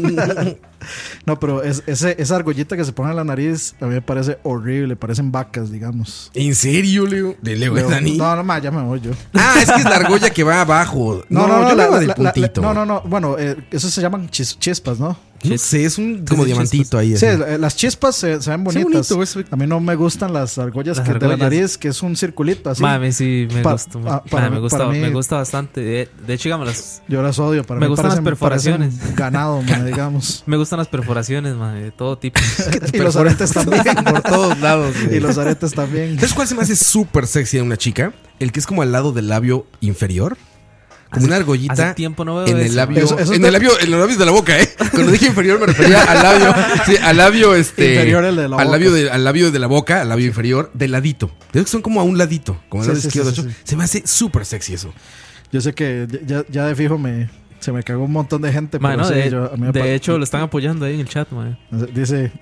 S3: No, pero es- ese, esa argollita que se pone en la nariz a mí me parece horrible. Parecen vacas, digamos.
S5: ¿En serio, Leo? De Leo, ¿eh,
S3: Leo-
S5: Dani.
S3: No, no, ma, ya me voy yo.
S5: Ah, es que es la argolla que va abajo. No, no, no. yo
S3: la-
S5: hablaba
S3: la-
S5: del
S3: la- la-
S5: puntito.
S3: no, no, no. Bueno, eh, eso se llaman chis- chispas, ¿no?
S5: No sé, es un como
S4: Sí,
S5: diamantito ahí.
S3: Sí,
S5: así.
S3: [LAUGHS] eh, las chispas se, se ven bonitas.
S5: bonito eso.
S3: a mí no me gustan las argollas,
S4: Las
S3: que de la
S4: argollas.
S3: nariz, que es un circulito así.
S4: Mami, sí, me
S3: Pa-
S4: gustó.
S3: ah, para mí-
S4: Mami, me, gusta,
S3: para mí-
S4: me gusta bastante. De, de hecho, digamos, las-
S3: Yo las odio. Para
S4: Me
S3: mí
S4: gustan las
S3: parecen-
S4: perforaciones.
S3: parecen [LAUGHS] Ganado,
S4: [LAUGHS]
S3: ma, digamos.
S4: me gustan las perforaciones, man, de todo
S3: [LAUGHS]
S4: tipo.
S3: y los
S4: [LAUGHS]
S3: aretes también.
S5: Por todos lados. güey.
S3: y los aretes también.
S5: ¿Sabes cuál se me hace súper sexy de una chica? El que es como al lado del labio inferior. Como
S4: Hace-
S5: una argollita.
S4: hace tiempo no veo
S5: en el
S4: eso. eh,
S5: labio.
S3: Eso- eso
S5: en
S3: te-
S5: el labio, en los labios de la boca, ¿eh? Cuando dije inferior me refería al labio. Sí, al labio este.
S3: Inferior el de la
S5: al
S3: boca.
S5: labio de, al labio de la boca, al labio inferior, de ladito. De esos que son como a un ladito, como al
S3: Sí,
S5: lado
S3: sí,
S5: izquierdo.
S3: sí, sí,
S5: de hecho.
S3: sí.
S5: Se me hace súper sexy eso.
S3: Yo sé que ya, ya de fijo me, se me cagó un montón de gente.
S4: Man,
S3: pero
S4: no,
S3: sí,
S4: de,
S3: yo- a mí me
S4: de
S3: pa-
S4: hecho, lo están apoyando ahí en el chat, man.
S3: Dice,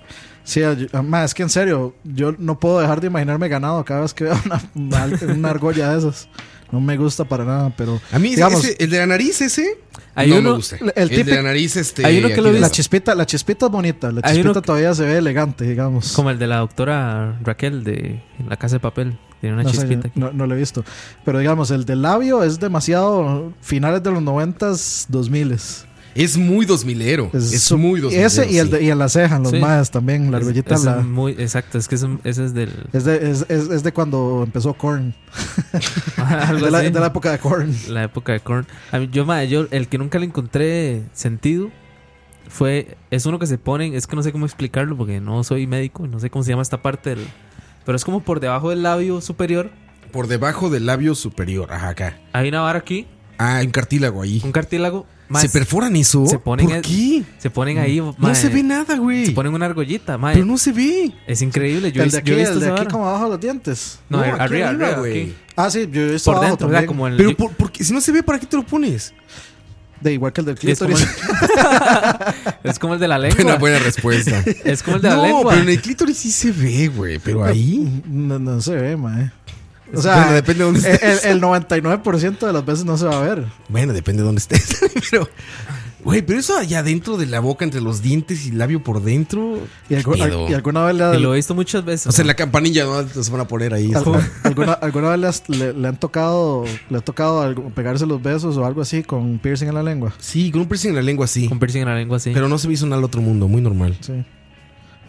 S3: sí, ay- ah, ma, es que en serio, yo no puedo dejar de imaginarme ganado cada vez que veo una, una- una argolla de esas. No me gusta para nada, pero
S5: A mí, ese-
S3: digamos,
S5: ese- el de la nariz ese.
S4: Hay
S5: no me
S4: uno-
S5: gusta.
S3: el
S5: El, de
S3: típico-
S5: la nariz este.
S4: hay uno que
S5: aquí
S4: lo
S5: de
S4: vi-
S5: la-
S3: la chispita, la chispita es bonita, la
S4: Hay
S3: chispita
S4: uno que-
S3: todavía se ve elegante, digamos.
S4: Como el de la doctora Raquel de en La Casa de Papel. Tiene una
S3: No, sé,
S4: chispita aquí.
S3: no- no lo he visto. Pero digamos, el del labio es demasiado finales de los 90s, 2000 s
S5: Es muy dos milero. Es, muy dos milero.
S3: Ese y el, de, y en la ceja, los
S4: Sí.
S3: más también, la
S4: Es-
S3: argollita.
S4: ese
S3: la-
S4: es muy, exacto, es que es un- ese es del.
S3: [LAUGHS] Es de, es, es- es de cuando empezó Korn.
S4: [LAUGHS] algo
S3: de, la,
S4: así.
S3: de la época de Korn.
S4: La época de Korn. A mí- yo, ma, yo, el que nunca le encontré sentido fue. Es uno que se ponen. Es que no sé cómo explicarlo porque no soy médico. No sé cómo se llama esta parte del. Pero es como por debajo del labio superior.
S5: Por debajo del labio superior. Ajá, acá.
S4: Hay una vara aquí,
S5: Ah, hay un cartílago ahí.
S4: un cartílago. ma,
S5: ¿Se perforan eso?
S4: se ponen
S5: ¿Por
S4: el-
S5: qué?
S4: se ponen ahí.
S5: No
S4: ma,
S5: se ve nada, güey.
S4: Se ponen una argollita, ma,
S5: Pero no se ve.
S4: Es increíble. Yo, he
S3: el
S4: vis-
S3: de aquí,
S4: yo he visto
S3: el de
S4: esa
S3: aquí
S4: vara.
S3: como abajo de los dientes.
S4: No,
S5: No, aquí arriba,
S4: arriba, arriba,
S5: güey.
S4: aquí.
S3: Ah, sí, yo he visto
S4: Por
S3: abajo
S4: dentro, o sea,
S3: también.
S4: como el.
S5: Pero
S4: yo-
S5: por, porque si no se ve, ¿para qué te lo pones?
S3: De igual que el del
S4: es, como
S3: clítoris.
S4: el, es como el
S5: [LAUGHS]
S4: de la lengua.
S5: Buena, buena respuesta.
S4: [LAUGHS] Es como el de la
S5: No,
S4: lengua.
S5: pero en el clítoris sí se ve, güey. Pero ahí.
S3: [LAUGHS] No, no se ve, mae. O sea,
S5: Bueno, depende de dónde
S3: el-
S5: estés.
S3: el, el 99% de las veces no se va a ver.
S5: Bueno, depende de dónde estés. [LAUGHS] pero, güey, pero eso allá dentro de la boca, entre los dientes y el labio por dentro.
S3: Y, algu-
S5: ¿Qué pedo?
S3: y alguna vez, le,
S4: Y lo he visto muchas veces.
S5: O sea,
S4: ma.
S5: la campanilla, ¿no? Se van a poner ahí.
S3: al- [LAUGHS] alguna, alguna vez le has- le, le han tocado, le ha tocado algo- pegarse los besos o algo así con piercing en la lengua.
S5: Sí, con un piercing en la lengua, sí.
S4: Con piercing en la lengua así.
S5: Pero no se me hizo nada al otro mundo, muy normal.
S3: Sí.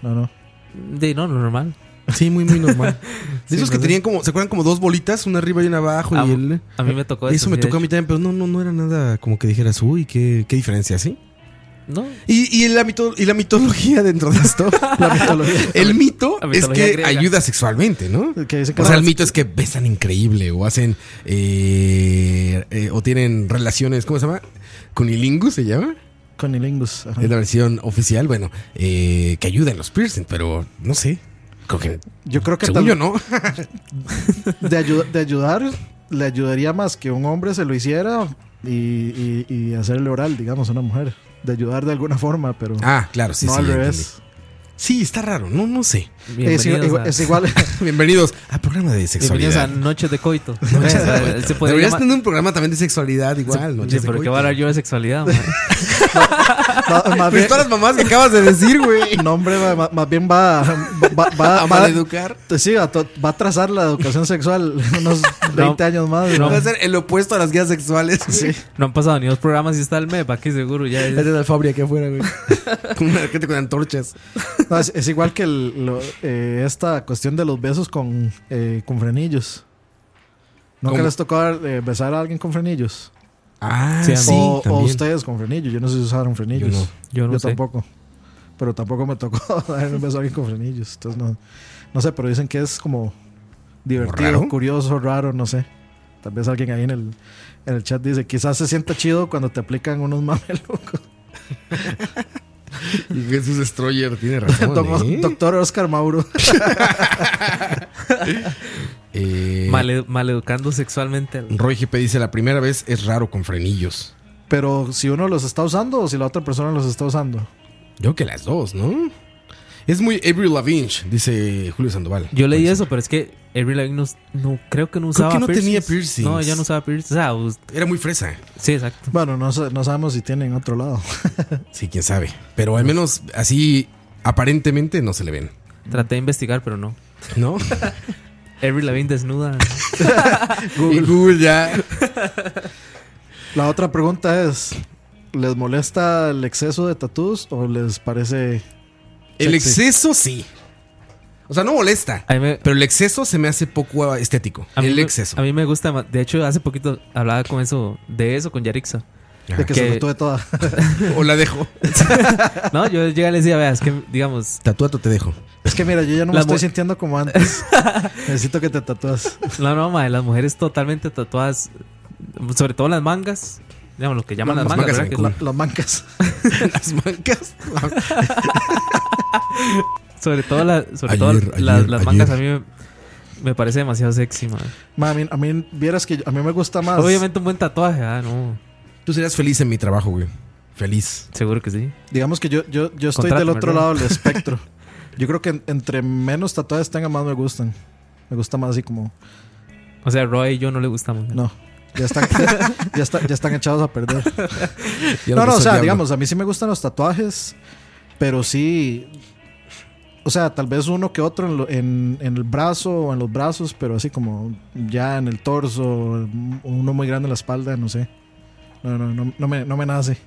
S3: No, no.
S4: De, no, lo normal.
S5: Sí, muy, muy normal. [LAUGHS] De
S4: Sí,
S5: esos que
S4: pues,
S5: tenían como, ¿se acuerdan como dos bolitas? Una arriba y una abajo.
S4: Ah,
S5: y el,
S4: A mí me tocó
S5: eso me
S4: sí,
S5: tocó a
S4: de
S5: mí también, pero no, no, no era nada como que dijeras, uy, qué, qué diferencia, ¿sí?
S4: hecho. No,
S5: Y, y, la mito- y la mitología [LAUGHS] dentro de esto.
S3: La mitología.
S5: el mito
S4: La
S5: es
S4: mitología
S5: que
S4: griega.
S5: ayuda sexualmente, ¿no?
S3: Que dicen que
S5: O sea, el
S3: las-
S5: mito es que besan increíble o hacen. eh, eh, o tienen relaciones, ¿cómo se llama? Cunilingus se llama.
S3: conilingus. ajá.
S5: Es la versión oficial, bueno, eh, que ayuda en los piercing, pero no sé. Creo que.
S3: Yo creo que
S5: Según
S3: tal-
S5: yo, no.
S3: de, ayu- de ayudar, le ayudaría más que un hombre se lo hiciera y, y- y hacerle oral, digamos, a una mujer. De ayudar de alguna forma, pero
S5: Ah, claro, sí,
S3: no
S5: sí.
S3: al
S5: ya entendí.
S3: revés.
S5: Sí, está raro, no, no sé.
S3: Es,
S4: bienvenidos
S3: igual-
S4: a-
S3: es igual. [LAUGHS]
S5: Bienvenidos al programa de
S4: bienvenidos
S5: sexualidad.
S4: a Noches
S5: [LAUGHS]
S4: de Coito. O sea,
S5: Deberías
S4: se podría llamar-
S5: tener un programa también de sexualidad, igual.
S4: Sí,
S5: noches de
S4: pero ¿qué
S5: coito.
S4: va a hablar yo de sexualidad, man?
S3: más- más
S5: Pues
S3: bien- [LAUGHS]
S5: todas las mamás que acabas de decir,
S4: [LAUGHS]
S5: güey.
S3: No, hombre, ma- ma- más, bien va, va, va,
S5: A
S3: va-
S5: maleducar.
S3: sí, va, a to- va a trazar la educación sexual
S5: [LAUGHS]
S3: unos 20 años más.
S5: Va
S3: ¿no?
S5: a ser el opuesto a las guías sexuales.
S3: Sí.
S4: No han pasado ni dos programas y está el MEP aquí seguro. Ya es-
S5: de la fábrica que afuera, [LAUGHS] güey. Con una gente con antorchas.
S3: No, es, es igual que el- lo- eh, esta cuestión de los besos con, eh, con frenillos. ¿Nunca
S5: ¿Cómo?
S3: les tocó dar, eh, besar a alguien con frenillos?
S5: Ah,
S4: Sí,
S5: sí,
S4: a mí.
S3: o, o
S5: también.
S3: ustedes con frenillos. Yo no sé si usaron frenillos.
S5: Yo no.
S4: Yo no sé.
S3: tampoco. Pero tampoco me tocó [LAUGHS] dar un beso a alguien con frenillos. Entonces no, no sé, pero dicen que es como divertido,
S5: raro?
S3: curioso, raro, no sé. Tal vez alguien ahí en el, en el chat dice, quizás se sienta chido cuando te aplican unos [LAUGHS] mamelucos.
S5: Y [LAUGHS] Jesús Destroyer tiene razón.
S3: Doc-
S5: ¿eh?
S3: Doctor Oscar Mauro. [LAUGHS]
S5: Eh,
S4: male- maleducando sexualmente. al-
S5: Roy GP dice: La primera vez es raro con frenillos.
S3: Pero si uno los está usando o si la otra persona los está usando.
S5: Yo que las dos, ¿no? Es muy Avril Lavigne, dice Julio Sandoval.
S4: Yo leí
S5: Pues,
S4: eso, pero es que Avril Lavigne no, no- creo que no
S5: Creo
S4: usaba
S5: que no tenía
S4: piercings.
S5: piercings.
S4: No, ella no usaba piercings. O sea, us-
S5: Era muy fresa.
S4: sí, exacto.
S3: Bueno, no, sa- no sabemos si tienen otro lado. [LAUGHS]
S5: Sí, quién sabe. Pero al menos así aparentemente no se le ven.
S4: Traté de investigar, pero no.
S5: ¿No?
S4: Avril Lavigne desnuda.
S5: [LAUGHS] Y Google ya.
S3: La otra pregunta es, ¿les molesta el exceso de tatús o les parece...
S5: El
S3: Sexy.
S5: exceso sí. O sea, no molesta.
S4: A mí me,
S5: Pero el exceso se me hace poco estético.
S4: a mí
S5: el
S4: me-
S5: exceso.
S4: A mí me gusta. ma- De hecho, hace poquito hablaba con eso, de eso con Yarixa.
S3: De que, se
S4: Que-
S3: tatúe toda. [LAUGHS]
S5: O la dejo.
S4: No, yo llegué y le decía, vea, es que, digamos,
S5: Tatuato te dejo.
S3: Es que mira, yo ya no me
S4: La
S3: estoy
S4: mu-
S3: sintiendo como
S4: [LAUGHS]
S3: antes. Necesito que te tatúas.
S4: No, no, madre, las mujeres totalmente tatuadas, sobre todo las mangas, digamos lo que llaman las,
S5: Las
S4: mangas,
S5: mangas
S4: ¿verdad?
S3: La- las mancas.
S5: [LAUGHS] Las mancas.
S4: Que la- sobre todo, la- sobre
S5: Ayer,
S4: todo la-
S5: ayer,
S4: las
S5: ayer.
S4: mangas a mí me, me parece demasiado sexy, madre.
S3: Ma, a, mí, a mí, vieras que yo- a mí me gusta más.
S4: Obviamente un buen tatuaje, ah, no,
S5: Tú serías feliz en mi trabajo, güey. Feliz.
S4: seguro que sí.
S3: Digamos que yo, yo, yo estoy del
S4: Contrátame,
S3: otro
S4: ¿no?
S3: lado
S4: [LAUGHS]
S3: del espectro. Yo creo que en- entre menos tatuajes tenga, más me gustan. Me gusta más así como.
S4: O sea, Roy y yo no le gustamos. ¿no?
S3: No. Ya están, [LAUGHS] ya, está- ya están echados a perder.
S5: Ya
S3: No,
S5: empezó
S3: no, o
S5: el
S3: sea,
S5: diablo.
S3: digamos, a mí sí me gustan los tatuajes, pero sí. O sea, tal vez uno que otro en, lo- en- en el brazo o en los brazos, pero así como ya en el torso, uno muy grande en la espalda, no sé. No, no, no, no me, no me nace.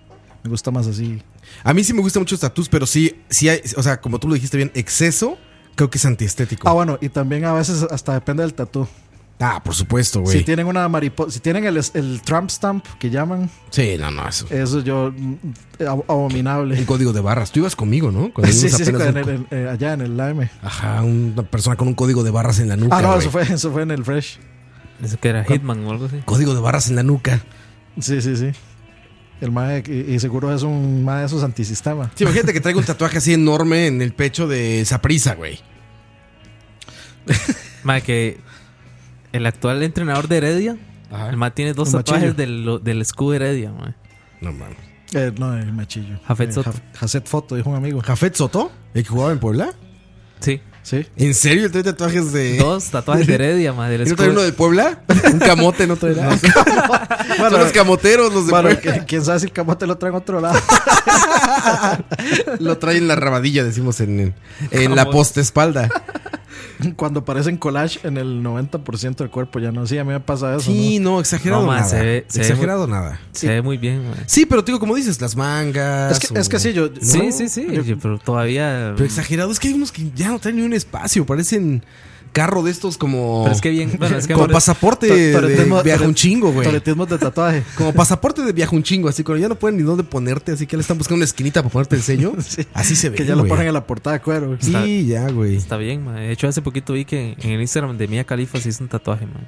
S3: Me gusta más así.
S5: A mí sí me gustan mucho los tatús, pero sí, sí hay, o sea, como tú lo dijiste bien, exceso creo que es antiestético.
S3: Ah,
S5: Ah,
S3: bueno, y también a veces hasta depende del tatú.
S5: por supuesto, güey.
S3: Si tienen una mariposa, si tienen el, el Trump stamp que llaman,
S5: Sí, no, no, eso.
S3: eso yo mm, ab- abominable.
S5: El código de barras. Tú ibas conmigo, ¿no? Cuando
S3: [LAUGHS] Sí,
S5: vimos
S3: sí, sí,
S5: apenas
S3: en
S5: un-
S3: el- en- eh, allá en el Lime.
S5: Ajá, una persona con un código de barras en la nuca.
S3: Ah, no,
S5: güey.
S3: eso fue, eso fue en el Fresh.
S4: Eso que era Hitman o algo así.
S5: Código de barras en la nuca.
S3: Sí, sí, sí. El mae, y, y seguro es un mae de esos antisistema.
S5: Sí, imagínate que traigo un tatuaje así enorme en el pecho de Saprisa, güey.
S4: Mae, que el actual entrenador de Heredia,
S5: Ajá.
S4: el mae tiene dos
S3: El machillo.
S4: tatuajes del, lo- del escudo de Heredia, mae.
S5: No mames.
S3: Eh, no, el machillo.
S4: Jafet
S3: Eh,
S4: Soto.
S3: Jaf- Jafet Foto, dijo un amigo.
S5: ¿Jafet Soto? ¿El que jugaba en Puebla?
S4: Sí,
S5: [LAUGHS]
S3: Sí.
S5: ¿En serio? ¿El trae tatuajes de.?
S4: dos tatuajes de Heredia,
S5: [LAUGHS]
S4: mae, del
S5: ¿Y no trae uno
S4: escudo.
S5: de Puebla? ¿Un camote no [LAUGHS] traerá? Son
S3: Bueno,
S5: los camoteros los de
S3: bueno,
S5: Puebla.
S3: que- quién sabe si el camote lo trae en otro lado. [LAUGHS]
S5: Lo traen en la rabadilla, decimos en, en, en la postespalda.
S3: Cuando aparecen collage en el 90% del cuerpo, ya no. Sí, a mí me pasa eso.
S5: Sí, no, eh, exagerado
S4: No, ma,
S5: nada.
S4: se ve- se ve
S5: exagerado nada.
S4: Se ve muy bien, mae.
S5: Sí, pero te digo, como dices, las mangas.
S3: Es que- es que sí, yo-
S5: ¿no?
S4: Sí, sí, sí,
S3: Yo-
S4: oye, pero todavía...
S5: Pero exagerado, es que hay unos que ya no traen ni un espacio, parecen carro de estos como.
S4: Pero es que bien, bueno, es que
S5: Como
S4: ahora-
S5: pasaporte
S3: To-
S5: de
S3: toretismo-
S5: viaja un
S3: tore-
S5: chingo,
S3: ¿no?
S5: güey.
S3: Toretismos
S5: [LAUGHS]
S3: de tatuaje.
S5: Como pasaporte de viaja un chingo, así cuando ya no pueden ni dónde ponerte, así que ya le están buscando una esquinita para ponerte el sello. [LAUGHS]
S3: Sí.
S5: Así se ve.
S3: Que ya lo ponen en la portada de cuero.
S5: Sí, ya, güey.
S4: Está bien, mae. De hecho, hace poquito vi que en el Instagram de Mia Khalifa se hizo un tatuaje, mae.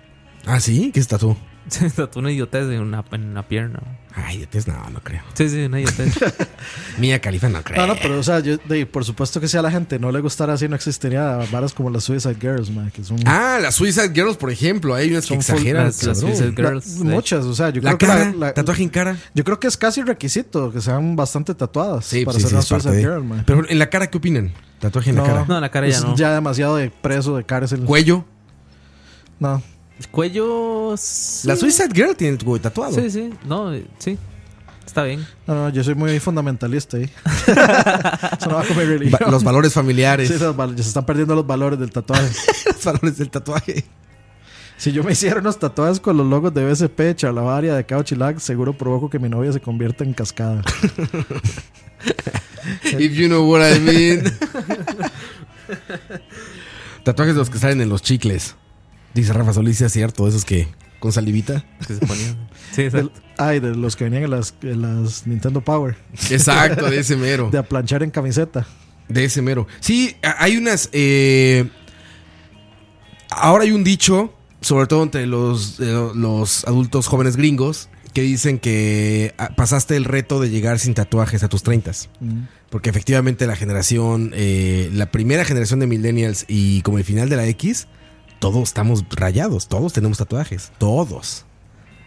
S5: Ah, sí, ¿qué se tatuó?
S4: [LAUGHS] Se tatuó una idiotez en una, en una pierna. mae.
S5: Ay, entonces no, no creo.
S4: Sí, sí, una idiotez.
S5: [LAUGHS] Mía Califa no creo.
S3: No, no, pero o sea, yo, de- por supuesto que si a la gente no le gustara así, no existiría varas como las Suicide Girls, man, que son,
S5: Ah, las Suicide Girls, por ejemplo, hay unas que
S3: Son full-
S5: exageran.
S4: las- las
S5: cabrón.
S4: Suicide
S3: La-
S4: Girls, de
S3: muchas, o sea, yo
S5: La
S3: creo que la-
S5: cara,
S3: la-
S5: tatuaje en cara.
S3: yo creo que es casi requisito que sean bastante tatuadas para ser una
S5: pues, es parte
S3: Suicide
S5: de-
S3: Girl, man.
S5: Pero en la cara, ¿qué opinan? Tatuaje en
S3: No.
S5: la cara.
S4: No, la cara ya
S3: Es
S4: no.
S3: ya demasiado de preso, de cárcel.
S5: Cuello.
S3: No.
S4: El cuello... sí.
S5: La Suicide Girl tiene el cuello tatuado.
S4: Sí, sí, no, eh, sí. Está bien.
S3: No, no, yo soy muy
S5: [LAUGHS]
S3: fundamentalista ahí. Eso no va con mi religión.
S5: Va- los valores familiares. [LAUGHS]
S3: Sí, esos val- ya se están perdiendo los valores del tatuaje.
S5: los valores del tatuaje.
S3: si yo me hiciera unos tatuajes con los logos de BSP, Charlavaria, de Couch y Lag, seguro provoco que mi novia se convierta
S5: [LAUGHS]
S3: en cascada.
S5: If you know what I mean. [LAUGHS] Tatuajes de los que salen en los chicles. Dice Rafa Solís, sí es cierto, esos que con salivita.
S4: Que se ponía. Sí,
S3: Del-
S4: exacto.
S3: ay, de los que venían en las, en las Nintendo Power.
S5: Exacto, de ese mero.
S3: De aplanchar en camiseta.
S5: [LAUGHS] De ese mero. Sí, a- hay unas. eh, ahora hay un dicho, sobre todo entre los, eh, los adultos jóvenes gringos, que dicen que ah, pasaste el reto de llegar sin tatuajes a tus 30.
S3: Mm.
S5: Porque efectivamente la generación, eh, la primera generación de millennials y como el final de la X, todos estamos rayados, todos tenemos tatuajes, todos.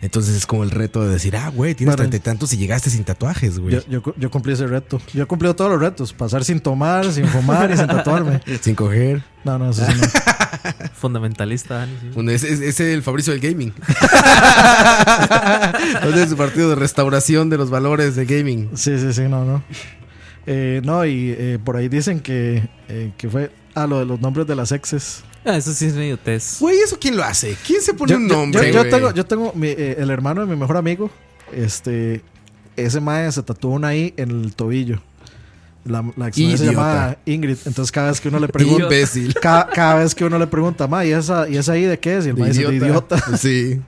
S5: Entonces es como el reto de decir, ah, güey, tienes
S3: Bueno.
S5: treinta y tantos y llegaste sin tatuajes, güey.
S3: Yo, yo, cu- yo cumplí ese reto. Yo he cumplido todos los retos. Pasar sin tomar, sin fumar y sin tatuarme.
S5: Sin coger.
S3: No, no, eso sí no.
S5: [LAUGHS]
S4: Fundamentalista, Dani. sí.
S5: Bueno, ese ese es el Fabricio del [LAUGHS] gaming. Entonces su partido de restauración de los valores de gaming.
S3: Sí, sí, sí, no, no. Eh, no, y eh, por ahí dicen que, eh, que fue a lo de los nombres de las exes.
S4: Ah, eso sí es una idiotez.
S5: Güey, ¿eso quién lo hace? ¿Quién se pone
S3: Yo,
S5: un
S3: yo-
S5: nombre?
S3: yo- yo
S5: güey?
S3: tengo, yo tengo mi- eh, el hermano de mi mejor amigo. Este, ese mae se tatuó una I en el tobillo. La, la ex se
S5: Idiota.
S3: llamaba Ingrid. Entonces cada vez
S5: [LAUGHS]
S3: que uno le pregunta,
S5: Imbécil.
S3: cada, cada vez que uno le pregunta, ma, ¿y esa, ¿y esa I de qué es? Y el mae dice, de idiota.
S5: Sí.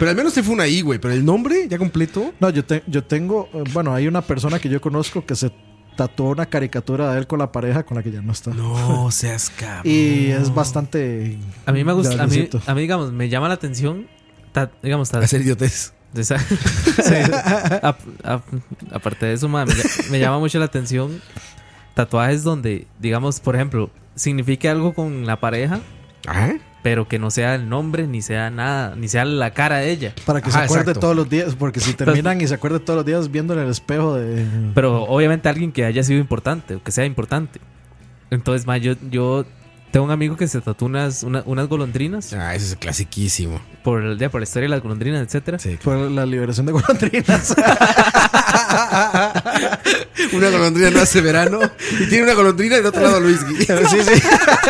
S5: Pero al menos se fue una I, güey. Pero el nombre ya completo.
S3: No, yo, te- yo tengo, eh, bueno, hay una persona que yo conozco que se tatuó una caricatura de él con la pareja con la que ya no está.
S5: No seas cabrón.
S3: Y es bastante.
S4: A mí me gusta, a mí,
S3: graciosito.
S4: a mí, digamos, me llama la atención. ta- digamos, ta-
S5: Hacer idiotes.
S4: de esa- [LAUGHS] A- a- aparte de eso, ma, me, ll- me llama mucho la atención tatuajes donde, digamos, por ejemplo, signifique algo con la pareja,
S5: Ajá.
S4: pero que no sea el nombre, ni sea nada, ni sea la cara de ella.
S3: Para que
S5: Ajá,
S3: se acuerde
S5: exacto.
S3: todos los días, porque
S4: Pues,
S3: si terminan y se acuerde todos los días viendo en el espejo de.
S4: Pero obviamente alguien que haya sido importante o que sea importante. Entonces, ma, yo, yo tengo un amigo que se tatúa unas, una- unas golondrinas
S5: Ah, ese es clasiquísimo.
S4: por, el, ya, por la historia de las golondrinas, etcétera.
S5: Sí.
S3: Por la liberación de golondrinas.
S5: Una golondrina no hace verano. Y tiene una golondrina y del otro lado Luis Gui. Sí, sí. [LAUGHS]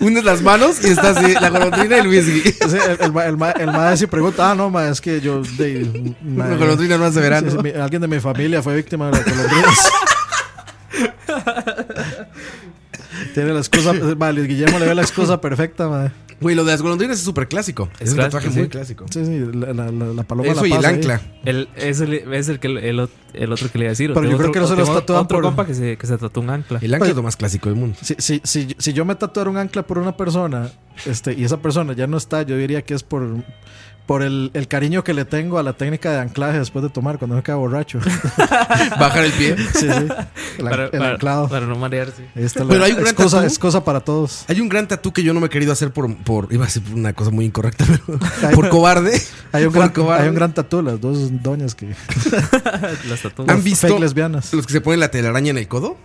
S5: Unes las manos y está así, la golondrina y Luis Gui.
S3: [LAUGHS] Sí, el, el, ma- el, ma- el ma se pregunta, ah, no, ma, es que yo... De, ma-
S5: Una golondrina no hace verano.
S3: Sí, sí, mi- alguien de mi familia fue víctima de las golondrinas.
S4: [LAUGHS]
S3: Tiene la excusa, vale, Guillermo le ve la excusa perfecta, ma.
S5: Güey, lo de las golondrinas es súper clásico. Es,
S4: Es
S5: un
S4: clásico,
S5: tatuaje
S4: sí.
S5: muy clásico.
S3: Sí, sí, la, la, la, la paloma
S5: Eso
S3: la
S5: y el
S3: pasa ahí.
S5: ancla.
S4: El, es el, es el, que, el, ot- el otro que le iba a decir. o
S3: Pero yo
S4: tengo
S3: creo
S4: otro-
S3: que no
S4: o
S3: se los
S4: tengo
S3: tatúan
S4: Otro
S3: por-
S4: compa que se, que se tatuó un ancla.
S5: El ancla es lo más clásico del mundo.
S3: Si, si, si, si yo me tatuara un ancla por una persona este, y esa persona ya no está, yo diría que es por, por el, el cariño que le tengo a la técnica de anclaje después de tomar cuando me queda borracho. [LAUGHS]
S5: Bajar el pie.
S3: Sí, sí. El, an-
S4: para,
S3: el
S4: para-
S3: anclado.
S4: para no marearse.
S3: Ahí está la-
S5: Pero hay un gran
S3: excusa,
S5: tatú.
S3: excusa
S5: [LAUGHS]
S3: para todos.
S5: Hay un gran tatú que yo no me he querido hacer por, por iba a decir por una cosa muy incorrecta, [LAUGHS] pero por cobarde.
S3: Hay un,
S5: Por
S3: gran,
S5: cobarde.
S3: hay un gran tatú, las dos doñas que.
S5: Ah.
S4: [LAUGHS] Las tatuó.
S5: ¿Han visto
S3: [LAUGHS] fake lesbianas.
S5: los que se ponen la telaraña en el codo?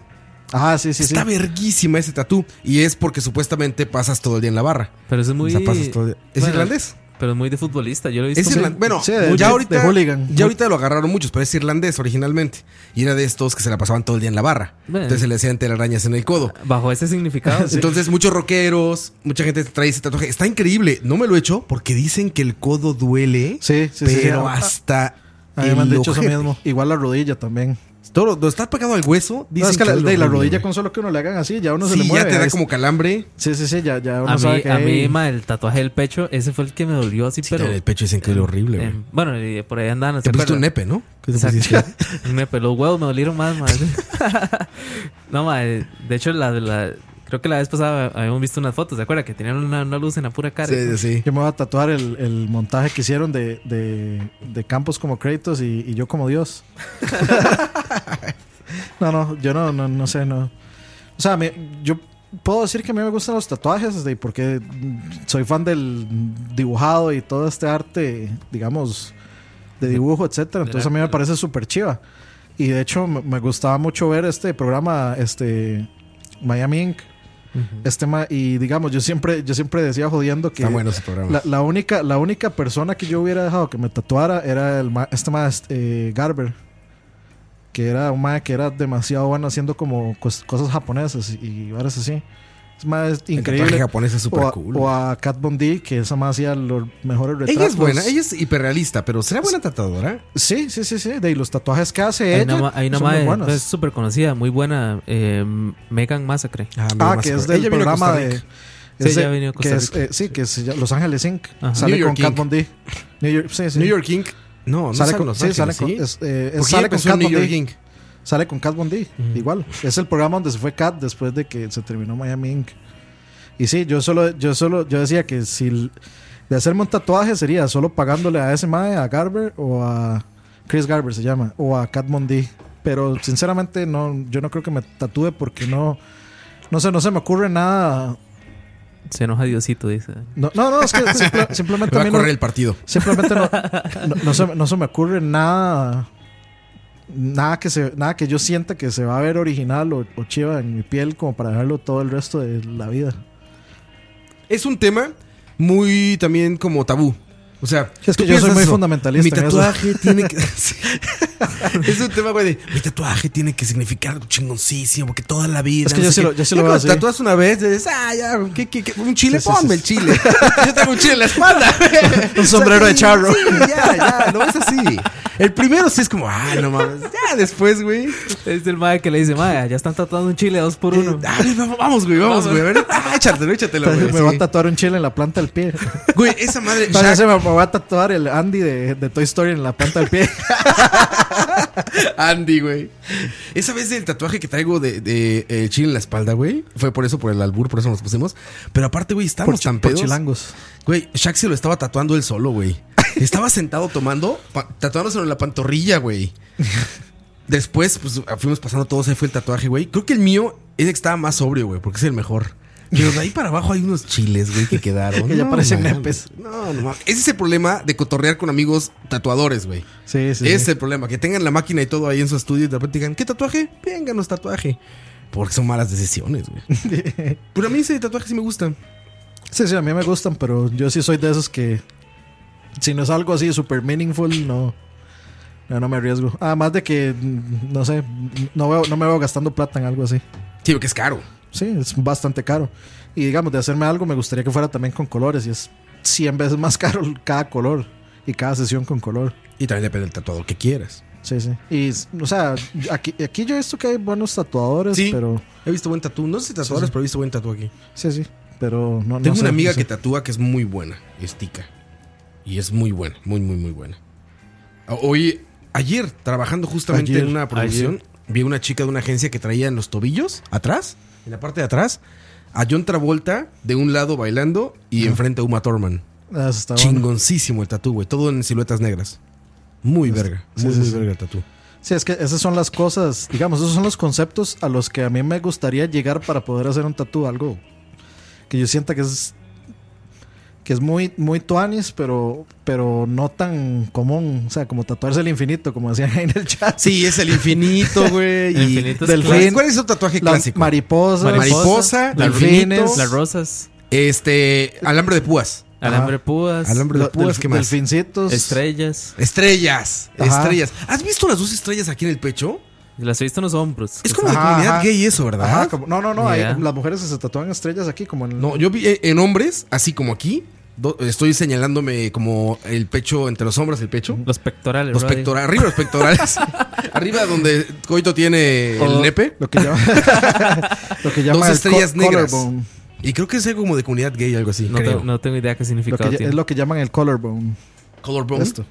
S3: Ah, sí, sí, sí.
S5: Está verguísima ese tatú. Y es porque supuestamente pasas todo el día en la barra.
S4: Pero eso es muy.
S5: O sea, pasas todo el día- ¿Es
S4: Bueno,
S5: irlandés?
S4: Pero es muy de futbolista. Yo lo he visto.
S5: Es
S4: muy-
S5: irlandés. Bueno,
S3: Sí, de- de-
S5: ya, ahorita,
S3: de hooligan.
S5: ya ahorita lo agarraron muchos, pero es irlandés originalmente. Y era de estos que se la pasaban todo el día en la barra.
S4: Bueno.
S5: Entonces se le hacían telarañas en el codo.
S4: Bajo
S5: [LAUGHS]
S4: ese significado.
S5: Entonces muchos rockeros, mucha gente trae ese tatuaje. Está increíble. No me lo he hecho porque dicen que el codo duele.
S3: Sí, sí, sí, sí.
S5: pero
S3: Ah,
S5: hasta...
S3: A mí me han
S5: el
S3: dicho eso
S5: ojete.
S3: mismo. Igual la rodilla también.
S5: Todo, lo está pegado al hueso.
S3: No,
S5: Dicen
S3: es que la,
S5: es
S3: de la
S5: horrible,
S3: rodilla
S5: güey.
S3: con solo que uno le hagan así, ya uno se
S5: Sí,
S3: le
S5: ya
S3: mueve.
S5: te da
S3: ahí-
S5: como calambre.
S3: Sí, sí, sí, ya, ya uno
S4: a
S3: sabe
S4: mí,
S3: que
S4: a mí
S3: ahí-
S4: ma, el tatuaje del pecho, ese fue el que me dolió así,
S5: Sí,
S4: pero.
S5: en el pecho dicen que duele horrible, güey.
S4: em, bueno, y por ahí andan.
S5: Te pusiste un nepe, ¿no?
S4: Exacto. [LAUGHS] me peló los huevos, me dolieron
S5: [LAUGHS]
S4: más, madre. no, madre. De hecho, la, la- creo que la vez pasada habíamos visto unas fotos, ¿se acuerda? Que tenían una, una luz en la pura cara.
S5: Sí, sí, sí.
S3: Yo me voy a tatuar el, el montaje que hicieron de, de, de Campos como Kratos y, y yo como Dios. [LAUGHS] no, no, yo no, no, no sé, no. O sea, me- yo puedo decir que a mí me gustan los tatuajes este, porque mm, soy fan del dibujado y todo este arte, digamos, de dibujo, etcétera. Entonces a mí me parece súper chiva. Y de hecho me, me gustaba mucho ver este programa, este Miami Inc. Este ma- y digamos, yo siempre, yo siempre decía jodiendo que
S5: Está bueno ese programa.
S3: la, la única, la única persona que yo hubiera dejado que me tatuara era el ma- este más Garber. Que era un mae que era demasiado bueno haciendo como cos- cosas japonesas y varas así. Es más
S5: El tatuaje
S3: increíble.
S5: japonés es
S3: O
S5: súper
S3: a,
S5: cool.
S3: o a Kat Von D, que esa más hacía los mejores retratos.
S5: Ella es buena, ella es hiperrealista, pero ¿será buena tratadora?
S3: Sí, sí, sí, sí. De ahí los tatuajes que hace
S4: Hay
S3: ella.
S4: una, ma- hay una
S3: son muy
S4: madre
S3: buenos.
S4: es súper conocida, muy buena, eh, Megan Massacre.
S5: mira,
S3: Ah,
S5: más
S3: que es
S5: sobre-
S3: del
S5: Ella vino a
S3: programa
S5: Costa
S3: de.
S5: Rica.
S4: Sí,
S3: es
S4: ella
S3: de-
S4: ha venido a Costa
S3: que es,
S4: Rica.
S3: eh, sí, que es ya- Los Ángeles Inc.
S4: Ajá.
S3: Sale
S5: New York
S3: con Cat
S5: Inc.
S3: Von D. New York, sí, sí.
S5: New York Inc. No, no
S3: sale
S5: sale
S3: con,
S5: Los
S3: sí, sale
S5: Ángeles,
S3: con,
S5: ¿sí?
S3: es, eh,
S5: Porque ella
S3: sale con Ah,
S5: empezó en
S3: Cat
S5: New
S3: Von
S5: York
S3: D.
S5: Inc.
S3: Sale con Cat Von D, igual. Es el programa donde se fue Cat después de que se terminó Miami Inc. Y sí, yo solo, yo solo, yo decía que si l- de hacerme un tatuaje sería solo pagándole a ese mae, a Garber o a Chris Garber se llama, o a Cat Von D. Pero sinceramente no, yo no creo que me tatúe porque no, no sé, no se me ocurre nada.
S4: Se enoja
S5: [LAUGHS]
S4: Diosito, dice.
S3: No, no, no, es que simple- simplemente
S5: Va
S3: a mí
S5: a
S3: no-
S5: correr el partido.
S3: Simplemente no, no, no se, no se me ocurre nada. Nada que, se, nada que yo sienta que se va a ver original o, o chiva en mi piel como para dejarlo todo el resto de la vida.
S5: Es un tema muy también como tabú. O sea,
S3: Es
S5: tú
S3: que yo soy
S5: piensas
S3: muy fundamentalista
S5: Mi
S3: en eso". [LAUGHS]
S5: tatuaje tiene que. [LAUGHS] Sí. es un tema, güey, de. Mi tatuaje tiene que significar algo chingoncísimo, porque toda la vida.
S3: Es que yo sí lo- yo sí
S5: Ya
S3: lo veo
S5: cuando
S3: así.
S5: tatúas una vez, dices, ah, ya, ¿qué, qué, qué? un chile,
S3: Sí, sí,
S5: ponme
S3: sí.
S5: el chile. yo tengo un chile en la espalda.
S3: [LAUGHS] Un sombrero de
S5: sí,
S3: charro.
S5: Sí, ya, ya, no es así. El primero sí es como, ah, no mames. Ya después, güey.
S4: Es el madre que le dice, madre, ya están tatuando un chile dos por uno.
S5: Eh, dale, vamos, vamos, güey, vamos, güey. A ver, ah, échatelo, échatelo, güey.
S3: [LAUGHS] me voy a
S5: sí.
S3: tatuar un chile en la planta del
S5: [LAUGHS]
S3: pie.
S5: Güey, esa madre.
S3: No, ya
S5: Shaq-
S3: se me, me voy a tatuar el Andy de, de Toy Story en la planta
S5: [LAUGHS]
S3: del pie.
S5: Andy, güey. Esa vez del tatuaje que traigo de, de eh, chile en la espalda, güey. Fue por eso, por el albur, por eso nos pusimos. Pero aparte, güey,
S3: por,
S5: estábamos
S3: chi-
S5: tan
S3: por
S5: pedos.
S3: chilangos.
S5: Güey, Shaq se lo estaba tatuando él solo, güey. Estaba sentado tomando, pa- tatuándoselo en la pantorrilla, güey. Después, pues fuimos pasando todos, ahí fue el tatuaje, güey. Creo que el mío es el que estaba más sobrio, güey, porque es el mejor. Pero de ahí para abajo hay unos chiles, güey, que quedaron.
S3: [LAUGHS] Que ya parecen
S5: mames.
S3: nepes.
S5: No, no mames. Ese es el problema de cotorrear con amigos tatuadores, güey.
S3: Sí, sí.
S5: Ese es
S3: sí.
S5: el problema, que tengan la máquina y todo ahí en su estudio y de repente digan, ¿qué tatuaje? Vénganos tatuaje. Porque son malas decisiones,
S3: [LAUGHS]
S5: güey. Pero a mí ese tatuaje sí me gusta.
S3: Sí, sí, a mí me gustan, pero yo sí soy de esos que si no es algo así super meaningful, no, No, no me arriesgo. Además de que, mm, no sé, no, veo, no me veo gastando plata en algo así.
S5: Sí, porque es caro.
S3: Sí, es bastante caro. Y digamos, de hacerme algo, me gustaría que fuera también con colores. Y es 100 veces más [LAUGHS] caro cada color y cada sesión con color.
S5: Y también depende del tatuador que quieras.
S3: Sí, sí. Y, o sea, aquí, aquí yo he visto que hay buenos tatuadores,
S5: Sí.
S3: pero.
S5: He visto buen tatú. No sé si tatuadores, pero he visto buen tatú aquí.
S3: Sí, sí. Pero no, no
S5: Tengo
S3: sé,
S5: una amiga
S3: no sé.
S5: que tatúa que es muy buena, es tica. Y es muy buena, muy, muy, muy buena. A- Hoy, ayer, trabajando justamente
S3: Ayer,
S5: en una producción, vi una chica de una agencia que traía en los tobillos, atrás, en la parte de atrás, a John Travolta de un lado bailando y enfrente a Uma Thurman.
S3: Ah, eso está bueno.
S5: Chingoncísimo el tatú, güey. Todo en siluetas negras. Muy verga,
S3: sí,
S5: muy,
S3: sí,
S5: muy
S3: sí.
S5: verga el tatú.
S3: Sí, es que esas son las cosas, digamos, esos son los conceptos a los que a mí me gustaría llegar para poder hacer un tatú, algo que yo sienta que es que es muy muy tuanis, pero pero no tan común, o sea, como tatuarse el infinito, como decían ahí [LAUGHS] en el chat.
S5: Sí, es el infinito, [LAUGHS] güey.
S4: El
S5: y-
S4: infinito es
S5: ¿Cuál-
S3: clásico.
S5: ¿Cuál es su tatuaje
S3: Las
S5: clásico?
S3: mariposas,
S5: Mariposa,
S4: las
S3: delfines,
S4: rosas, las rosas,
S5: este, alambre de púas.
S4: alambre púas,
S5: Alambre de
S3: lo-
S5: púas,
S3: delf-
S5: ¿qué más?
S3: delfincitos.
S4: estrellas.
S5: Estrellas,
S3: Ajá.
S5: estrellas. ¿Has visto las dos estrellas aquí en el pecho?
S4: Las he visto en los hombros.
S5: Es como la
S3: Ajá,
S5: comunidad
S3: ajá.
S5: gay eso, ¿verdad?
S3: Ajá, como- no, no, no, hay-
S4: Ya.
S3: las mujeres que se tatúan estrellas aquí como en
S5: No, yo vi eh, en hombres, así como aquí, do- estoy señalándome como el pecho entre los hombros, el pecho.
S4: Los pectorales.
S5: Los
S4: Roddy.
S5: pectorales, arriba los
S4: [LAUGHS]
S5: pectorales. arriba donde Coito tiene
S3: o
S4: Oh.
S5: el nepe.
S3: lo que llama, [LAUGHS] lo que llama
S5: Dos
S3: el
S5: estrellas
S3: co-
S5: negras.
S3: collarbone.
S5: Y creo que es algo como de comunidad gay, algo así.
S4: No,
S5: creo.
S4: tengo- no tengo idea qué
S3: Lo que
S4: significado
S3: ll-
S4: tiene.
S3: es lo que llaman el collarbone.
S5: Colorbone.
S3: Esto.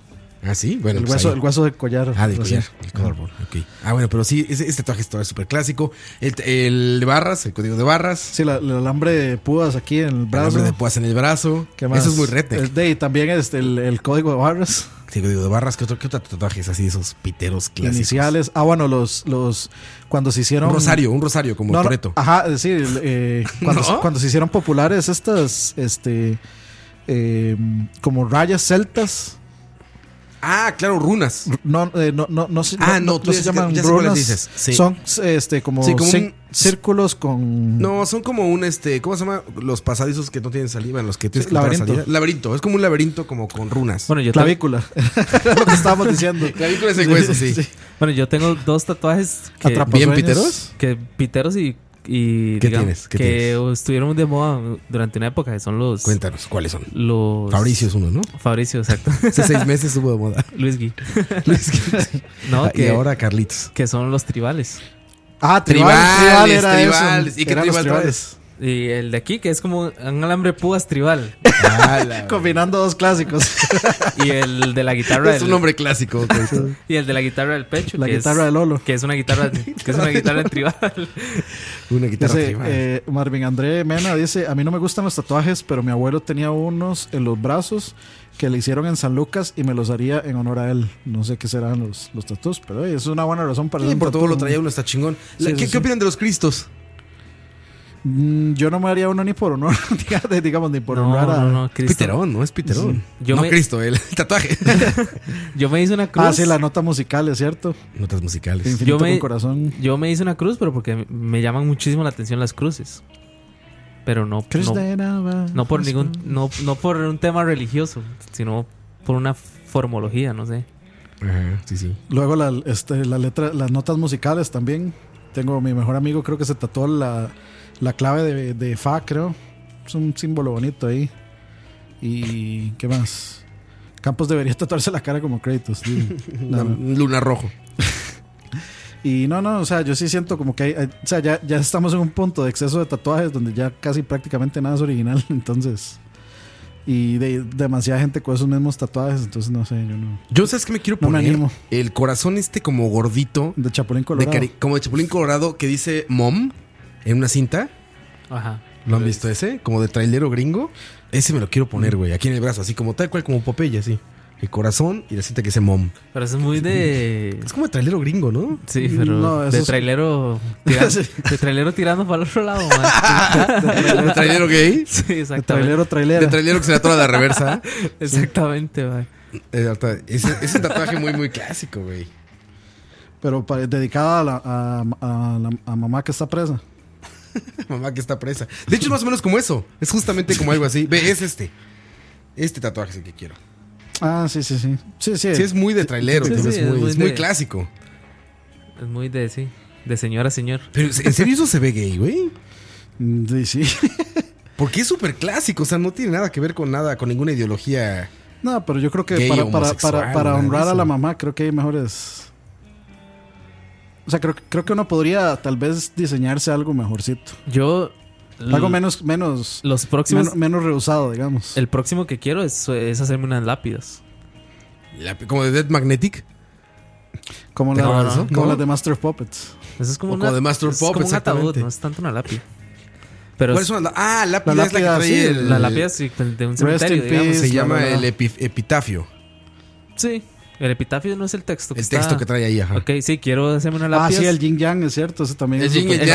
S5: Ah, sí, bueno.
S3: El
S5: pues
S3: hueso,
S5: ahí.
S3: el hueso del collar.
S5: Ah, del
S3: Así.
S5: collar. El collarbone, ok. Ah, bueno, pero sí, ese- este tatuaje es súper clásico. El, el de barras, el código de barras.
S3: Sí, la- el alambre de púas aquí en el brazo.
S5: Alambre de púas en el brazo.
S3: ¿Qué más?
S5: Eso es muy redneck.
S3: El de- y también este, el, el código de barras.
S5: Sí, digo, de barras, ¿qué otro, qué otro tatuaje es así de esos piteros clásicos?
S3: Iniciales. Ah, bueno, los, los. Cuando se hicieron.
S5: Un rosario, un rosario como
S3: No, Ah. no,
S5: Toreto.
S3: ajá, es decir, el,
S5: [LAUGHS]
S3: eh, cuando,
S5: ¿No?
S3: cuando se hicieron populares estas. Este. eh, como rayas celtas.
S5: Ah, claro, runas.
S3: No, eh, no, no, no, se-
S5: Ah, no, tú
S3: se
S5: ya-
S3: llaman
S5: ya sé cuáles
S3: runas.
S5: dices, sí.
S3: Son este, como,
S5: Sí, como
S3: cir-
S5: un-
S3: círculos con.
S5: No, son como un este, ¿cómo se llama? Los pasadizos que no tienen saliva, en los que tienes
S3: Sí,
S5: que entrar a
S3: laberinto.
S5: salida. Laberinto, es como un laberinto como con runas.
S4: Bueno yo, tengo-
S3: clavícula. [LAUGHS] Era lo que estábamos
S5: [LAUGHS]
S3: diciendo.
S5: Clavícula es el hueso, sí.
S4: bueno, yo tengo dos tatuajes que,
S3: Atrapa-
S5: ¿Bien
S3: Pasueños.
S5: piteros?
S4: que piteros y, y
S5: ¿Qué tienes? ¿Qué
S4: que
S5: tienes?
S4: estuvieron de moda durante una época, que son los...
S5: Cuéntanos, ¿cuáles son?
S4: los
S5: Fabricio es uno, ¿no?
S4: Fabricio, exacto. [LAUGHS]
S5: Hace seis meses estuvo de
S3: [LAUGHS]
S5: moda. Ah,
S4: Luis Gui. [LAUGHS] no,
S5: y
S4: que,
S5: ahora
S3: [LAUGHS]
S5: Carlitos.
S4: que son los tribales.
S3: Ah,
S5: Tribales,
S3: era eso.
S5: tribales. ¿Y qué
S3: Eran los
S5: tribal
S3: tribales.
S4: Y el de aquí, que es como un alambre púas tribal.
S3: Combinando
S5: [LAUGHS]
S3: dos clásicos.
S4: Y el de la
S5: es
S3: [LAUGHS]
S4: guitarra del,
S5: un nombre clásico. pues, Coito.
S4: y el de la guitarra del pecho.
S3: La
S4: que
S3: guitarra
S4: es,
S3: de Lolo.
S4: Que es
S3: [LAUGHS]
S4: una guitarra, que es una guitarra tribal.
S5: Una guitarra
S3: Dice,
S5: tribal.
S3: eh, Marvin André Mena dice, a mí no me gustan los tatuajes, pero mi abuelo tenía unos en los brazos que le hicieron en San Lucas y me los haría en honor a él. No sé qué serán los, los tatuajes, pero eh, es una buena razón para
S5: Sí,
S3: hacer un
S5: por
S3: tatú.
S5: todo lo traía uno, está chingón. La- ¿qué,
S3: Sí, sí,
S5: qué
S3: sí.
S5: opinan de los Cristos?
S3: Mm, Yo no me haría uno ni por honor, [LAUGHS] diga- digamos, ni por
S4: no,
S3: honor a...
S4: no, no, Cristo.
S5: Piterón, ¿no? Es Piterón.
S4: Yo
S5: no
S4: me-
S5: Cristo, el [LAUGHS]
S3: [LAUGHS]
S5: tatuaje.
S4: Yo me hice una cruz.
S3: Ah, sí, la nota musical, es cierto.
S5: Notas musicales.
S3: Infinito
S4: Yo me-
S3: con corazón.
S4: Yo me hice una cruz, pero porque me llaman muchísimo la atención las cruces. Pero no, no, no por ningún, no, no por un tema religioso, sino por una formología, no sé.
S5: Ajá, sí, sí.
S3: Luego la, este, la letra, las notas musicales también. Tengo mi mejor amigo, creo que se tatuó la, la clave de, de Fa, creo. Es un símbolo bonito ahí. Y qué más. Campos debería [LAUGHS] tatuarse la cara como Kratos.
S5: [LAUGHS]
S3: sí. No, no.
S5: Un Luna rojo.
S3: Y no, no, o sea, yo sí siento como que hay- hay- o sea, ya, ya estamos en un punto de exceso de tatuajes donde ya casi prácticamente nada es original, [LAUGHS] entonces. Y de, demasiada gente con esos mismos tatuajes, entonces no sé, yo no.
S5: Yo, ¿sabes qué me quiero
S3: No me
S5: poner?
S3: animo.
S5: El corazón este como gordito,
S3: De Chapulín
S5: de
S3: Colorado. [LAUGHS]
S5: cari- como de Chapulín Colorado, que dice Mom en una cinta.
S4: Ajá.
S5: ¿Lo han
S3: Pues
S5: visto ese? Como de trailero gringo. Ese me lo quiero poner, güey, aquí en el brazo, así como tal cual, como Popeye, así. El corazón y la cinta que dice Mom.
S4: Pero eso es muy de
S5: Es como de trailero gringo,
S3: [LAUGHS]
S5: ¿no?
S4: Sí, pero
S3: Mm, No, eso
S4: de
S3: es-
S4: trailero
S3: [LAUGHS]
S4: tirando, de trailero tirando para el otro lado, man.
S5: De trailero gay.
S4: sí,
S3: De
S4: exactamente.
S3: trailero, trailera.
S5: De trailero que se le atora la reversa. [LAUGHS]
S4: Exactamente, man.
S5: Eh, ahorita, Ese es un tatuaje muy, muy clásico, güey.
S3: Pero para- dedicada a, la, a, a la- a mamá que está presa.
S5: Mamá que está presa. De hecho, es más o menos como eso. Es justamente como algo así. Ve, es este. Este tatuaje es el que quiero.
S3: Ah, sí, sí, sí. Sí, sí.
S5: Sí, es muy de trailero,
S4: Sí, sí,
S5: es,
S4: sí, es
S5: muy,
S4: muy
S5: es muy
S4: de-
S5: clásico.
S4: Es muy de, sí, de señor a señor.
S5: Pero, ¿en serio eso se ve gay, güey?
S3: Mm, Sí, [LAUGHS] sí.
S5: Porque es súper clásico, o sea, no tiene nada que ver con nada, con ninguna ideología.
S3: No, pero yo creo que
S5: Gay,
S3: para, para,
S5: homosexual,
S3: para, para
S5: nada de
S3: honrar a
S5: eso.
S3: la mamá, creo que hay mejores. O sea, creo, que- creo que uno podría tal vez diseñarse algo mejorcito.
S4: Yo.
S3: Algo menos, menos,
S4: Los próximos.
S3: men- menos rehusado, digamos.
S4: El próximo que quiero es, es hacerme unas lápidas.
S5: La- como de Dead Magnetic.
S3: como
S5: ¿te
S3: la,
S5: acuerdas, no?
S3: como
S5: ¿No?
S3: la de Master of Puppets.
S4: Eso es como
S5: O
S4: una.
S5: como de Master
S4: es
S5: Pop,
S4: como un ataúd,
S5: exactamente.
S4: no es tanto una lápida. Pero
S5: ¿Cuál
S4: es-
S5: es una- Ah, lápida,
S3: La
S5: es la que
S3: lápida,
S5: trae
S3: sí,
S5: el-
S4: la lápida sí, de un
S3: Rest in
S4: cementerio, digamos.
S3: peace.
S5: Se
S3: es la
S5: llama el
S3: verdad.
S5: epi- epitafio.
S4: Sí. El epitafio no es el texto que
S5: El
S4: está-
S5: texto que trae ahí, ajá.
S4: Ok, sí, quiero hacerme una
S3: Ah,
S4: lápida.
S3: sí, el Yin Yang, es cierto. Ese también
S5: El
S3: es
S5: yin
S3: súper-
S5: y el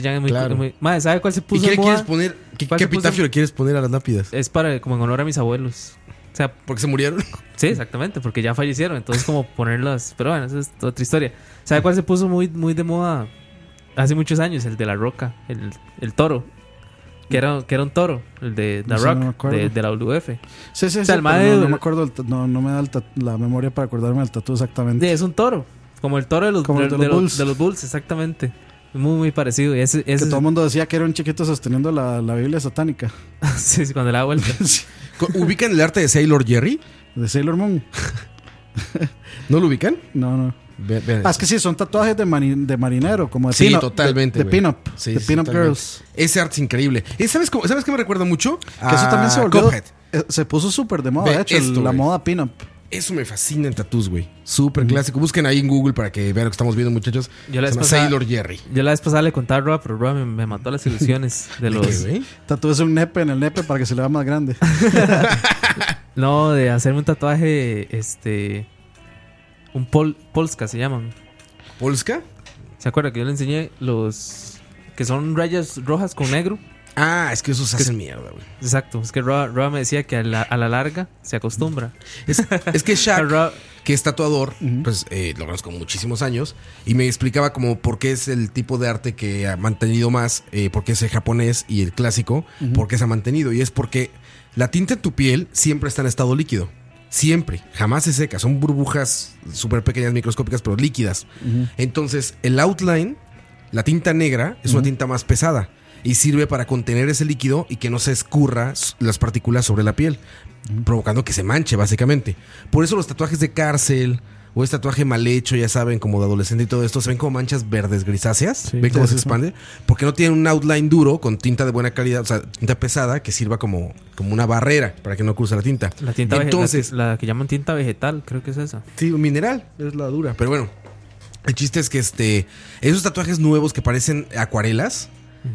S5: yang.
S4: es muy,
S5: Claro.
S4: muy- Madre, ¿sabe cuál se
S5: ¿Y
S4: puso
S5: qué
S4: en
S5: le
S4: Pues moda?
S5: quieres poner? ¿Qué,
S4: ¿Cuál
S5: qué
S4: se puso?
S5: epitafio le quieres poner a las lápidas?
S4: Es para, como en honor a mis abuelos. O sea,
S5: Porque se murieron. [LAUGHS]
S4: sí, exactamente, porque ya fallecieron. Entonces, como ponerlas. Pero bueno, esa es otra historia. ¿Sabe cuál se puso muy, muy de moda hace muchos años? El de la roca, el, el toro. Que era, que era un toro, el de The
S3: No sé, no me
S4: Rock,
S3: acuerdo.
S4: de, de la WF.
S3: Sí, sí, sí.
S4: O sea,
S3: pero
S4: el mae-
S3: no, no me acuerdo, el ta- no, no me da el ta- la memoria para acordarme del tatu
S4: Sí,
S3: exactamente.
S4: es un toro, como el toro de los,
S3: Como el de los Bulls.
S4: de los Bulls, exactamente. Muy, muy parecido. Y ese,
S3: que
S4: ese
S3: todo el mundo decía que era un chiquito sosteniendo la, la Biblia satánica
S4: [LAUGHS] sí, sí, cuando le
S3: [LAUGHS]
S4: da vuelta.
S5: Co- ¿Ubican el arte de Sailor Jerry?
S3: de Sailor Moon. [LAUGHS]
S5: ¿No lo ubican?
S3: No, no.
S5: Ve- vean
S3: Ah,
S5: eso.
S3: es que sí, son tatuajes de, mani- de marinero, como de
S5: Sí,
S3: pin-up,
S5: totalmente.
S3: De, de
S5: güey.
S3: pin-up,
S5: Sí,
S3: de
S5: sí,
S3: pin-up
S5: totalmente.
S3: girls.
S5: Ese arte es increíble. Eh, ¿Sabes, cómo- ¿Sabes qué me recuerda mucho? Ah,
S3: Que eso también se volvió.
S5: Cuphead.
S3: eh, se puso súper de moda,
S5: Ve
S3: de hecho,
S5: esto,
S3: la
S5: güey.
S3: moda pin-up.
S5: Eso me fascina en tatús, güey. Súper clásico. Busquen ahí en Google para que vean lo que estamos viendo, muchachos.
S4: Yo la
S5: se
S4: vez
S5: llama
S4: pasada-
S5: Sailor Jerry.
S4: Yo la vez pasada le contaba a Roa, pero Roa me, me mató las ilusiones
S3: [LAUGHS]
S4: de
S5: ¿De qué,
S4: los...
S5: güey?
S3: Tatúes un nepe en el nepe para que se le vea
S5: [LAUGHS]
S3: más grande.
S4: No, de hacerme un tatuaje, este... Un pol, polska se llaman.
S5: ¿Polska?
S4: ¿Se acuerda que yo le enseñé los... Que son rayas rojas con negro?
S5: Ah, es que esos hacen mierda, güey.
S4: Exacto, es que Roa, Roa me decía que a la, a la larga se acostumbra.
S5: Es, es
S4: [LAUGHS]
S5: que Shaq,
S4: Roa-
S5: que es tatuador, pues eh, lo conozco muchísimos años, y me explicaba como por qué es el tipo de arte que ha mantenido más, eh, por qué es el japonés y el clásico, por qué se ha mantenido, y es porque la tinta en tu piel siempre está en estado líquido. Siempre, jamás se seca, son burbujas súper pequeñas, microscópicas, pero líquidas. Entonces, el outline, la tinta negra, es una tinta más pesada y sirve para contener ese líquido y que no se escurra s- las partículas sobre la piel, provocando que se manche, básicamente. Por eso los tatuajes de cárcel o ese tatuaje mal hecho, ya saben, como de adolescente y todo esto, se ven como manchas verdes grisáceas, ven cómo se expande, porque no tienen un outline duro con tinta de buena calidad, o sea, tinta pesada que sirva como, como una barrera para que no cruce la tinta.
S4: La tinta vege- la-
S5: Entonces,
S4: la, que llaman tinta vegetal, creo que es esa.
S5: Sí, un mineral, es la dura. Pero bueno, el chiste es que este, esos tatuajes nuevos que parecen acuarelas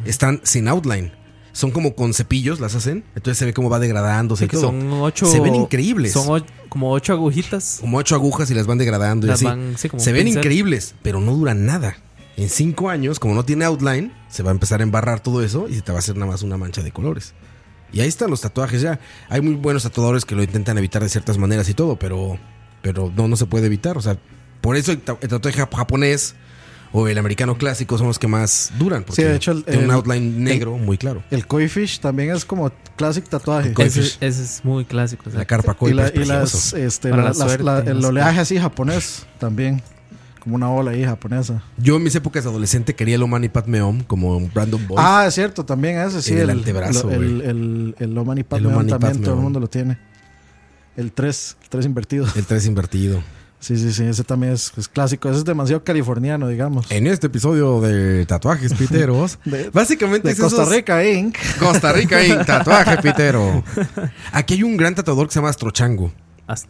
S5: están sin outline. Son como con cepillos, las hacen. Entonces se ve cómo va degradándose.
S4: Sí,
S5: y
S4: que
S5: todo.
S4: son ocho...
S5: Se ven increíbles.
S4: Son o- como ocho agujitas.
S5: como ocho agujas y las van degradando. y
S4: Las
S5: así.
S4: van, sí, como
S5: se
S4: un
S5: ven
S4: pincel.
S5: increíbles, pero no duran nada. En cinco años, como no tiene outline, se va a empezar a embarrar todo eso y se te va a hacer nada más una mancha de colores. Y ahí están los tatuajes ya. Hay muy buenos tatuadores que lo intentan evitar de ciertas maneras y todo, pero, pero no, no se puede evitar. O sea, por eso el, ta- el tatuaje jap- japonés o el americano clásico son los que más duran. Porque
S3: Sí, de hecho, el-
S5: tiene un
S3: el-
S5: outline negro muy claro.
S3: El koi fish también es como clásico tatuaje.
S5: El koi
S4: Ese,
S5: fish.
S4: ese es muy clásico. o sea,
S5: La carpa
S3: Y,
S5: coipa
S3: la-
S5: es
S3: y las,
S5: precioso.
S3: este,
S4: Para
S3: la-
S4: la
S3: las-
S4: suerte,
S3: la- el
S4: las-
S3: oleaje así japonés también. Como una ola ahí japonesa.
S5: Yo en mis épocas de adolescente quería el Omani Pat Meom como un Brandon Boy.
S3: Ah, es cierto, también ese, sí.
S5: En el
S3: El,
S5: antebrazo,
S3: El, el,
S5: güey.
S3: el, el Omani Pat
S5: El
S3: Meon
S5: Omani
S3: también
S5: Pat
S3: todo el
S5: Meon.
S3: mundo lo tiene. El 3, el 3 invertido. [LAUGHS]
S5: El 3 invertido.
S3: Sí, sí, sí, ese también es, es clásico. Ese es demasiado californiano, digamos.
S5: En este episodio de
S3: [LAUGHS]
S5: Tatuajes Piteros,
S3: De-
S5: básicamente
S3: De
S5: es
S3: Costa
S5: esos-
S3: Rica, Inc.
S5: [LAUGHS] Costa Rica y tatuaje
S3: [LAUGHS]
S5: pitero. Aquí hay un gran tatuador que se llama Astrochango.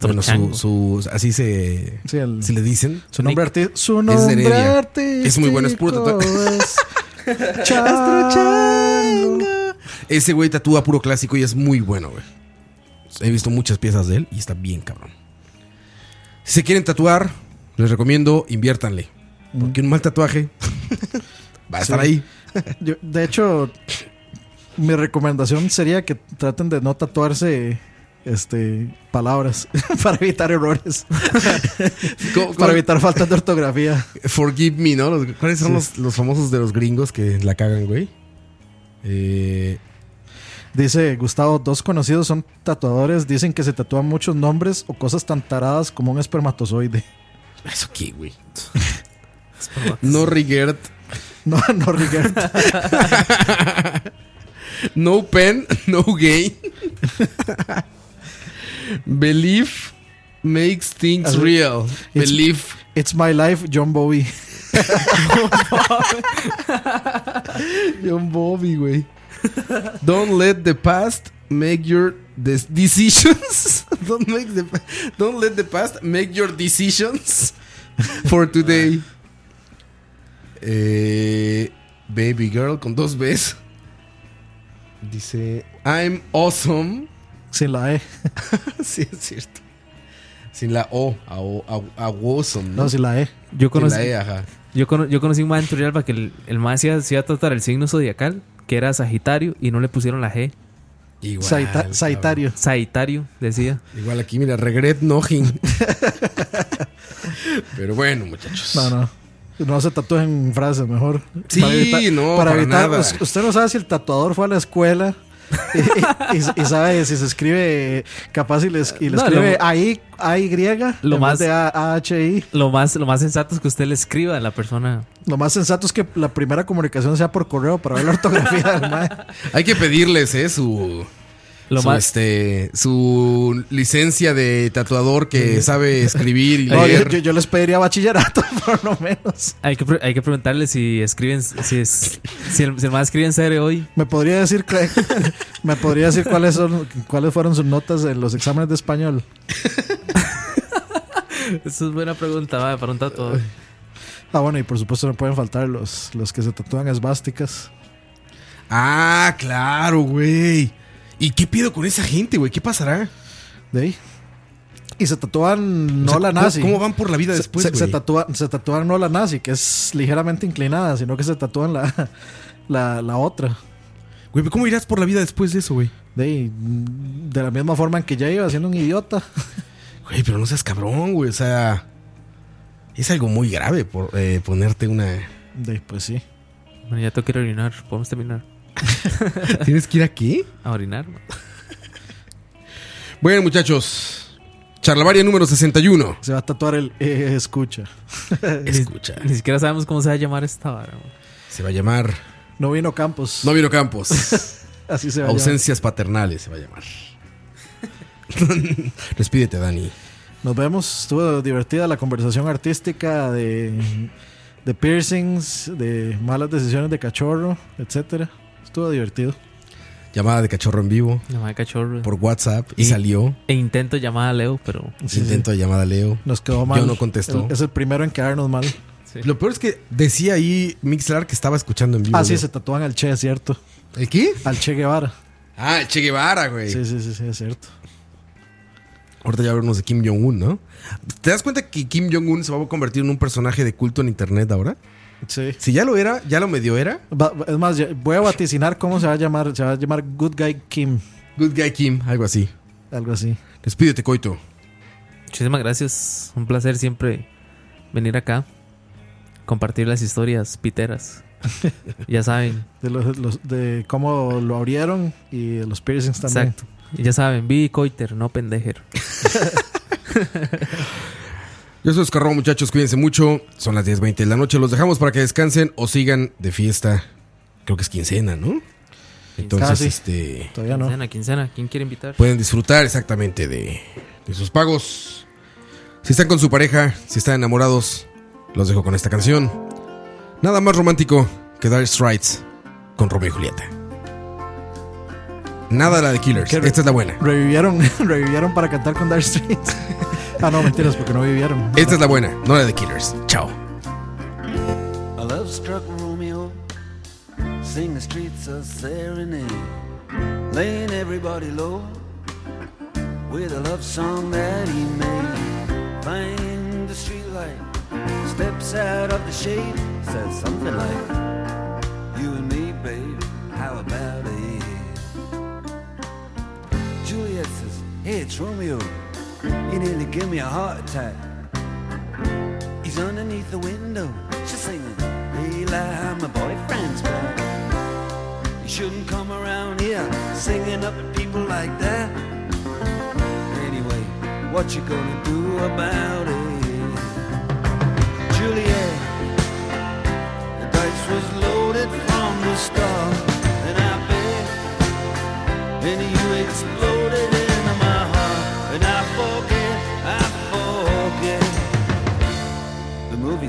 S5: Bueno, su-
S4: Astrochango.
S5: su- así se,
S3: Sí, el-
S5: se le dicen.
S3: Su nombre artístico. Su
S5: de
S3: nombre
S5: Heredia.
S3: artístico.
S5: Es muy bueno, es puro tatuaje.
S3: es
S5: [LAUGHS]
S3: Chango.
S5: Ese güey tatúa puro clásico y es muy bueno, güey. He visto muchas piezas de él y está bien cabrón. Si se quieren tatuar, les recomiendo inviértanle.
S3: Mm.
S5: Porque un mal
S3: [LAUGHS]
S5: tatuaje va a estar ahí.
S3: Yo, de hecho, mi recomendación sería que traten de no tatuarse este palabras [LAUGHS] para evitar errores,
S5: Co- co-
S3: para evitar faltas de ortografía.
S5: Forgive me, ¿no? Los- ¿Cuáles son
S3: Sí.
S5: los, los famosos de los gringos que la cagan, güey? Eh,
S3: Dice Gustavo, dos conocidos son tatuadores, dicen que se tatúan muchos nombres o cosas tan taradas como un espermatozoide. [LAUGHS]
S5: ¿Eso qué, güey? Eh, no Rigert,
S3: No, no, Ricardo.
S5: [LAUGHS] no pen, no [LAUGHS] gay. Belief makes things
S3: Así-
S5: real.
S3: It's-
S5: Belief.
S3: It's my life, John Bobby.
S5: John Bobby, güey. Don't let the past make your des- decisions. [LAUGHS] Don't make the pa- Don't let the past make your decisions for today. [LAUGHS] Eh, baby girl con dos B's. Dice I'm awesome. [LAUGHS]
S3: Sin la E.
S5: sí, es cierto. Sin la O, a, o- a- a awesome. ¿no?
S3: No, sin la E.
S5: Sin
S4: Yo conocí,
S5: la E, ajá.
S4: yo, cono- yo conocí un man en Turrialba que el, el man se iba, se iba a tratar el signo zodiacal, que era Sagitario, y no le pusieron la G.
S5: Igual,
S3: Saita-
S5: cabrón.
S3: Saitario.
S4: Sagitario, decía.
S5: Igual aquí, mira, regret nothing. Pero bueno, muchachos.
S3: No, no. No se tatúen frases, mejor.
S5: Sí, no, para nada.
S3: us- Usted no sabe si el tatuador fue a la
S5: [LAUGHS]
S3: escuela y, y- y sabe si se escribe capaz y le, es- y le
S4: No,
S3: escribe
S4: lo-
S3: AY, AY,
S4: Lo
S3: en
S4: más-
S3: vez de A- AHI.
S4: Lo más, lo más sensato es que usted le escriba a la persona.
S3: Lo más sensato es que la primera comunicación sea por correo para ver la ortografía
S5: [LAUGHS]
S3: del mae.
S5: Hay que pedirles, ¿eh? Su.
S4: Lo
S5: su,
S4: más,
S5: este, su licencia de tatuador que sabe escribir y
S3: [LAUGHS] No, yo,
S5: leer.
S3: yo- yo les pediría bachillerato, [LAUGHS] por lo menos.
S4: hay, que, pre- hay que preguntarle si escriben, si, es, si, el, si el man escribe en serio hoy.
S3: Me podría decir, que- [LAUGHS] me podría decir cuáles, son, cuáles fueron sus notas en los exámenes de español.
S4: Esa es buena pregunta, va, para un tatuador.
S3: Ah, bueno, y por supuesto no pueden faltar los, los que se tatúan esvásticas.
S5: Ah, claro, güey. ¿Y qué pido con esa gente, güey? ¿Qué pasará?
S3: De ahí. Y se tatúan
S5: O
S3: no
S5: sea,
S3: la
S5: ¿cómo-
S3: nazi.
S5: ¿Cómo van por la vida
S3: Se-
S5: después,
S3: se,
S5: güey?
S3: se tatúan, se tatúan no la nazi, que es ligeramente inclinada, sino que se tatúan la, [LAUGHS] la, la otra.
S5: Güey, ¿pero ¿cómo irás por la vida después de eso, güey?
S3: De, ahí, mm, de la misma forma en que ya iba siendo un idiota.
S5: Güey, pero no seas cabrón, güey. O sea, es algo muy grave por eh, ponerte una.
S3: [LAUGHS] De ahí, pues sí.
S4: Bueno, ya tengo que ir a orinar. Podemos terminar.
S5: ¿Tienes que ir aquí?
S4: A orinar.
S5: Bueno, muchachos. Charlavaria número 61.
S3: Se va a tatuar el [LAUGHS] eh, escucha.
S5: Eh, Escucha.
S4: Ni siquiera sabemos cómo se va a llamar esta vara. man.
S5: Se va a llamar
S3: No vino Campos.
S5: No vino [LAUGHS] Campos.
S3: Así se va a llamar.
S5: Ausencias paternales se va a llamar. [LAUGHS] Despídete, Dani.
S3: Nos vemos. Estuvo divertida la conversación artística de, de piercings, de malas decisiones de cachorro, etcétera. Estuvo divertido.
S5: Llamada de cachorro en vivo
S4: Llamada de cachorro.
S5: por WhatsApp y salió.
S4: E intento llamar a Leo, pero.
S3: Sí,
S5: Intento de llamada a Leo.
S3: Nos quedó mal.
S5: Yo no contestó.
S3: El- es el primero en quedarnos mal.
S5: Lo peor es que decía ahí Mixlar que estaba escuchando en vivo.
S3: Ah, sí,
S5: ¿no?
S3: se tatúan al Che, es cierto.
S5: ¿El qué?
S3: Al Che Guevara.
S5: Ah, el Che Guevara, güey.
S3: Sí, sí, sí, sí, es cierto.
S5: Ahorita ya hablamos de Kim Jong-un, ¿no? ¿Te das cuenta que Kim Jong-un se va a convertir en un personaje de culto en internet ahora?
S3: Sí.
S5: Si ya lo era, ya lo medio era.
S3: Va- es más, ya- voy a vaticinar cómo se va a llamar. Se va a llamar Good Guy Kim.
S5: Good Guy Kim, algo así.
S3: Algo así.
S5: Despídete, Coito.
S4: Muchísimas gracias. Un placer siempre venir acá. Compartir las historias
S3: [LAUGHS]
S4: piteras. ya saben.
S3: De, los, los- de cómo lo abrieron y de los piercings también.
S4: Exacto. Y ya saben, vi coiter, no pendejer.
S5: Yo soy Escarro, muchachos, cuídense mucho. Son las 10.20 de la noche. Los dejamos para que descansen o sigan de fiesta. Creo que es quincena, ¿no? Entonces,
S3: Casi.
S5: este.
S3: Todavía no.
S4: Quincena, quincena. ¿Quién quiere invitar?
S5: Pueden disfrutar exactamente de, de sus pagos. Si están con su pareja, si están enamorados, los dejo con esta canción. Nada más romántico que Dark Strides con Romeo y Julieta. Nada la de Killers.
S3: Qué re-
S5: Esta es la buena.
S3: Revivieron, [LAUGHS] revivieron para cantar con Dire Straits. [LAUGHS] ah, no, mentiras, porque no vivieron.
S5: Esta es la buena, no la de Killers. Chao.
S9: A love struck Romeo, sing the streets a serenade, laying everybody low with a love song that he made. Find the streetlight, steps out of the shade, says something like, You and me, babe, how about it? Juliet says, Hey, it's Romeo, you nearly give me a heart attack. He's underneath the window. She's singing, Eli, my boyfriend's back. He shouldn't come around here singing up at people like that. Anyway, what you gonna do about it? Juliet, the dice was loaded from the start, and I bet, and you exploded into my heart, and I forget, I forget the movie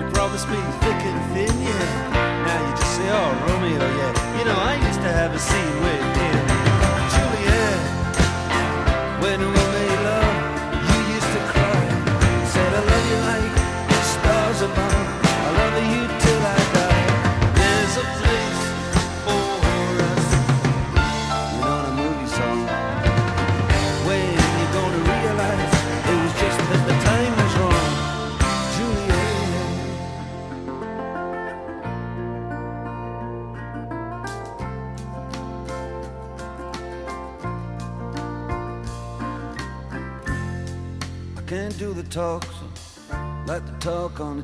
S9: You promised me thick and thin, yeah. Now you just say, oh, Romeo, yeah. You know, I used to have a scene with him. Juliet, when we made love, you used to cry. Said, I love you like the stars above. I love you till I die. There's a place for us. You know, in a movie song when you're gonna realize it was just that the time was wrong, Juliet. I can't do the talks like the talk on the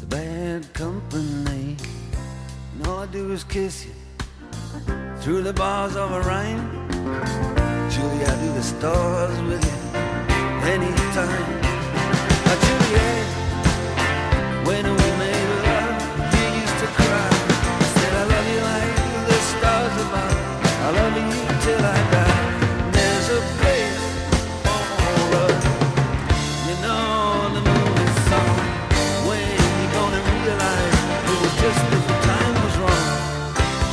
S9: the bad company. And all I do is kiss you through the bars of a rhyme. Julie, I do the stars with you anytime. Now, Juliet, when we made love, you used to cry. Said I love you like the stars above. I love you till I die. There's a place for us. You know the movie song. When you gonna realize it was just that the time was wrong,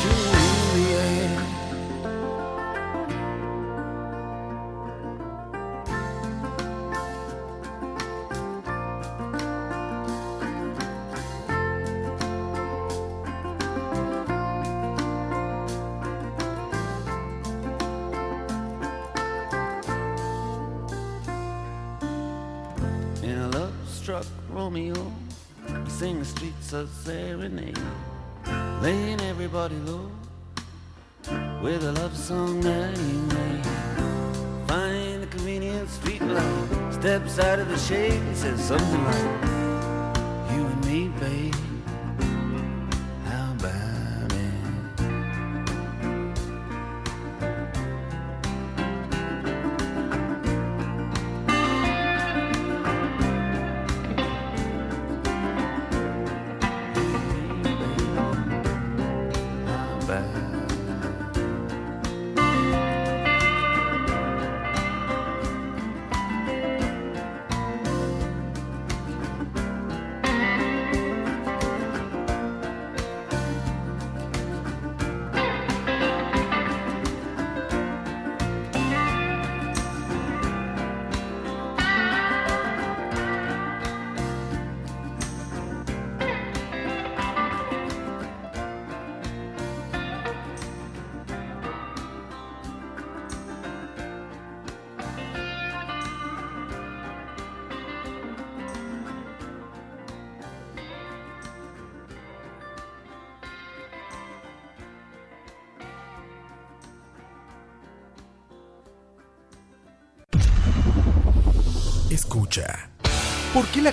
S9: Juliet. In a love struck Romeo, he sing the streets a serenade, laying everybody low with a love song that he made. Find a convenient street light, steps out of the shade and says something like, You and me, babe. How about it?
S1: Escucha.
S5: ¿Por qué la